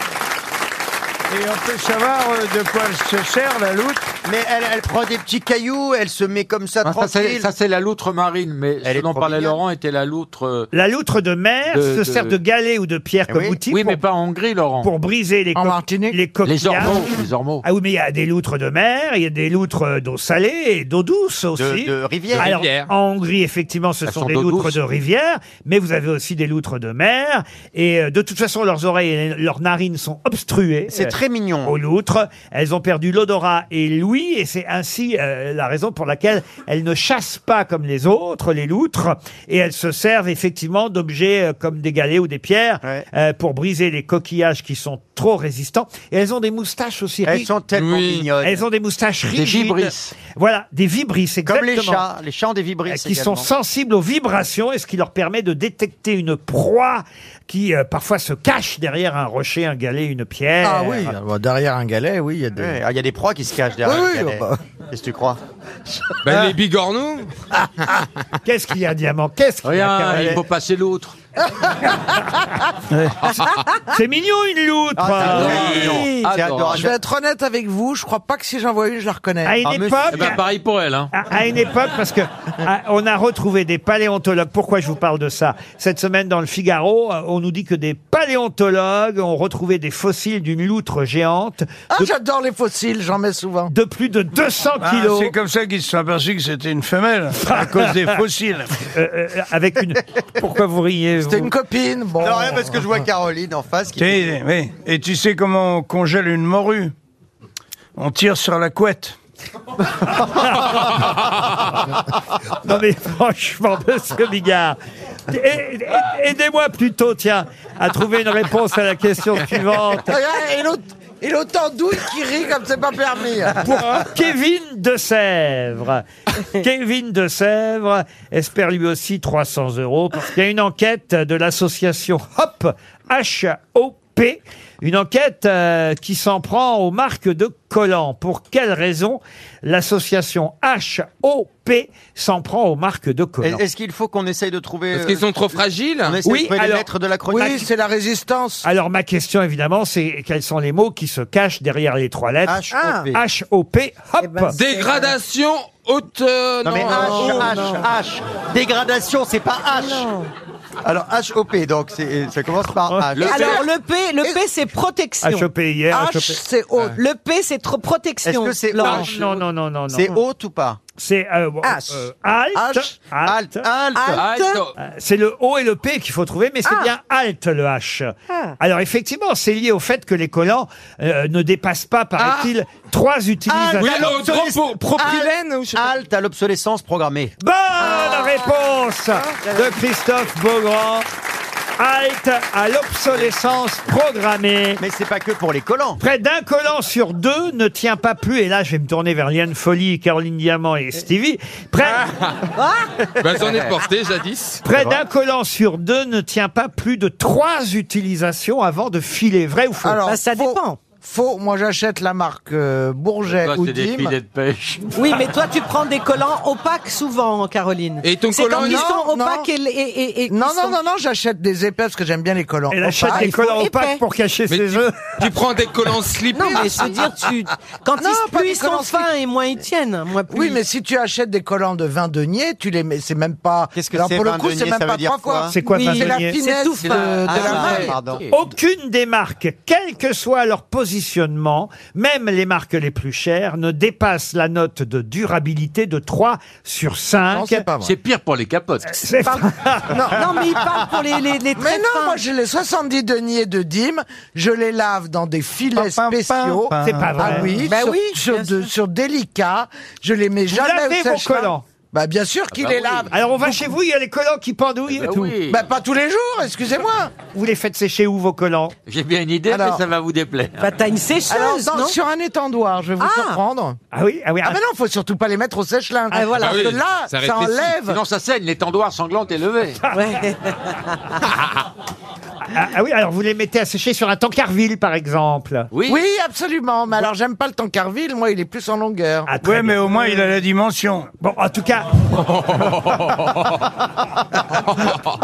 S7: Et on peut savoir euh, de quoi elle se sert, la loutre
S9: Mais elle, elle prend des petits cailloux, elle se met comme ça
S6: Ah, ça, c'est-
S9: tranquille.
S6: ça, c'est la loutre marine, mais
S9: Elle
S6: ce
S9: est
S6: dont
S9: trop
S6: parlait
S9: mignonne.
S6: Laurent était la loutre. euh,
S2: La loutre de mer
S6: De-
S2: se
S6: de-
S2: sert de galets ou de pierre
S6: eh
S2: comme
S6: oui.
S2: outil
S6: Oui,
S2: pour,
S6: mais pas en Hongrie, Laurent.
S2: pour briser les, co- les coquillages.
S6: Les ormeaux. Les ormeaux.
S2: Ah oui, mais il y a des loutres de mer, il y a des loutres euh, d'eau salée et d'eau douce aussi.
S9: de rivière.
S2: Alors,
S9: De rivière.
S2: en Hongrie, effectivement, ce
S9: Elles
S2: sont
S9: sont
S2: des
S9: d'eau
S2: loutres
S9: douce.
S2: de rivière, mais vous avez aussi des loutres de mer. Et euh, de toute façon, leurs oreilles et leurs narines sont obstruées.
S9: C'est
S2: euh,
S9: très
S6: hein.
S9: mignon.
S2: Aux loutres, elles ont perdu l'odorat et l'ouïe, et c'est ainsi euh, la raison pour laquelle elles ne chassent pas comme les autres, les loutres, et elles se servent effectivement d'objets euh, comme des galets ou des pierres
S9: Ouais.
S2: euh, pour briser les coquillages qui sont trop résistants. Et elles ont des moustaches aussi
S6: Elles
S2: rigides.
S6: sont tellement Oui. mignonnes.
S2: Elles ont des moustaches
S6: Des
S2: rigides.
S6: vibrisses.
S2: Voilà, des vibrisses, exactement. Euh,
S6: Comme les chats, les chats ont des vibrisses.
S2: Qui sont
S6: également.
S2: sensibles aux vibrations et ce qui leur permet de détecter une proie qui euh, parfois se cache derrière un rocher, un galet, une pierre.
S6: Ah oui, ah
S2: bah, derrière un galet, oui, il y a des...
S6: Ouais, ah, Il y a des proies qui se cachent derrière.
S2: Oui, oui,
S6: le galet.
S2: bah.
S6: Qu'est-ce que tu crois
S5: Ben, les bigorneaux
S2: Ah. Qu'est-ce qu'il y a, Diamant Qu'est-ce qu'il y a
S6: Rien,
S2: Caroline
S6: il faut passer l'autre.
S2: Ah, C'est mignon une loutre.
S4: Ah, c'est adorable. C'est
S2: Oui. Oui. C'est
S4: adorable.
S2: adorable.
S4: Je vais être honnête avec vous, je crois pas que si j'en vois une, je la reconnais.
S2: À une Ah, mais- époque- Eh ben, pareil
S4: pour
S17: hein.
S4: elle.
S2: À, à une époque, parce que à- on a retrouvé des paléontologues. Pourquoi je vous parle de ça Cette semaine dans le Figaro, euh, on nous dit que des paléontologues ont retrouvé des fossiles d'une loutre géante. Ah,
S4: j'adore les fossiles, j'en mets souvent.
S2: De plus de 200
S7: Ah,
S2: kilos.
S7: c'est comme ça qu'ils se sont aperçus que c'était une femelle, à cause des fossiles.
S2: Euh, euh, avec une. Pourquoi vous riez
S7: C'était
S2: vous
S7: une
S4: copine, bon.
S6: Non, rien, parce que je vois Caroline en face.
S7: Tu sais, oui. Et tu sais comment on congèle une morue On tire sur la couette.
S2: Non mais franchement, monsieur Bigard, a- a- aidez-moi plutôt, tiens, à trouver une réponse à la question suivante.
S4: Et l'autre, et l'autre en douille qui rit comme c'est pas permis.
S2: pour Kevin de Sèvres. Kevin de Sèvres espère lui aussi 300 euros parce qu'il y a une enquête de l'association HOP, H-O-P, une enquête euh, qui s'en prend aux marques de collants. Pour quelle raison l'association HOP s'en prend aux marques de collants
S6: Est-ce qu'il faut qu'on essaye de trouver. euh,
S2: Parce qu'ils sont trop
S5: fragiles
S6: On essaye
S2: Oui,
S6: de trouver les
S2: alors-
S6: lettres de la chronique.
S2: Oui, c'est
S4: la résistance.
S2: Alors ma question évidemment, c'est quels sont les mots qui se cachent derrière les trois lettres
S6: H.O.P..
S2: H-O-P,
S5: Eh
S6: Eh
S2: hop
S5: ben,
S6: ben,
S5: Dégradation haute. euh,
S6: Non, mais
S5: non.
S6: H, H, H. Dégradation, c'est pas H. Alors H-O-P, donc c'est- ça commence par H.
S3: Alors le P, le P c'est protection.
S2: HOP, hier, HOP.
S3: haute. Le P c'est trop protection.
S6: Est-ce que c'est
S3: Laurent.
S6: H
S2: Non, non, non, non. non.
S6: C'est haute ou pas
S2: C'est euh, bon,
S6: H.
S2: euh, alt,
S6: H.
S2: alt,
S6: Alt. Alt.
S2: Euh, C'est le O et le P qu'il faut trouver, mais c'est
S6: Ah.
S2: bien alt le H.
S16: Ah.
S2: Alors effectivement, c'est lié au fait que les collants euh, ne dépassent pas, paraît-il,
S6: Ah.
S2: trois utilisations.
S6: Alt, Alt à l'obsolescence programmée. Ah.
S2: Bonne réponse de Christophe Beaugrand. Halte à l'obsolescence programmée.
S6: Mais c'est pas que pour les collants.
S2: Près d'un collant sur deux ne tient pas plus. Et là, je vais me tourner vers Liane Folly, Caroline Diamant et Stevie. Près,
S6: Ah.
S4: Ah.
S5: Ben, j'en ai porté jadis.
S2: près d'un collant sur deux ne tient pas plus de trois utilisations avant de filer. Vrai ou faux
S4: Alors,
S2: Bah,
S4: ça dépend. Faux, moi j'achète la marque euh, Bourget ou Dim.
S6: pêche.
S3: Oui, mais toi, tu prends des collants opaques souvent, Caroline.
S4: Et ton
S3: C'est
S4: collant,
S3: quand ils
S4: non,
S3: sont
S4: non.
S3: opaques et, et, et, et
S4: Non,
S3: qu'ils
S4: non,
S3: sont-
S4: non, non, j'achète des épais parce que j'aime bien les collants.
S2: Elle achète
S4: opaques.
S2: des collants opaques pour cacher ses jeux.
S5: Tu prends des collants slip.
S3: Non, mais je veux dire, tu... quand
S4: Non,
S3: ils,
S4: pas
S3: plus
S4: des
S3: ils sont
S4: collants
S3: fins et moins ils tiennent. Moins plus
S4: Oui,
S3: ils-
S4: mais si tu achètes des collants de vin denier, tu les mets, c'est même pas. Qu'est-ce
S6: que c'est,
S4: pour le
S6: vin
S4: coup,
S6: denier,
S4: c'est même
S6: ça
S4: pas
S6: veut dire
S4: trois
S6: quoi
S4: fois.
S2: C'est quoi, vin
S4: C'est la
S2: denier
S4: finesse
S3: C'est tout
S4: de,
S3: fin.
S4: de
S6: Ah,
S4: la marque.
S6: pardon.
S2: Aucune des marques, quel que soit leur positionnement, même les marques les plus chères, ne dépasse la note de durabilité de 3 sur 5.
S17: C'est pire pour les capotes.
S2: C'est
S3: Non, mais il parle pour les, les, les
S4: Mais
S3: très
S4: non,
S3: fins.
S4: moi j'ai les 70 deniers de dîmes, je les lave dans des filets spéciaux.
S2: pam. C'est pas vrai.
S4: Ah oui,
S2: Ben
S3: Bah
S4: sur,
S2: oui,
S4: sur, de- sur délicat, je les mets
S2: Vous
S4: jamais
S2: lavez
S4: au
S2: vos
S4: sèche
S2: collants
S4: Bah bien sûr qu'il
S2: bah
S4: les
S2: oui.
S4: lave.
S2: Alors, on va chez vous, il y a les collants qui pendouillent et tout.
S4: Bah pas tous les jours, excusez-moi.
S2: Vous les faites sécher où vos collants
S17: J'ai bien une idée,
S4: Alors-
S17: mais ça va vous déplaire.
S3: Bah, t'as une
S4: Alors,
S3: sécheuse,
S4: dans-
S3: non
S4: sur un étendoir, je vais vous
S3: Ah.
S4: surprendre.
S2: Ah oui, ah oui.
S4: Ah, mais non, faut surtout pas les mettre au sèche-linge.
S3: Ah, voilà.
S4: Eh, Parce
S17: Ah oui,
S4: que là, ça,
S17: ça rétrécit.
S4: enlève.
S17: Sinon, ça saigne, les tendoirs sanglants élevés.
S3: Ouais.
S2: Ah, ah oui, alors vous les mettez à sécher sur un tankerville, par exemple.
S17: Oui.
S4: Oui, absolument. Mais alors, j'aime pas le tankerville. Moi, il est plus en longueur.
S2: Ah, très
S7: Ouais, mais
S2: bien.
S7: au moins il a la dimension.
S2: Bon, en tout cas,
S4: Oh.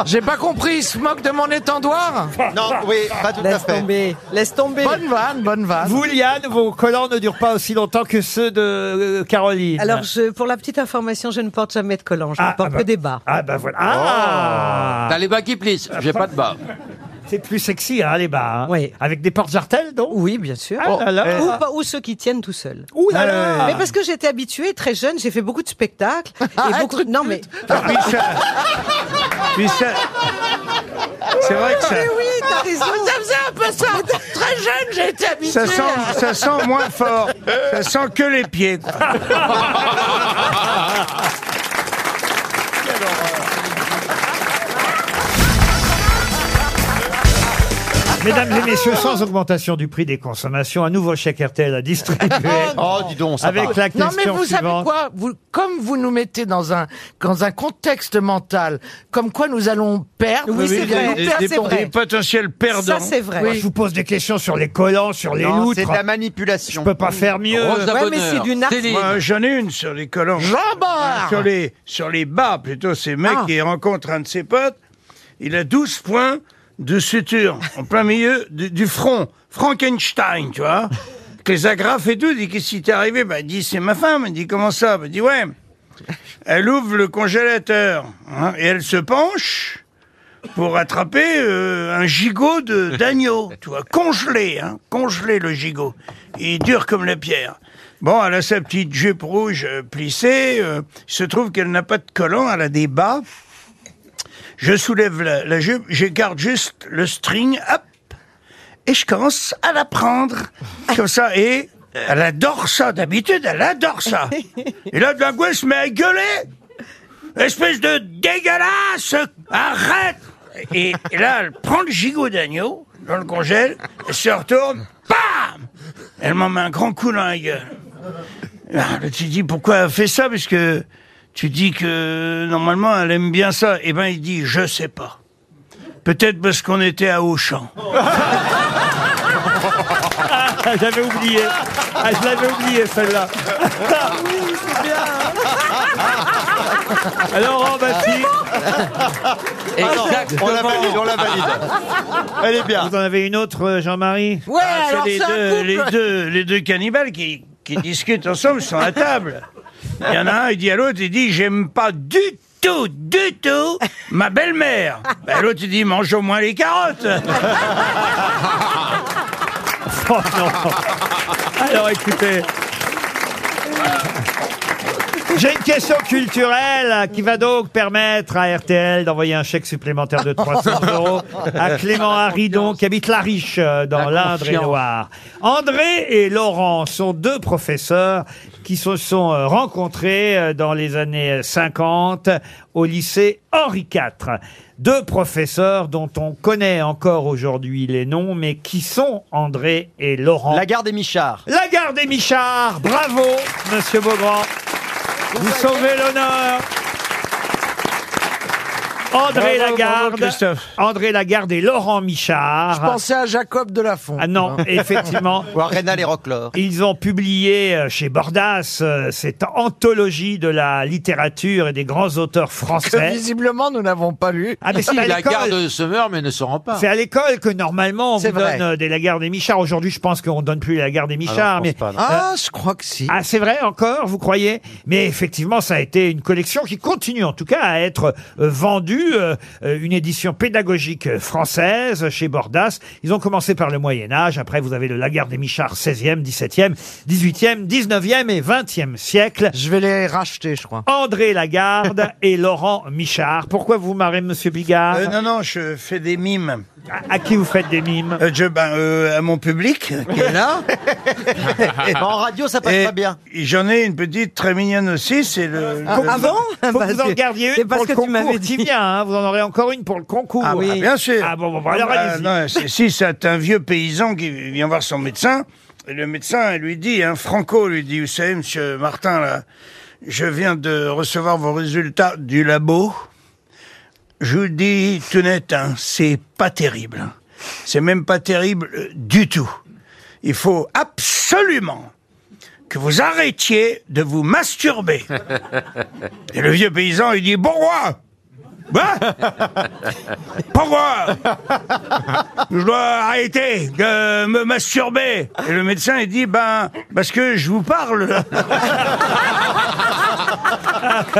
S4: J'ai pas compris. Il se moque de mon étendoir.
S6: Non, oui, pas tout à
S3: Laisse
S6: fait.
S3: tomber. Laisse tomber.
S4: Bonne vanne, bonne vanne.
S2: vous, Liane, vos collants ne durent pas aussi longtemps que ceux de euh, Caroline.
S3: Alors, je, pour la petite information, je ne porte jamais de collant. Je
S2: Ah,
S3: ne porte
S2: ah bah.
S3: que des bas.
S2: Ah bah
S3: Oh.
S2: voilà. Ah
S17: T'as les bas qui plissent, j'ai pas de bas.
S2: C'est plus sexy, hein, les bas. hein.
S3: Oui.
S2: Avec des portes jartelles, donc
S3: Oui, bien sûr.
S2: Ah là là.
S3: Ou, pas- ou ceux qui tiennent tout seuls.
S2: Ouh là là
S3: Mais parce que j'étais habituée, très jeune, j'ai fait beaucoup de spectacles. Et beaucoup... Non, mais
S7: Puis ça- puis ça- C'est vrai que ça,
S3: oui, t'as raison.
S4: Ah, Ça faisait un peu ça. Très jeune, j'ai été habituée.
S7: ça sent, ça sent moins fort. Ça sent que les pieds. quoi.
S2: Mesdames et messieurs, sans augmentation du prix des consommations, un nouveau chèque RTL à distribuer.
S4: Oh,
S6: dis donc,
S2: Avec la question
S4: Non, mais vous savez
S2: suivante.
S4: quoi vous, Comme vous nous mettez dans un, dans un contexte mental, comme quoi nous allons perdre.
S7: Des, des- des potentiels perdants.
S2: Moi, je vous pose des questions sur les collants, sur les
S7: Non,
S2: loutres.
S7: c'est de la
S2: manipulation. Je peux pas faire mieux.
S7: Moi, J'en ai une sur les collants.
S2: Jean-Bart
S7: sur les, sur les bas, plutôt. C'est mec
S2: Ah.
S7: qui rencontre un de ses potes. Il a 12 points de suture en plein milieu du, du front. Frankenstein, tu vois. Que les agrafes et tout. Il dit Qu'est-ce qui t'est arrivé bah, Il dit C'est ma femme. Il dit Comment ça bah, Il dit Ouais. Elle ouvre le congélateur hein, et elle se penche pour attraper euh, un gigot de d'agneau, tu vois, congelé, hein, congelé le gigot. Il dure comme la pierre. Bon, elle a sa petite jupe rouge euh, plissée. euh, il se trouve qu'elle n'a pas de collant, elle a des bas. Je soulève la, la jupe, j'écarte juste le string, hop, et je commence à la prendre comme ça. Et elle adore ça d'habitude, elle adore ça. Et là, d'un coup, elle se met à gueuler. Espèce de dégueulasse Arrête et, et là, elle prend le gigot d'agneau dans le congèle, elle se retourne, bam Elle m'en met un grand coup dans la gueule. Ah, là, tu dis pourquoi elle a fait ça Parce que tu dis que normalement elle aime bien ça. Eh ben il dit je sais pas. Peut-être parce qu'on était à Auchan.
S2: J'avais oublié. Ah, je l'avais oublié celle-là.
S15: oui, c'est bien.
S2: Alors, oh, bah, si.
S15: Exactement.
S2: On la valide, on la
S15: valide.
S2: Elle est bien. Vous en avez une autre, euh, Jean-Marie
S7: Ouais, alors Ah, les, deux, les, deux, les deux cannibales qui, qui discutent ensemble sont à table. Il y en a un, il dit à l'autre, il dit J'aime pas du tout, du tout ma belle-mère. Ben, l'autre, il dit Mange au moins les carottes.
S2: Oh non. Alors écoutez. J'ai une question culturelle qui va donc permettre à RTL d'envoyer un chèque supplémentaire de 300 euros à Clément Haridon qui habite La Riche euh, dans l'Indre-et-Loire. André et Laurent sont deux professeurs qui se sont euh, rencontrés euh, dans les années 50 au lycée Henri IV. Deux professeurs dont on connaît encore aujourd'hui les noms, mais qui sont André et Laurent Lagarde et Michard. Lagarde et Michard, bravo, monsieur Beaugrand. Vous sauvez l'honneur. André
S7: Bravo, bravo,
S2: Lagarde,
S7: Christophe.
S2: André Lagarde et Laurent Michard.
S4: Je pensais à Jacob Delafont.
S2: Ah non, effectivement.
S9: Ou à Rénal et Roquelaure.
S2: Ils ont publié euh, chez Bordas euh, cette anthologie de la littérature et des grands auteurs
S4: Que
S2: français.
S4: visiblement nous n'avons pas lu.
S2: Ah, mais c'est à
S17: la
S2: l'école.
S17: garde se meurt mais ne se rend pas.
S2: C'est à l'école que normalement on
S17: C'est
S2: vous
S17: vrai.
S2: donne euh, des Lagarde et Michard. Aujourd'hui, je pense qu'on donne plus les Lagarde et
S17: Ah
S2: Michard.
S17: non, je
S2: mais
S17: pense pas, non.
S2: ah, je crois que si. Ah, c'est vrai encore, vous croyez Mais effectivement, ça a été une collection qui continue, en tout cas, à être euh, vendue, euh, euh, une édition pédagogique euh, française euh, chez Bordas. Ils ont commencé par le Moyen Âge. Après, vous avez le Lagarde et Michard, 16e, 17e, 18e, 19e et 20e siècle. Je vais les racheter, je crois. André Lagarde et Laurent Michard. Pourquoi vous marrez, Monsieur Bigard
S7: Euh, non, non, je fais des mimes.
S2: À, à qui vous faites des mimes
S7: je, ben, euh, À mon public qui est là.
S9: Bah, en radio, ça passe
S7: Et
S9: pas bien.
S7: J'en ai une petite très mignonne aussi, c'est le.
S2: Faut que vous en- Faut Ah que vous en
S7: c'est-
S2: gardiez
S7: c'est
S2: une
S7: parce
S2: pour le
S7: que tu m'avais
S2: concours qui vient. hein. Vous en aurez encore une pour le concours.
S7: Ah, bah, bien sûr.
S2: Ah bon, bon, bon, alors
S7: Ah,
S2: allez-y.
S7: non, c'est- si c'est un vieux paysan qui vient voir son médecin, et le médecin lui dit, hein, Franco lui dit, vous savez, monsieur Martin, là, je viens de recevoir vos résultats du labo. Je vous le dis tout net, hein, c'est pas terrible. C'est même pas terrible euh, du tout. Il faut absolument que vous arrêtiez de vous masturber.
S17: Bah
S7: Et le vieux paysan, il dit, bon roi Hein Pourquoi Je dois arrêter de me masturber. Et le médecin, il dit, ben, parce que je vous parle. là.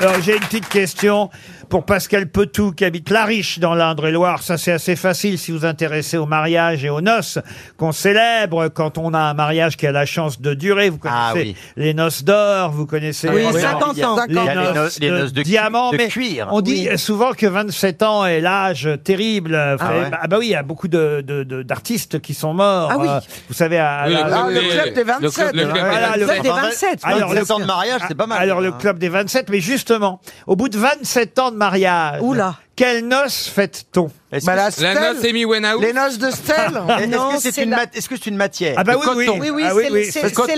S2: Alors j'ai une petite question pour Pascal Petou qui habite La Riche dans l'Indre-et-Loire. Ça c'est assez facile si vous vous intéressez au mariage et aux noces qu'on célèbre quand on a un mariage qui a la chance de durer. Vous connaissez
S9: Ah oui.
S2: les noces d'or, vous connaissez
S9: Oui, 50 ans.
S2: les
S9: 50 ans. Les
S2: noces,
S9: noces- les noces
S2: de,
S9: de cu-
S2: diamant,
S9: de
S2: mais
S9: cuir.
S2: on dit
S9: Oui. Ah
S2: souvent que 27 ans est l'âge terrible. Vous savez,
S9: ouais.
S2: bah oui, il y a beaucoup de- de- de- d'artistes qui sont morts.
S9: Ah oui.
S2: euh, vous savez, à, à
S9: Oui,
S2: la-
S9: le club Ah, le des- club des le club- 27, le club hein. des
S2: Voilà,
S9: 27.
S2: club-
S9: Ah, 27,
S2: Alors, le
S9: 27 ans de mariage, c'est pas mal.
S2: Ah, Alors,
S18: Ah.
S2: le club des 27, mais justement, au bout de 27 ans de mariage, quelle noce fête-t-on
S18: Est-ce
S4: Bah,
S18: que
S4: la
S18: c'est-
S4: La stèle. noce Amy Winehouse. Les noces de stèle. Non,
S18: Est-ce que c'est
S4: c'est
S18: une,
S4: la-
S18: mat- est-ce que c'est une matière
S2: Ah bah
S18: Le
S2: oui,
S18: coton.
S2: oui. Ah oui, oui.
S18: Le coton.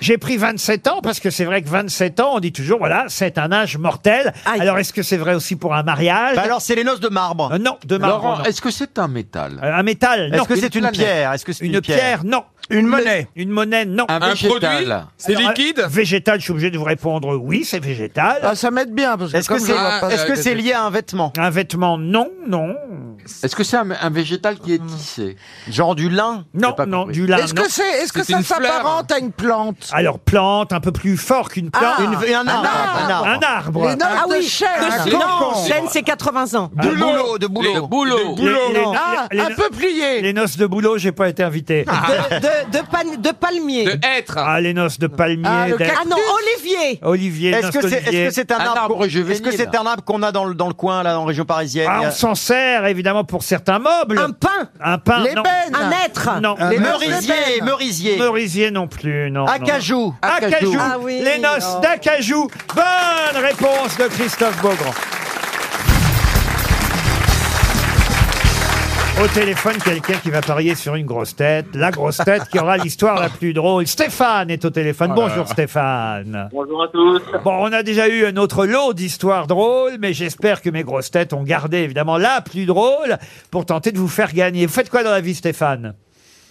S2: J'ai pris 27 ans parce que c'est vrai que 27 ans, on dit toujours, voilà, c'est un âge mortel. Alors est-ce que c'est vrai aussi pour un mariage Euh,
S18: Bah alors, c'est les noces de marbre.
S2: Non, de marbre.
S18: Laurent,
S2: non.
S18: est-ce
S6: que c'est un métal
S2: Euh, Un métal, non.
S18: Est-ce que c'est une pierre Est-ce que c'est
S2: une,
S18: une
S2: pierre,
S18: pierre
S2: non. Une monnaie Une monnaie, non.
S18: Un Un végétal. produit C'est
S2: Alors,
S18: liquide
S2: euh, Végétal, je suis obligé de vous répondre oui, c'est végétal.
S4: Ah, ça m'aide bien. parce
S2: Est-ce que
S4: comme
S2: c'est-
S4: je vois pas-
S2: est-ce
S17: euh,
S2: que c'est lié
S18: à un vêtement
S2: Un vêtement, non, non.
S6: Est-ce que c'est un, un végétal qui est tissé
S18: Genre du lin
S2: Non, non, du lin.
S4: Est-ce que, c'est, est-ce que ça s'apparente à une plante
S2: Alors, plante, un peu plus fort qu'une plante.
S4: Ah, Une- un arbre.
S2: Un arbre.
S4: Un arbre. Les noces
S3: ah
S4: de
S3: oui,
S4: chêne.
S3: de-
S2: Un
S3: non,
S2: cocon.
S3: chêne, c'est 80 ans.
S2: Un boulot, Ah, de boulot.
S3: De boulot.
S2: Les- les-
S3: Ah,
S2: les-
S3: un
S2: les- Les noces de boulot, j'ai pas été invité.
S3: De, de, de, pan- de palmier.
S2: être. Ah, les noces de palmier.
S3: Ah, le
S2: d'être.
S3: cactus. Ah non, olivier.
S2: Olivier,
S18: Est-ce
S2: noces
S18: que c'est est-ce
S2: d'olivier.
S18: que c'est un, arbre, Est-ce que c'est un arbre qu'on a dans le, dans le coin, là, en région parisienne
S2: Ah, on s'en sert évidemment pour certains meubles. Un
S3: pain.
S2: Un pain. non.
S18: L'ébène.
S3: Un être.
S2: Non.
S18: Un Les meubles merisiers, d'ébène. merisiers.
S2: Merisier non plus. Non. non, non.
S18: Acajou.
S2: Acajou.
S18: Acajou. Ah oui,
S2: Les noces
S18: oh.
S2: d'acajou. Bonne réponse de Christophe Beaugrand. Au téléphone, quelqu'un qui va parier sur une grosse tête, la grosse tête qui aura l'histoire la plus drôle. Stéphane est au téléphone.
S19: Oh là
S2: Bonjour
S19: là.
S2: Stéphane.
S19: Bonjour à tous.
S2: Bon, on a déjà eu un autre lot d'histoires drôles, mais j'espère que mes grosses têtes ont gardé évidemment la plus drôle pour tenter de vous faire gagner. Vous faites quoi dans la vie, Stéphane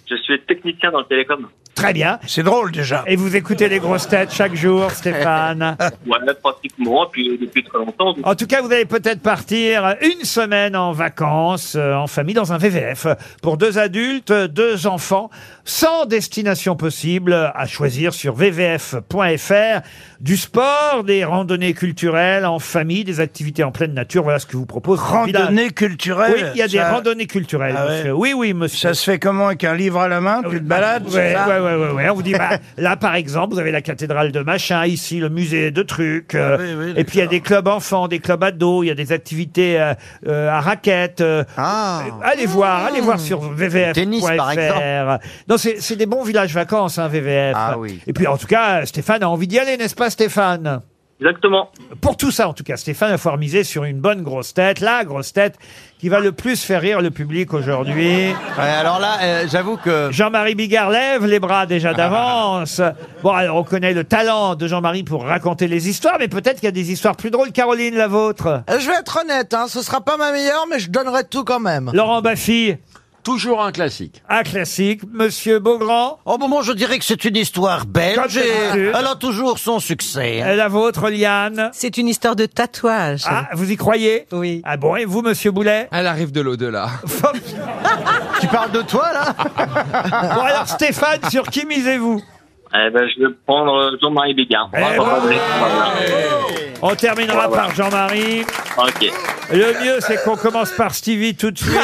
S19: Je suis technicien dans le télécom.
S2: Très bien. C'est drôle déjà. Et vous écoutez les grosses têtes chaque jour, Stéphane.
S19: Ouais, pratiquement, puis depuis très longtemps. donc-
S2: En tout cas, vous allez peut-être partir une semaine en vacances, euh, en famille, dans un VVF, pour deux adultes, euh, deux enfants, sans destination possible, euh, à choisir sur vvf.fr, du sport, des randonnées culturelles en famille, des activités en pleine nature, voilà ce que vous propose. ce
S7: Randonnée
S2: village.
S7: culturelle
S2: Oui, il y a des
S7: ça-
S2: randonnées culturelles,
S7: Ah ouais.
S2: monsieur. Oui, oui,
S7: Ça
S2: monsieur.
S7: se fait comment Avec un livre à la main, tu te balades
S2: Ah bah, Ouais,
S7: c'est ça
S2: ouais, ouais, ouais, ouais. On vous dit, bah, là, par exemple, vous avez la cathédrale de machin, ici, le musée de trucs. euh,
S7: Ah oui, oui,
S2: et puis, il y a des clubs enfants, des clubs ados, il y a des activités euh, euh, à raquettes. euh, euh, allez voir, allez voir sur vvf.fr.
S18: Ah. Tennis, par exemple.
S2: Non, c'est c'est des bons villages vacances, hein, VVF.
S18: Ah oui.
S2: Et puis, en tout cas, Stéphane a envie d'y aller, n'est-ce pas, Stéphane
S19: Exactement.
S2: Pour tout ça, en tout cas, Stéphane va falloir miser sur une bonne grosse tête, la grosse tête qui va le plus faire rire le public aujourd'hui.
S18: alors là, euh, j'avoue que.
S2: Jean-Marie Bigard lève les bras déjà d'avance. Bon, alors on connaît le talent de Jean-Marie pour raconter les histoires, mais peut-être qu'il y a des histoires plus drôles. Caroline, la vôtre.
S4: Euh, Je vais être honnête, hein, ce sera pas ma meilleure, mais je donnerai tout quand même.
S2: Laurent Baffy.
S6: Toujours un classique.
S2: Un classique. Monsieur Beaugrand.
S17: Au moment, Oh, je dirais que c'est une histoire
S2: Comme
S17: belge et
S2: d'habitude.
S17: elle a toujours son succès.
S2: Euh, La vôtre, Liane.
S3: C'est une histoire de tatouage.
S2: Ah, vous y croyez
S3: Oui.
S2: Ah bon, et vous, monsieur Boulet
S5: Elle arrive de l'au-delà.
S18: tu parles de toi, là
S2: Bon, alors Stéphane, sur qui misez-vous
S19: Eh ben, je vais prendre euh, Jean-Marie Bigard.
S2: Eh
S19: Bravo.
S2: ouais. On terminera
S19: Ouais, ouais.
S2: par Jean-Marie.
S19: Ok.
S2: Le mieux, c'est qu'on commence par Stevie tout de suite.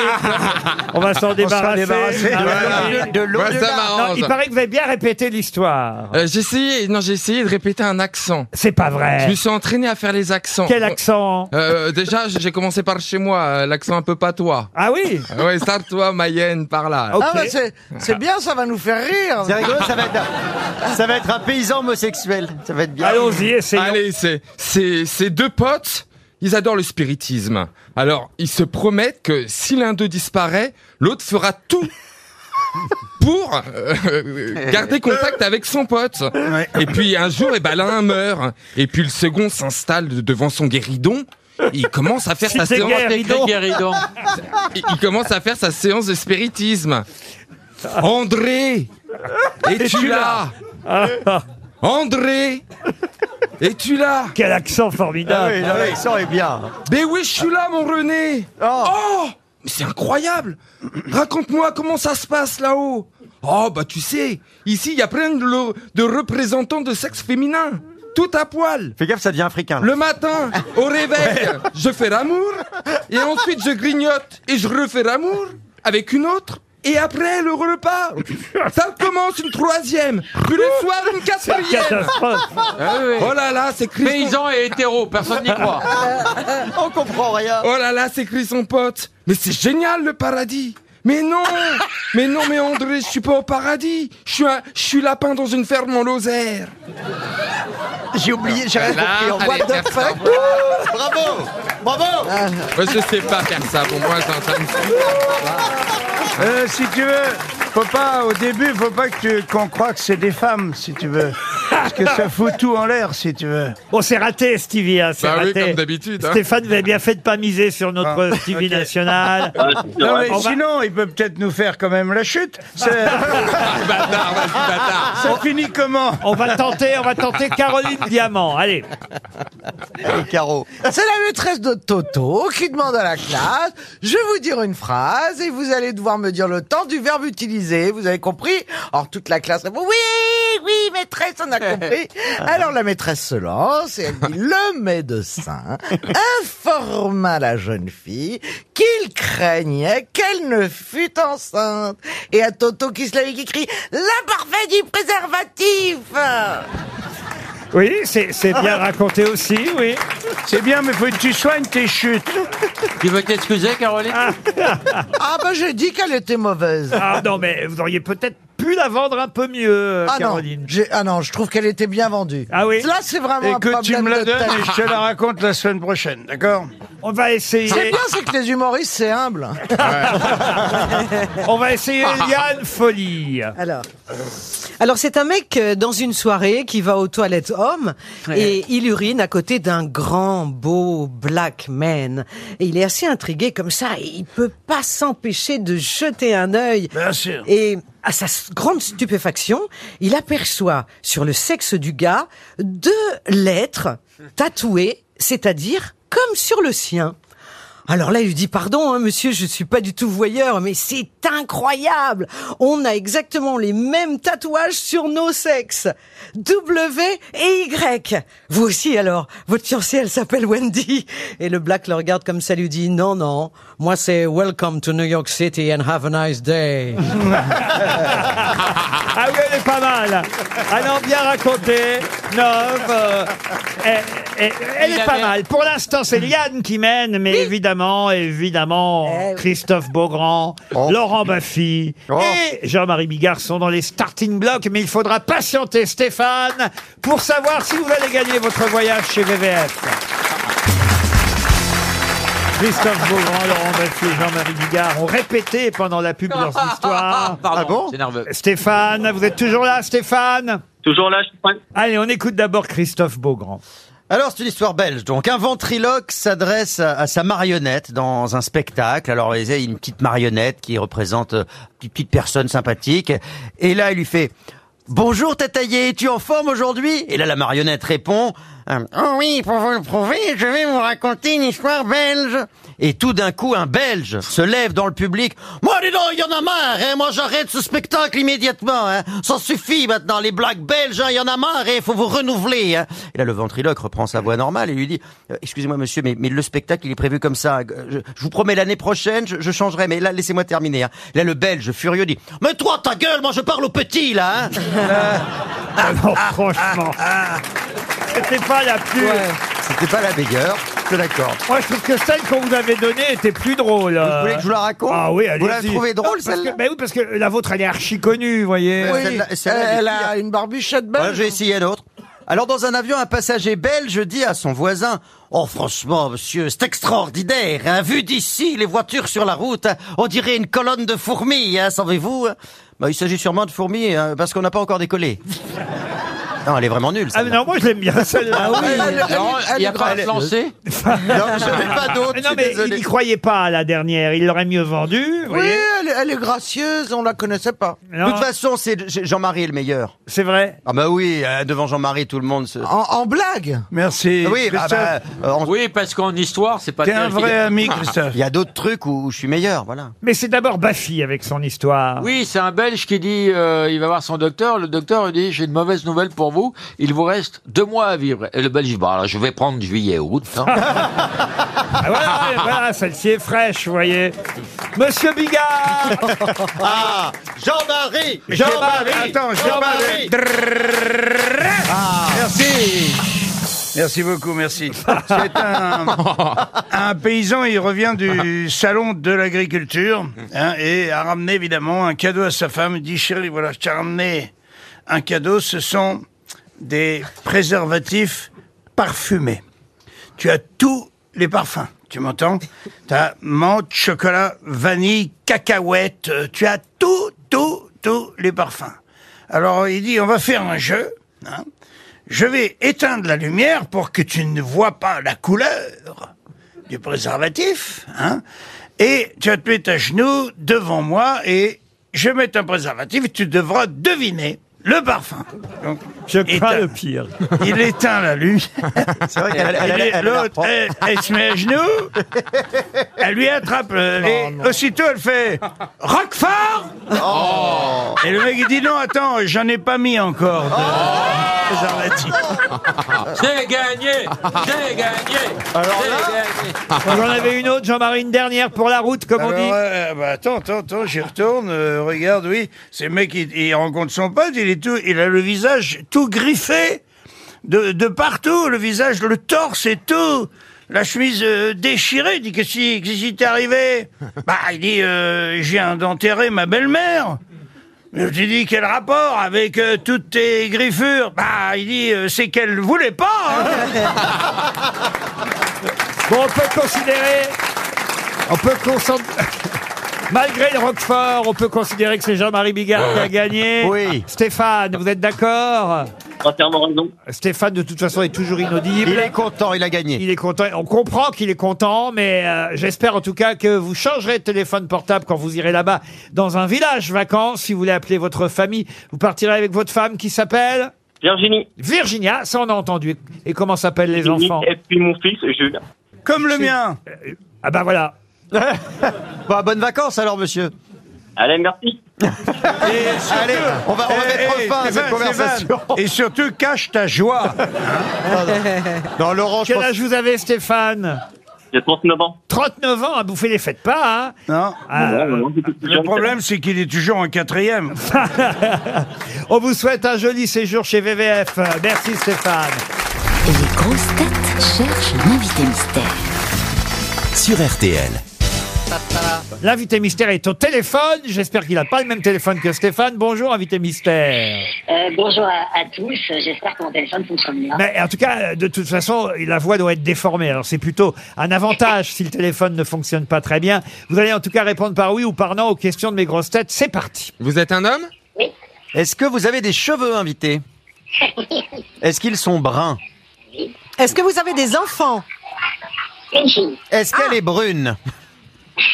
S2: On va s'en
S5: On s'en
S2: débarrasser.
S5: débarrasser.
S2: Ah,
S5: Voilà.
S2: oui.
S5: De l'eau Moi, de ça l'art. m'arrange.
S2: Non, Il paraît que vous avez bien répété l'histoire. Eh.
S5: Euh, j'ai essayé, non, j'ai essayé de répéter un accent.
S2: C'est pas vrai.
S5: Je me suis entraîné à faire les accents.
S2: Quel accent hein.
S5: Euh, Déjà, j'ai commencé par chez moi, euh, l'accent un peu patois.
S2: Ah oui
S5: Ouais, Sartois, Mayenne, par là.
S4: Ah bah c'est, c'est bien, ça va nous faire rire.
S18: C'est rigolo, ça va être, ça va être un paysan homosexuel. Ça va être bien.
S5: Allez, c'est, c'est, c'est deux potes. Ils adorent le spiritisme. Alors, ils se promettent que si l'un d'eux disparaît, l'autre fera tout pour euh, garder contact avec son pote. Et puis un jour, eh ben, l'un meurt. Et puis le second s'installe de- devant son guéridon. Et il commence à faire
S2: Si
S5: sa
S2: t'es
S5: séance.
S2: guéridon.
S5: Il il commence à faire sa séance de spiritisme. André, es-tu
S2: Es-tu
S5: là André, es-tu là
S2: Quel accent
S18: Ah
S2: formidable
S18: oui, l'accent est bien.
S5: Mais oui, je suis là, mon René Oh, Mais c'est incroyable Raconte-moi comment ça se passe là-haut Oh, bah tu sais, ici, il y a plein de, le- de représentants de sexe féminin tout à poil.
S18: Fais gaffe, ça devient africain.
S5: Le matin, au réveil, je fais l'amour, et ensuite je grignote et je refais l'amour avec une autre, et après le repas, ça commence une troisième, puis le soir une quatrième.
S2: catastrophe.
S5: Ah oui. Oh là là, c'est Christophe.
S6: Paysan et hétéro, personne n'y croit.
S18: On comprend rien.
S5: Oh là là, c'est écrit son pote. Mais c'est génial le paradis. Mais non, mais non, mais André, je suis pas au paradis. Je suis, un- je suis lapin dans une ferme en Lozère.
S18: J'ai oublié,
S5: Là,
S18: j'avais compris.
S5: allez,
S18: What the
S5: merci,
S18: fuck
S5: au revoir.
S18: Bravo
S9: Bravo
S5: Moi, je sais pas faire ça. Pour moi, ça, ça me-
S7: Euh, si tu veux, faut pas, au début, faut pas que tu- qu'on croit que c'est des femmes, si tu veux. Parce que ça fout tout en l'air, si tu veux.
S2: Bon, c'est raté, Stevie. hein, c'est
S7: Bah oui,
S2: raté.
S7: comme d'habitude, hein.
S2: Stéphane, vous avez bien fait de pas miser sur notre
S7: Ah,
S2: Stevie
S7: ok.
S2: national.
S7: Non, mais
S2: On va-
S7: sinon, il peut peut-être nous faire quand même la chute. C'est- Ça finit comment
S2: Ah. On va tenter, on va tenter Caroline Diamant. Allez.
S4: Caro. C'est la maîtresse de Toto qui demande à la classe Je vais vous dire une phrase et vous allez devoir me dire le temps du verbe utilisé. Vous avez compris Alors toute la classe répond Oui, oui, maîtresse, on a compris. Ah. Alors la maîtresse se lance et elle dit Le médecin informa la jeune fille qu'il craignait qu'elle ne fût enceinte. Et à Toto qui se lève et qui crie L'imparfait du préservatif
S2: Oui, c'est c'est bien raconté aussi, oui.
S7: C'est bien, mais faut que tu soignes tes chutes.
S6: Tu veux t'excuser, Caroline
S4: Ah bah j'ai dit qu'elle était mauvaise.
S2: Ah non, mais vous auriez peut-être pu la vendre un peu mieux, euh,
S4: Ah non,
S2: Caroline.
S4: j'ai- ah non, je trouve qu'elle était bien vendue.
S2: Ah oui.
S4: Là, c'est vraiment
S7: Et
S4: un
S7: que tu
S4: problème
S7: me la
S4: de
S7: donnes
S4: tête.
S7: et je te la raconte la semaine prochaine, d'accord
S2: On va essayer.
S4: C'est bien, c'est que les humoristes, c'est humble.
S2: On va essayer Liane Folie.
S3: Alors. Alors c'est un mec euh, dans une soirée qui va aux toilettes hommes et il urine à côté d'un grand beau black man. Et il est assez intrigué comme ça et il peut pas s'empêcher de jeter un œil.
S7: Bien sûr.
S3: Et à sa s- grande stupéfaction, il aperçoit sur le sexe du gars deux lettres tatouées, c'est-à-dire comme sur le sien. Alors là, il lui dit pardon, hein, monsieur, je suis pas du tout voyeur, mais c'est incroyable. On a exactement les mêmes tatouages sur nos sexes. W et Y. Vous aussi alors. Votre fiancée, elle s'appelle Wendy. Et le black le regarde comme ça, lui dit non, non. Moi, c'est Welcome to New York City and have a nice day.
S2: Ah oui, elle est pas mal. Ah non, bien racontée. Neuve. euh, elle elle- elle
S7: Il
S2: est
S7: a
S2: pas
S7: l'air-
S2: mal. Pour l'instant, c'est Liane qui mène, mais évidemment, évidemment, Christophe Beaugrand, Laurent Baffy et Jean-Marie Bigard sont dans les starting blocks, mais il faudra patienter Stéphane pour savoir si vous allez gagner votre voyage chez VVF. Christophe Beaugrand, Laurent Baffy et Jean-Marie Bigard ont répété pendant la pub leurs histoires.
S6: Ah,
S9: Ah
S6: Pardon, c'est nerveux.
S2: Stéphane, vous êtes toujours là, Stéphane
S20: Toujours là, je prends.
S2: Allez, on écoute d'abord Christophe Beaugrand.
S9: Alors, c'est une histoire belge. Donc, un ventriloque s'adresse à, à sa marionnette dans un spectacle. Alors, il y a une petite marionnette qui représente euh, une petite personne sympathique. Et là, il lui fait Bonjour, Tataillé, es-tu en forme aujourd'hui Et là, la marionnette répond euh, Oh oui, pour vous le prouver, je vais vous raconter une histoire belge. Et tout d'un coup, un Belge se lève dans le public. Moi, dis donc, il y en a marre, hein. Moi, j'arrête ce spectacle immédiatement, hein. Ça suffit maintenant, les blagues belges, hein, il y en a marre, il faut vous renouveler, hein. Et là, le ventriloque reprend sa voix normale et lui dit, Euh, excusez-moi, monsieur, mais, mais le spectacle, il est prévu comme ça. Euh, Je, je vous promets, l'année prochaine, je, je changerai, mais là, laissez-moi terminer, hein. Là, le Belge, furieux, dit, mais toi, ta gueule, moi, je parle au petit, là, hein.
S2: Ah non, franchement.
S9: Ah,
S2: C'était pas la plus.
S9: C'était pas la meilleure, je l'accorde.
S2: Moi, je trouve que celle qu'on vous avait donnée était plus drôle. Vous
S9: voulez que je vous la raconte
S2: Ah oui,
S9: Vous
S2: allez-y.
S9: la trouvez drôle,
S2: Parce que-
S9: celle-là
S2: Ben oui, parce que la vôtre, elle est archi connue, vous voyez.
S9: Oui, Euh, celle-là,
S4: elle
S9: elle est
S4: a une barbichette
S9: Voilà,
S4: belge.
S9: j'ai essayé l'autre. Alors, dans un avion, un passager belge dit à son voisin, Oh, franchement, monsieur, c'est extraordinaire, hein. Vu d'ici, les voitures sur la route, hein, on dirait une colonne de fourmis, hein, savez-vous? Bah, il s'agit sûrement de fourmis, hein, parce qu'on n'a pas encore décollé. Non, elle est vraiment nulle.
S2: Ah mais non, moi je l'aime bien celle-là.
S9: Ah oui. Elle- elle- Non, elle- il y a elle- pas à se elle- lancer
S2: non,
S9: j'avais pas d'autre, je
S2: Non
S9: suis
S2: mais
S9: désolé.
S2: il n'y croyait pas à la dernière, il l'aurait mieux vendue. vous
S4: Oui,
S2: voyez.
S4: elle, est- elle est gracieuse, on la connaissait pas.
S9: De toute façon, c'est J- Jean-Marie le meilleur.
S2: C'est vrai.
S9: Ah bah oui, euh, devant Jean-Marie, tout le monde se...
S4: En, en blague
S7: Merci.
S9: oui, bah, bah, euh, on-
S6: Oui, parce qu'en histoire, c'est pas terrible.
S9: Il y a d'autres trucs où, où je suis meilleur, voilà.
S2: Mais c'est d'abord Baffy avec son histoire.
S6: Oui, c'est un Belge qui dit, euh, il va voir son docteur. Le docteur lui dit, j'ai une mauvaise nouvelle pour vous. Il vous reste deux mois à vivre. Et le Belge dit, bah, alors, je vais prendre juillet, août. hein.
S2: Ah, voilà, voilà, celle-ci est fraîche, vous voyez. Monsieur Bigard
S9: Ah Jean-Marie
S7: Jean-Marie Attends, Jean-Marie
S21: Ah,
S9: Ah.
S7: Merci Merci beaucoup, merci. C'est un, un paysan, il revient du salon de l'agriculture hein, et a ramené évidemment un cadeau à sa femme. Il dit Chérie, voilà, je t'ai ramené un cadeau, ce sont des préservatifs parfumés. Tu as tout les parfums. Tu m'entends T'as menthe, chocolat, vanille, cacahuète. euh, Tu as tout, tout, tous les parfums. Alors il dit, on va faire un jeu. hein. Je vais éteindre la lumière pour que tu ne vois pas la couleur du préservatif. hein. et tu vas te mettre à genoux devant moi et je vais mettre un préservatif. et Tu devras deviner le parfum. Donc, je
S2: crains le pire.
S7: Il éteint la lumière.
S2: C'est vrai qu'elle- elle-
S7: Il
S2: elle-
S7: est-
S2: elle a l'air
S7: L'autre,
S2: propre.
S7: elle, elle se met à genoux. Elle lui attrape le
S2: Oh,
S7: lait. Aussitôt, elle fait Roquefort
S2: Oh.
S7: Et le mec, il dit Non, attends, j'en ai pas mis encore. de-
S2: Oh.
S7: préservatif.
S6: J'ai gagné J'ai gagné
S2: Alors J'en avais une autre, Jean-Marie, une dernière pour la route, comme on
S7: Alors,
S2: dit.
S7: euh, bah, attends, attends, attends, j'y retourne. euh, regarde, oui, c'est le mec, il, il rencontre son pote, il est tout, il a le visage tout griffé de, de partout, le visage, le torse et tout. La chemise euh, déchirée, il dit qu'est-ce qui qu'est-ce qui t'est arrivé Bah, il dit, euh, je viens d'enterrer ma belle-mère. Je lui dis quel rapport avec euh, toutes tes griffures Bah, il dit euh, c'est qu'elle voulait pas. hein.
S2: bon, on peut considérer, on peut consen- Malgré le Roquefort, on peut considérer que c'est Jean-Marie Bigard qui a gagné. Oui. Stéphane, vous êtes d'accord
S22: Entièrement raison.
S2: Stéphane, de toute façon, est toujours inaudible.
S9: Il est content, il a gagné.
S2: Il est content. On comprend qu'il est content, mais euh, j'espère en tout cas que vous changerez de téléphone portable quand vous irez là-bas dans un village vacances. Si vous voulez appeler votre famille, vous partirez avec votre femme qui s'appelle
S22: Virginie.
S2: Virginia, ça on a entendu. Et comment s'appellent les enfants
S22: Et puis mon fils, Jules.
S7: Comme le mien.
S2: Ah bah voilà.
S9: bah, bonnes vacances alors, monsieur.
S22: Allez, merci.
S9: Allez, on va, on va
S7: Eh,
S9: mettre
S7: eh,
S9: fin à cette
S7: Stéphane,
S9: conversation.
S7: Stéphane, Et surtout, cache ta joie. hein.
S9: Non, Laurent,
S2: Quel âge vous avez, Stéphane
S22: J'ai 39 ans.
S2: 39 ans, à bouffer les fêtes pas, hein
S7: Non.
S2: Ah, Non, non, non,
S7: le problème, c'est qu'il est toujours en quatrième.
S2: On vous souhaite un joli séjour chez VVF. Merci Stéphane.
S1: Les grosses têtes cherchent l'invité mystère.
S23: Sur RTL.
S2: L'invité mystère est au téléphone. J'espère qu'il n'a pas le même téléphone que Stéphane. Bonjour, invité mystère.
S11: Euh, bonjour à, à tous, j'espère que mon téléphone fonctionne bien.
S7: Ah.
S2: Mais en tout cas, euh, de toute façon, la voix doit être déformée. Alors c'est plutôt un avantage si le téléphone ne fonctionne pas très bien. Vous allez en tout cas répondre par oui ou par non aux questions de mes grosses têtes. C'est parti.
S9: Vous êtes un homme
S11: Oui.
S9: Est-ce que vous avez des cheveux invités Est-ce qu'ils sont bruns
S3: Est-ce que vous avez des enfants
S9: Est-ce qu'elle est brune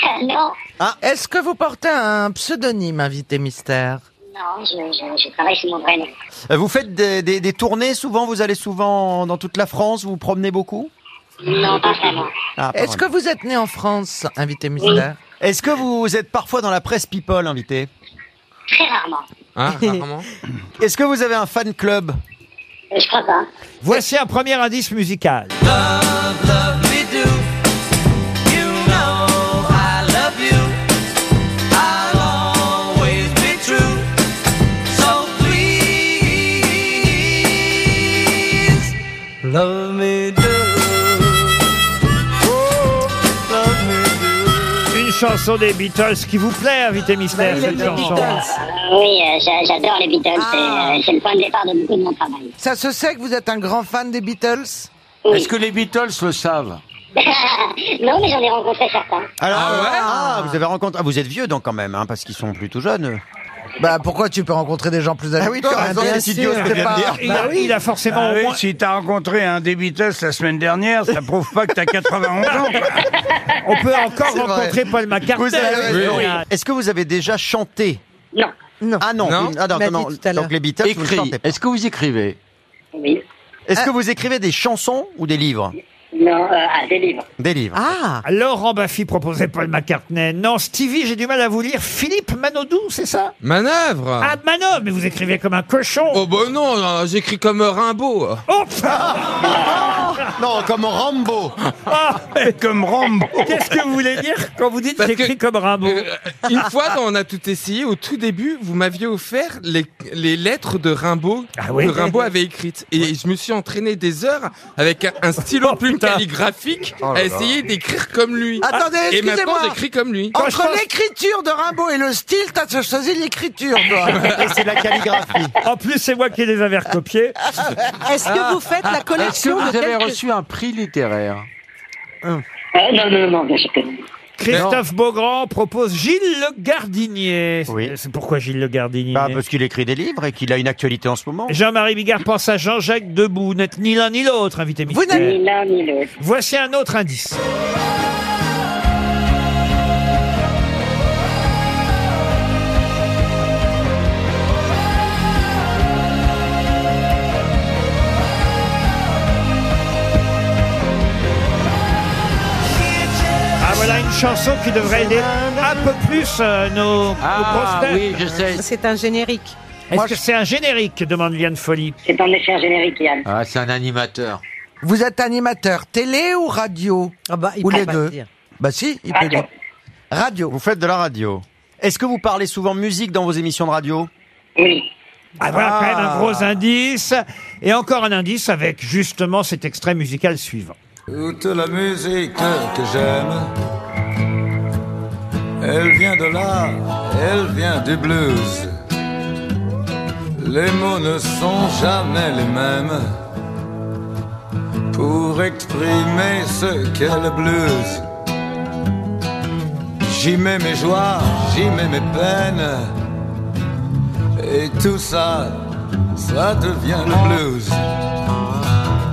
S11: Ah. non,
S4: Ah, Est-ce que vous portez un pseudonyme, invité mystère
S11: non, je, je- je travaille sur mon vrai nom.
S9: Euh, Vous faites des, des- des tournées souvent Vous allez souvent dans toute la France Vous vous promenez beaucoup Ah,
S11: Non, pas vraiment.
S4: Est-ce que vous êtes né en France, invité mystère
S9: Est-ce que vous êtes parfois dans la presse People invité
S11: Très rarement.
S9: Est-ce que vous avez un fan club
S11: Euh, Je crois pas.
S2: Voici un premier indice musical.
S6: Love me do. love me
S2: Une chanson des Beatles qui vous plaît, invité mystère, cette chanson.
S11: Euh, oui, euh, j'a- j'adore les Beatles, c'est, euh, c'est le point de départ de beaucoup de mon travail.
S4: Ah. Ça se sait que vous êtes un grand fan des Beatles
S24: Est-ce que les Beatles le savent
S11: non, mais j'en ai rencontré certains.
S9: Alors, ah, vous avez rencontré. ah, vous êtes vieux donc quand même, hein, parce qu'ils sont plutôt jeunes.
S4: Bah pourquoi tu peux rencontrer des gens plus âgés
S9: Ah oui, tu as raison, c'est idiot ce que je viens de dire.
S2: Il a- Bah, il a forcément
S7: Ah
S2: au
S7: oui,
S2: moins-
S7: Si t'as rencontré un des Beatles la semaine dernière, ça prouve pas que t'as 91 ans.
S2: On peut encore
S9: C'est vrai.
S2: rencontrer Paul McCartney.
S9: Vous avez-
S2: Oui, oui.
S9: Est-ce que vous avez déjà chanté
S11: Non.
S9: Non. Ah non.
S11: Non.
S9: Ah, non,
S11: Il m'a
S9: non, non.
S11: dit tout à
S9: Donc
S11: l'heure.
S9: les Beatles, vous ne
S24: Écrit.
S9: chantez pas.
S24: Est-ce que vous écrivez
S11: Oui.
S9: Est-ce que vous écrivez des chansons ou des livres
S11: Non, euh, ah, des livres.
S9: Des livres.
S2: Ah Laurent Baffy proposait Paul McCartney. Non, Stevie, j'ai du mal à vous lire. Philippe Manodou, c'est ça
S5: Manœuvre
S2: Ah, Manœuvre, mais vous écrivez comme un cochon
S5: Oh bah non, non, j'écris comme Rimbaud
S2: Oh
S9: Non, comme Rambo
S5: Ah,
S7: Comme Rambo
S2: Qu'est-ce que vous voulez dire quand vous dites j'écris comme Rimbaud
S5: euh, Une fois, on a tout essayé, au tout début, vous m'aviez offert les, les lettres de Rimbaud
S2: Ah oui
S5: que Rimbaud avait écrites. Et je me suis entraîné des heures avec un, un stylo
S2: Oh,
S5: plume calligraphique à essayer d'écrire comme lui.
S4: Ah. Attendez,
S5: Et maintenant,
S4: excusez-moi.
S5: j'écris comme lui.
S4: Entre l'écriture de Rimbaud et le style, t'as choisi l'écriture, toi.
S5: Et c'est de la calligraphie.
S2: En plus, c'est moi qui les avais recopiés.
S3: Est-ce que vous faites la collection
S2: Ah,
S24: Est-ce que
S3: de
S24: vous avez
S3: quelques-
S24: reçu un prix littéraire
S25: Euh, non, non, non, non, je sais
S2: Christophe Beaugrand propose Gilles Le Gardinier. Euh, C'est pourquoi Gilles Le Gardinier
S18: Parce qu'il écrit des livres et qu'il a une actualité en ce moment.
S2: Jean-Marie Bigard pense à Jean-Jacques Debout. Vous n'êtes ni l'un ni l'autre, invité mystère.
S25: Ni l'un ni l'autre.
S2: Voici un autre indice. Ah voilà une chanson qui devrait aider un peu plus euh, nos,
S6: Ah,
S2: nos grosses têtes.
S6: oui, je sais.
S3: C'est un générique.
S2: Est-ce que c'est un générique demande Liane Folie.
S25: C'est en effet un générique, Yann.
S6: Ah, c'est un animateur.
S4: Vous êtes animateur télé ou radio
S3: Ah il
S4: Ou
S3: peut
S4: les
S3: pas
S4: deux
S3: le dire.
S4: Bah si, il
S25: Radio.
S4: peut le- Radio.
S18: Vous faites de la radio. Est-ce que vous parlez souvent musique dans vos émissions de radio
S25: Oui.
S2: Ah, voilà
S18: Ah.
S2: quand même un gros indice. Et encore un indice avec justement cet extrait musical suivant.
S21: Toute la musique que j'aime, elle vient de là, elle vient du blues. Les mots ne sont jamais les mêmes pour exprimer ce qu'est le blues. J'y mets mes joies, j'y mets mes peines, et tout ça, ça devient le blues.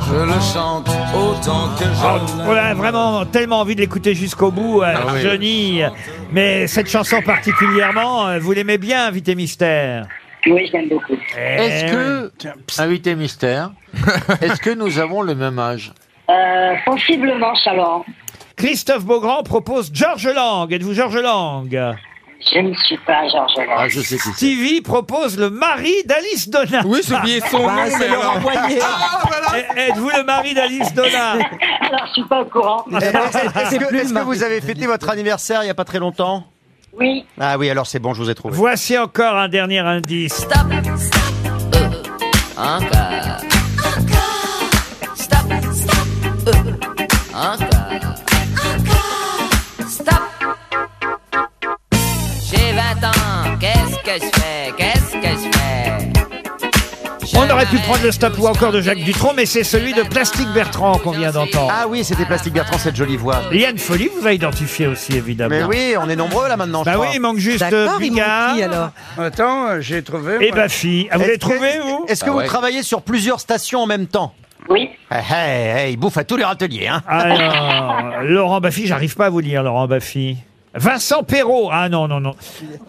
S21: Je le chante autant que
S2: Ah,
S21: je
S2: on a vraiment tellement envie de l'écouter jusqu'au bout, euh,
S21: Ah oui.
S2: Johnny. Mais cette chanson particulièrement, euh, vous l'aimez bien, Invité Mystère Eh
S25: Oui, je l'aime beaucoup.
S6: Est-ce que, invité mystère, est-ce que nous avons le même âge
S25: Euh, sensiblement, Chalon.
S2: Christophe Beaugrand propose Georges Lang. Êtes-vous Georges Lang
S25: Je ne suis pas Georges Lang.
S6: Ah, je sais qui c'est.
S2: Stevie propose le mari d'Alice Donna.
S5: Oui, j'ai oublié son
S18: bah,
S5: nom, mais alors-
S2: Ah, voilà. Êtes-vous le mari d'Alice Donna
S25: Alors, je suis pas au courant.
S18: Est-ce que, est-ce que vous avez fêté votre anniversaire il n'y a pas très longtemps
S25: Oui.
S18: Ah oui, alors c'est bon, je vous ai trouvé.
S2: Voici encore un dernier indice.
S15: Encore. Stop, stop, euh, encore. Stop. J'ai 20 ans, qu'est-ce que je fais, qu'est-ce que je fais
S2: On aurait pu prendre le stop ou encore de Jacques Dutronc, mais c'est celui de Plastique Bertrand qu'on vient d'entendre.
S18: Ah oui, c'était Plastique Bertrand, cette jolie voix.
S2: Liane Folie vous a identifié aussi, évidemment.
S18: Mais oui, on est nombreux là maintenant. je
S2: Bah oui,
S18: crois.
S2: il manque juste euh, Bigard.
S7: Attends, euh, j'ai trouvé.
S2: Et
S7: moi.
S2: ma fille. Ah, vous
S18: Est-ce
S2: l'avez
S18: que-
S2: trouvé, vous Ah
S18: Est-ce que
S7: Bah
S18: vous
S7: ouais.
S18: travaillez sur plusieurs stations en même temps
S25: Oui.
S18: Eh, eh, eh, Il bouffe à tous les râteliers. Hein.
S2: Alors, Ah, Laurent Baffy, j'arrive pas à vous lire, Laurent Baffy. Vincent Perrault. Ah non, non, non.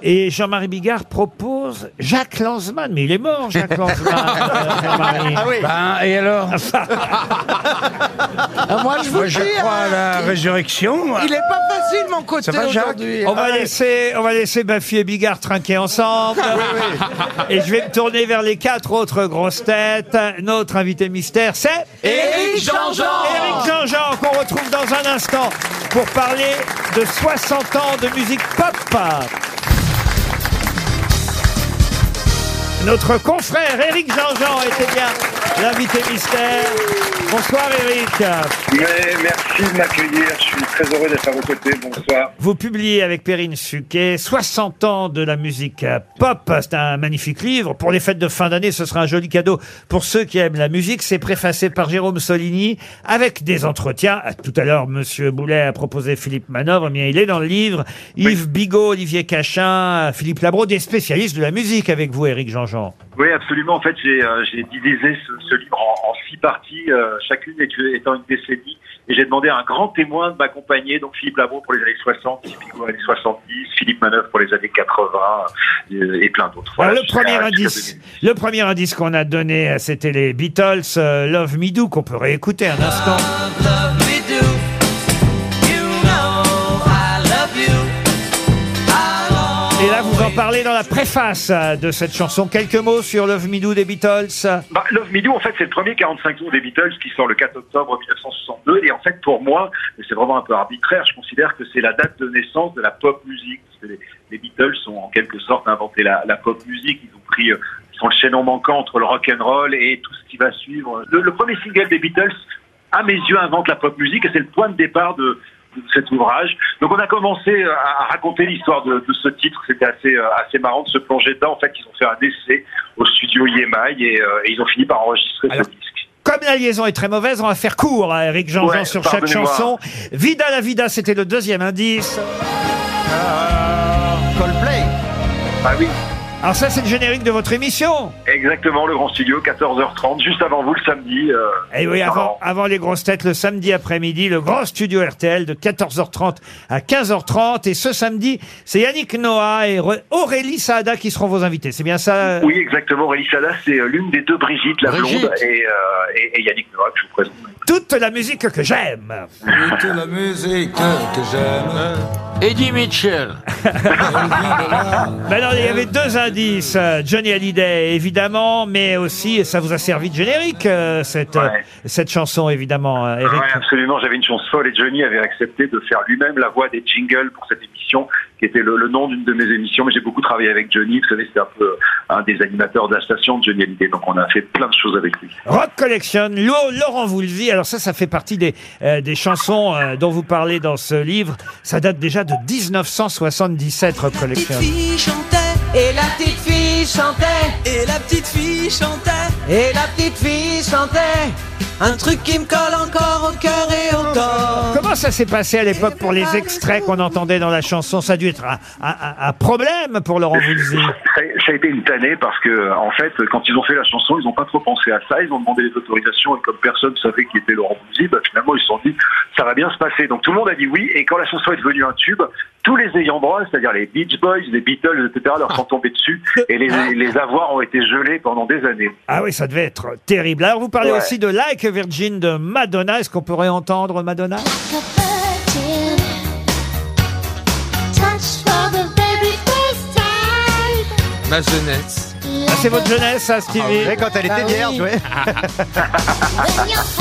S2: Et Jean-Marie Bigard propose Jacques Lanzmann. Mais il est mort, Jacques Lanzmann. euh, Jean-Marie.
S18: Ah oui.
S7: Ben, et alors
S2: Ah,
S4: moi, je vous
S7: je
S4: dis,
S7: crois à la
S2: euh,
S4: il-
S7: résurrection. moi.
S4: Il est pas facile mon côté
S7: Ça va, Jacques
S15: hein.
S4: aujourd'hui.
S2: On va laisser, on va laisser Baffy et Bigard trinquer ensemble. bah Et je vais me tourner vers les quatre autres grosses têtes. Notre invité mystère, c'est
S15: Éric Jean-Jean.
S2: Éric Jean-Jean qu'on retrouve dans un instant pour parler de 60 ans de musique pop. Notre confrère Éric Jean-Jean était bien l'invité mystère. Bonsoir Éric.
S22: Mais merci de m'accueillir, je suis très heureux d'être à vos côtés, bonsoir.
S2: Vous publiez avec Perrine Suquet 60 ans de la musique euh, pop. C'est un magnifique livre. Pour les fêtes de fin d'année, ce sera un joli cadeau pour ceux qui aiment la musique. C'est préfacé par Jérôme Soligny avec des entretiens. Ah, Tout à l'heure, Monsieur Boulet a proposé Philippe Manœuvre. Eh Bien, il est dans le livre. Yves Bigot, Olivier Cachin, Philippe Labro, des spécialistes de la musique avec vous, Éric Jean-Jean.
S22: Oui, absolument, en fait j'ai euh, j'ai divisé ce, ce livre en, en six parties, euh, chacune est- étant une décennie, et j'ai demandé à un grand témoin de m'accompagner, donc Philippe Labro pour les années 60, Philippe Bigot années 70, Philippe Manœuvre pour les années 80, euh, et plein d'autres. Voilà,
S2: Alors, Ah, le
S22: jusqu'à- jusqu'à
S2: premier indice, le premier indice qu'on a donné, euh, c'était les Beatles, euh, Love Me Do, qu'on peut réécouter un instant.
S15: Love me do. You know I love you.
S2: Et là, vous en parlez dans la préface euh, de cette chanson. Quelques mots sur Love Me Do des Beatles.
S22: Bah, Love Me Do, en fait, c'est le premier 45 tours des Beatles qui sort le 4 octobre 1962. Et en fait, pour moi, et c'est vraiment un peu arbitraire, je considère que c'est la date de naissance de la pop musique. Parce que les, les Beatles ont en quelque sorte inventé la, la pop musique. Ils ont pris, euh, ils sont le chaînon manquant entre le rock and roll et tout ce qui va suivre. Le, le premier single des Beatles, à mes yeux, invente la pop musique et c'est le point de départ de, de cet ouvrage. Donc on a commencé euh, à, à raconter l'histoire de, de ce titre. C'était assez, euh, assez marrant de se plonger dedans. En fait, ils ont fait un essai au studio EMI et, euh, et ils ont fini par enregistrer ce disque.
S2: Comme la liaison est très mauvaise, on va faire court à Eric Jean-Jean
S22: Ouais,
S2: sur chaque
S22: pardonnez-moi.
S2: chanson. Vida la vida, c'était le deuxième indice.
S22: Coldplay. Ah oui.
S2: Alors ça, c'est le générique de votre émission.
S22: Exactement, le grand studio, 14h30, juste avant vous le samedi. euh,
S2: Et Eh oui,
S22: dans-
S2: avant, avant les grosses têtes, le samedi après-midi, le grand studio RTL de 14h30 à 15h30. Et ce samedi, c'est Yannick Noah et Re- Aurélie Saada qui seront vos invités. C'est bien ça euh,
S22: Oui, exactement. Aurélie Sada, c'est euh, l'une des deux Brigitte, la
S2: Brigitte.
S22: blonde, et, euh, et, et Yannick Noah que je vous présente.
S2: Toute la musique que j'aime.
S21: Toute la musique que j'aime. Eddie Mitchell.
S2: Ben non, il y avait deux indices. euh, Johnny Hallyday, évidemment, mais aussi, et ça vous a servi de générique, euh, cette, euh, cette chanson, évidemment, euh, Eric.
S22: Ah Ouais, absolument. J'avais une chance folle et Johnny avait accepté de faire lui-même la voix des jingles pour cette émission, qui était le, le nom d'une de mes émissions. Mais j'ai beaucoup travaillé avec Johnny. Vous savez, c'est un peu euh, un des animateurs de la station, Johnny Hallyday. Donc on a fait plein de choses avec lui.
S2: Rock Collection, Lo- Laurent Voulzy. Alors ça, ça fait partie des, euh, des chansons euh, dont vous parlez dans ce livre. Ça date déjà de 1977, Rock Collection.
S3: fille chantait, et la petite fille chantait, et la petite fille chantait, et la petite fille chantait. Un truc qui me colle encore au cœur et au corps.
S2: Comment ça s'est passé à l'époque pour les extraits qu'on entendait dans la chanson Ça a dû être un, un- un- un problème pour Laurent Voulzy.
S22: Ça, ça a été une tannée parce que, en fait, quand ils ont fait la chanson, ils n'ont pas trop pensé à ça. Ils ont demandé les autorisations et comme personne savait qui était Laurent Bouzy, bah, finalement, ils se sont dit, ça va bien se passer. Donc tout le monde a dit oui. Et quand la chanson est devenue un tube, tous les ayants droit, c'est-à-dire les Beach Boys, les Beatles, etc., leur sont tombés dessus et les, les avoirs ont été gelés pendant des années.
S2: Ah oui, ça devait être terrible. Alors vous parlez
S22: Ouais.
S2: aussi de Like a Virgin de Madonna. Est-ce qu'on pourrait entendre Madonna
S11: Ma jeunesse.
S2: Ah, C'est votre jeunesse, ça, Stevie Ah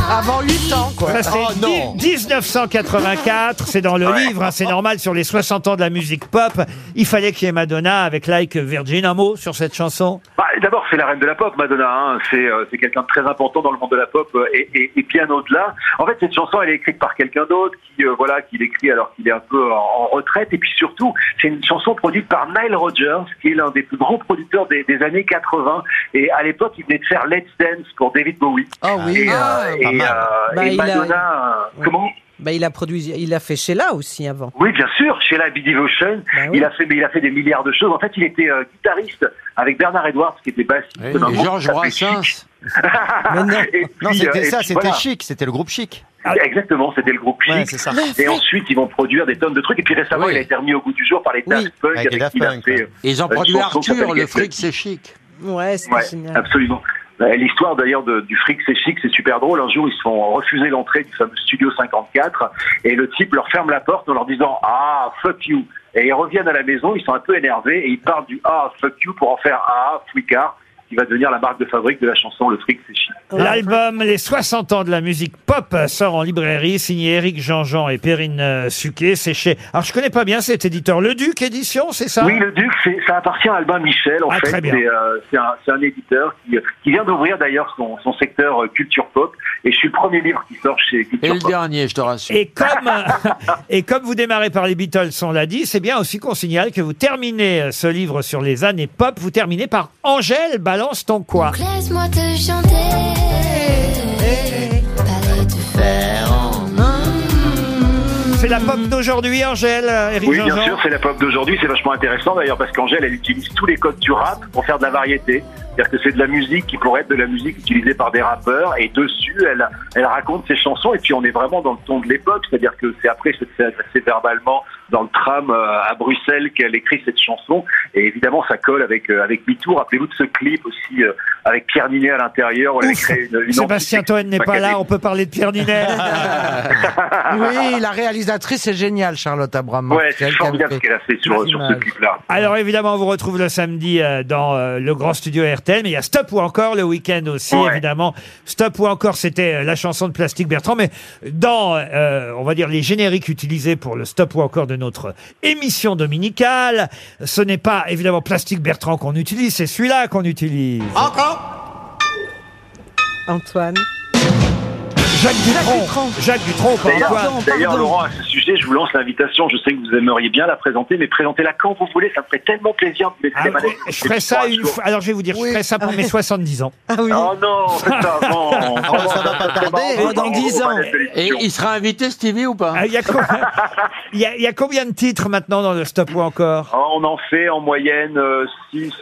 S4: Ah, Avant 8 ans, quoi. Ah,
S2: Ça, c'est dix- 1984, c'est dans le livre, hein, c'est normal, sur les 60 ans de la musique pop. Il fallait qu'il y ait Madonna avec Like a Virgin. Un mot sur cette chanson
S22: Bah, D'abord, c'est la reine de la pop, Madonna. hein. C'est euh, c'est quelqu'un de très important dans le monde de la pop euh, et, et- et bien au-delà. En fait, cette chanson, elle est écrite par quelqu'un d'autre qui, euh, voilà, qui l'écrit alors qu'il est un peu en, en retraite. Et puis surtout, c'est une chanson produite par Nile Rodgers, qui est l'un des plus grands producteurs des, des années 80. Et à l'époque, il venait de faire Let's Dance pour David Bowie.
S26: Ah oui.
S22: Et, euh,
S26: Ah,
S22: et,
S26: pas mal.
S22: euh,
S26: Bah,
S22: et
S26: il a-
S22: Madonna, euh, comment
S26: Bah, il a produit, il a fait Sheila aussi avant.
S22: oui, bien sûr, chez la Devotion,
S9: Bah
S26: oui.
S22: il a fait, mais il a fait des milliards de choses. En fait, il était euh, guitariste avec Bernard Edwards, qui était bassiste.
S9: Oui,
S22: dans le
S9: et
S22: groupe
S9: Georges
S22: qui s'appelait
S9: Brassens.
S22: Chic.
S9: Mais non,
S22: Et
S9: non
S22: puis, euh,
S9: c'était
S22: et
S9: ça,
S22: puis
S9: c'était
S22: voilà.
S9: chic, c'était le groupe chic.
S22: Exactement, c'était le groupe Chic.
S9: c'est ça.
S22: Et ensuite, ils vont produire des tonnes de trucs. Et puis récemment, il a été remis au goût du jour par les Daft Punk.
S6: Avec les Daft
S22: qui il a
S6: Punk,
S22: fait,
S6: ouais.
S22: euh,
S6: Et ils ont
S22: une
S6: produit
S22: chanson qui
S6: Arthur,
S22: s'appelle
S6: le
S22: Get
S6: fric,
S22: Lucky.
S6: c'est chic.
S26: Ouais, c'était
S22: Ouais,
S26: génial.
S22: absolument. Euh, L'histoire d'ailleurs de- du fric c'est chic, c'est super drôle. Un jour, ils se font refuser l'entrée du fameux studio 54 et le type leur ferme la porte en leur disant ah fuck you. Et ils reviennent à la maison, ils sont un peu énervés et ils parlent du ah fuck you pour en faire ah flicard qui va devenir la marque de fabrique de la chanson Le fric c'est chic.
S2: L'album Les 60 ans de la musique pop sort en librairie, signé Eric Jean-Jean et Perrine euh, Suquet. C'est chez. Alors je connais pas bien cet éditeur, Le Duc Édition, c'est ça
S22: Oui, le Duc, c'est- ça appartient à Albin Michel, en
S2: Ah,
S22: fait.
S2: très bien.
S22: C'est euh, c'est un, c'est un éditeur qui, qui vient d'ouvrir d'ailleurs son, son secteur euh, culture pop. Et je suis le premier livre qui sort chez Culture
S6: Et le
S22: Pop.
S6: dernier, je te rassure.
S2: Et comme, euh, et comme vous démarrez par les Beatles, on l'a dit, c'est bien aussi qu'on signale que vous terminez euh, ce livre sur les années pop, vous terminez par Angèle, balance ton quoi.
S27: Laisse-moi te
S2: Eh,
S27: chanter. Palais de fer en
S15: Mm.
S2: C'est la pop d'aujourd'hui, Angèle, euh, Eric
S22: Oui, bien
S2: Jean-Jean
S22: sûr, c'est la pop d'aujourd'hui. C'est vachement intéressant d'ailleurs parce qu'Angèle, elle utilise tous les codes du rap pour faire de la variété. C'est-à-dire que c'est de la musique qui pourrait être de la musique utilisée par des rappeurs et dessus, elle, elle raconte ses chansons et puis on est vraiment dans le ton de l'époque. C'est-à-dire que c'est après, c'est c'est adressé verbalement dans le tram euh, à Bruxelles qu'elle écrit cette chanson et évidemment ça colle avec euh, avec MeToo. Rappelez-vous de ce clip aussi euh, avec Pierre Ninet à l'intérieur. où Elle avait créé une, une
S2: Sébastien
S22: entité
S2: Toen n'est pas là, on peut parler de Pierre Ninet.
S4: Oui, la réalisatrice est géniale, Charlotte Abramoff.
S22: Ouais, c'est
S4: elle qui a
S22: formidable
S4: fait
S22: ce qu'elle a fait sur,
S4: les
S22: sur ce
S4: images.
S22: clip-là.
S2: Alors évidemment, on vous retrouve le samedi euh, dans euh, le grand studio RTL, mais il y a Stop ou encore le week-end aussi,
S22: Ouais.
S2: évidemment. Stop ou encore, c'était euh, la chanson de Plastique Bertrand, mais dans, euh, on va dire, les génériques utilisés pour le Stop ou encore de notre émission dominicale, ce n'est pas évidemment Plastique Bertrand qu'on utilise, c'est celui-là qu'on utilise.
S26: Encore Antoine.
S2: Jacques Dutronc. Jacques Dutronc, encore une
S22: D'ailleurs,
S2: fois.
S22: d'ailleurs, Laurent, à ce sujet, je vous lance l'invitation. Je sais que vous aimeriez bien la présenter, mais présentez-la quand vous voulez. Ça me ferait tellement plaisir de vous laisser
S2: Ah,
S22: les manettes.
S2: je ferai ça une fois. Alors je vais vous dire, je ferai ça pour mes 70 ans. Ah oui.
S22: Oh non, faites Ah, ça avant.
S2: ça va pas tarder. Dans 10 ans.
S6: Et il sera invité, Stevie, ou pas
S2: Ah, Il y, a co- il y a- il y a combien de titres maintenant dans le stop ou encore
S22: Ah, on en fait en moyenne euh, 6,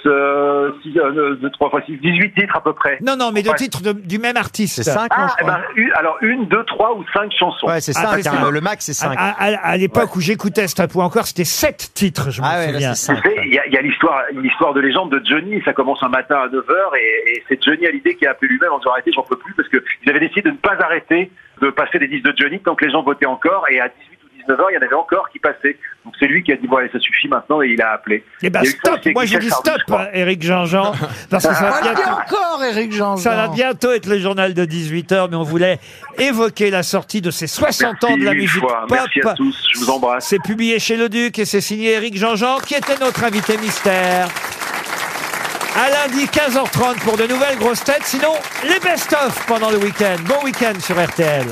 S22: euh, 3 fois 6, 18 titres à peu près.
S2: Non, non, mais de
S22: Enfin,
S2: titres de- du même artiste.
S22: C'est cinq, Ah, non, je eh crois. ben, une- alors une, deux, trois ou cinq chansons. Ouais, c'est
S2: Ah,
S22: cinq, hein, le max, c'est
S2: À,
S22: cinq.
S2: à- à- à l'époque où j'écoutais Stop ou encore, c'était 7 titres, je me
S22: Ah
S2: souviens.
S22: Tu sais, il y a, il y a l'histoire, une histoire de légende de Johnny. Ça commence un matin à 9h et, et c'est Johnny Hallyday qui a appelé lui-même en disant arrêtez, j'en peux plus parce qu'ils avaient décidé de ne pas arrêter de passer les disques de Johnny tant que les gens votaient encore et à 18 ou 19h, il y en avait encore qui passaient. Donc c'est lui qui a dit bon, allez, ça suffit maintenant et il a appelé.
S2: Eh ben
S22: Il y a eu ça
S2: stop,
S22: aussi avec
S2: moi j'ai
S22: Michel
S2: dit
S22: Sardou,
S2: stop, hein.
S22: je crois.
S2: Eric Jean-Jean, parce que ça va
S4: Voilà
S2: bientôt-
S4: encore, Eric Jean.
S2: Ça va bientôt être le journal de 18h, mais on voulait évoquer la sortie de ces 60 ans de la
S22: Merci mille
S2: musique
S22: fois.
S2: pop.
S22: Merci à tous, je vous embrasse.
S2: C'est publié chez Le Duc et c'est signé Eric Jean-Jean, qui était notre invité mystère. À lundi 15h30 pour de nouvelles grosses têtes, sinon les best-of pendant le week-end. Bon week-end sur RTL.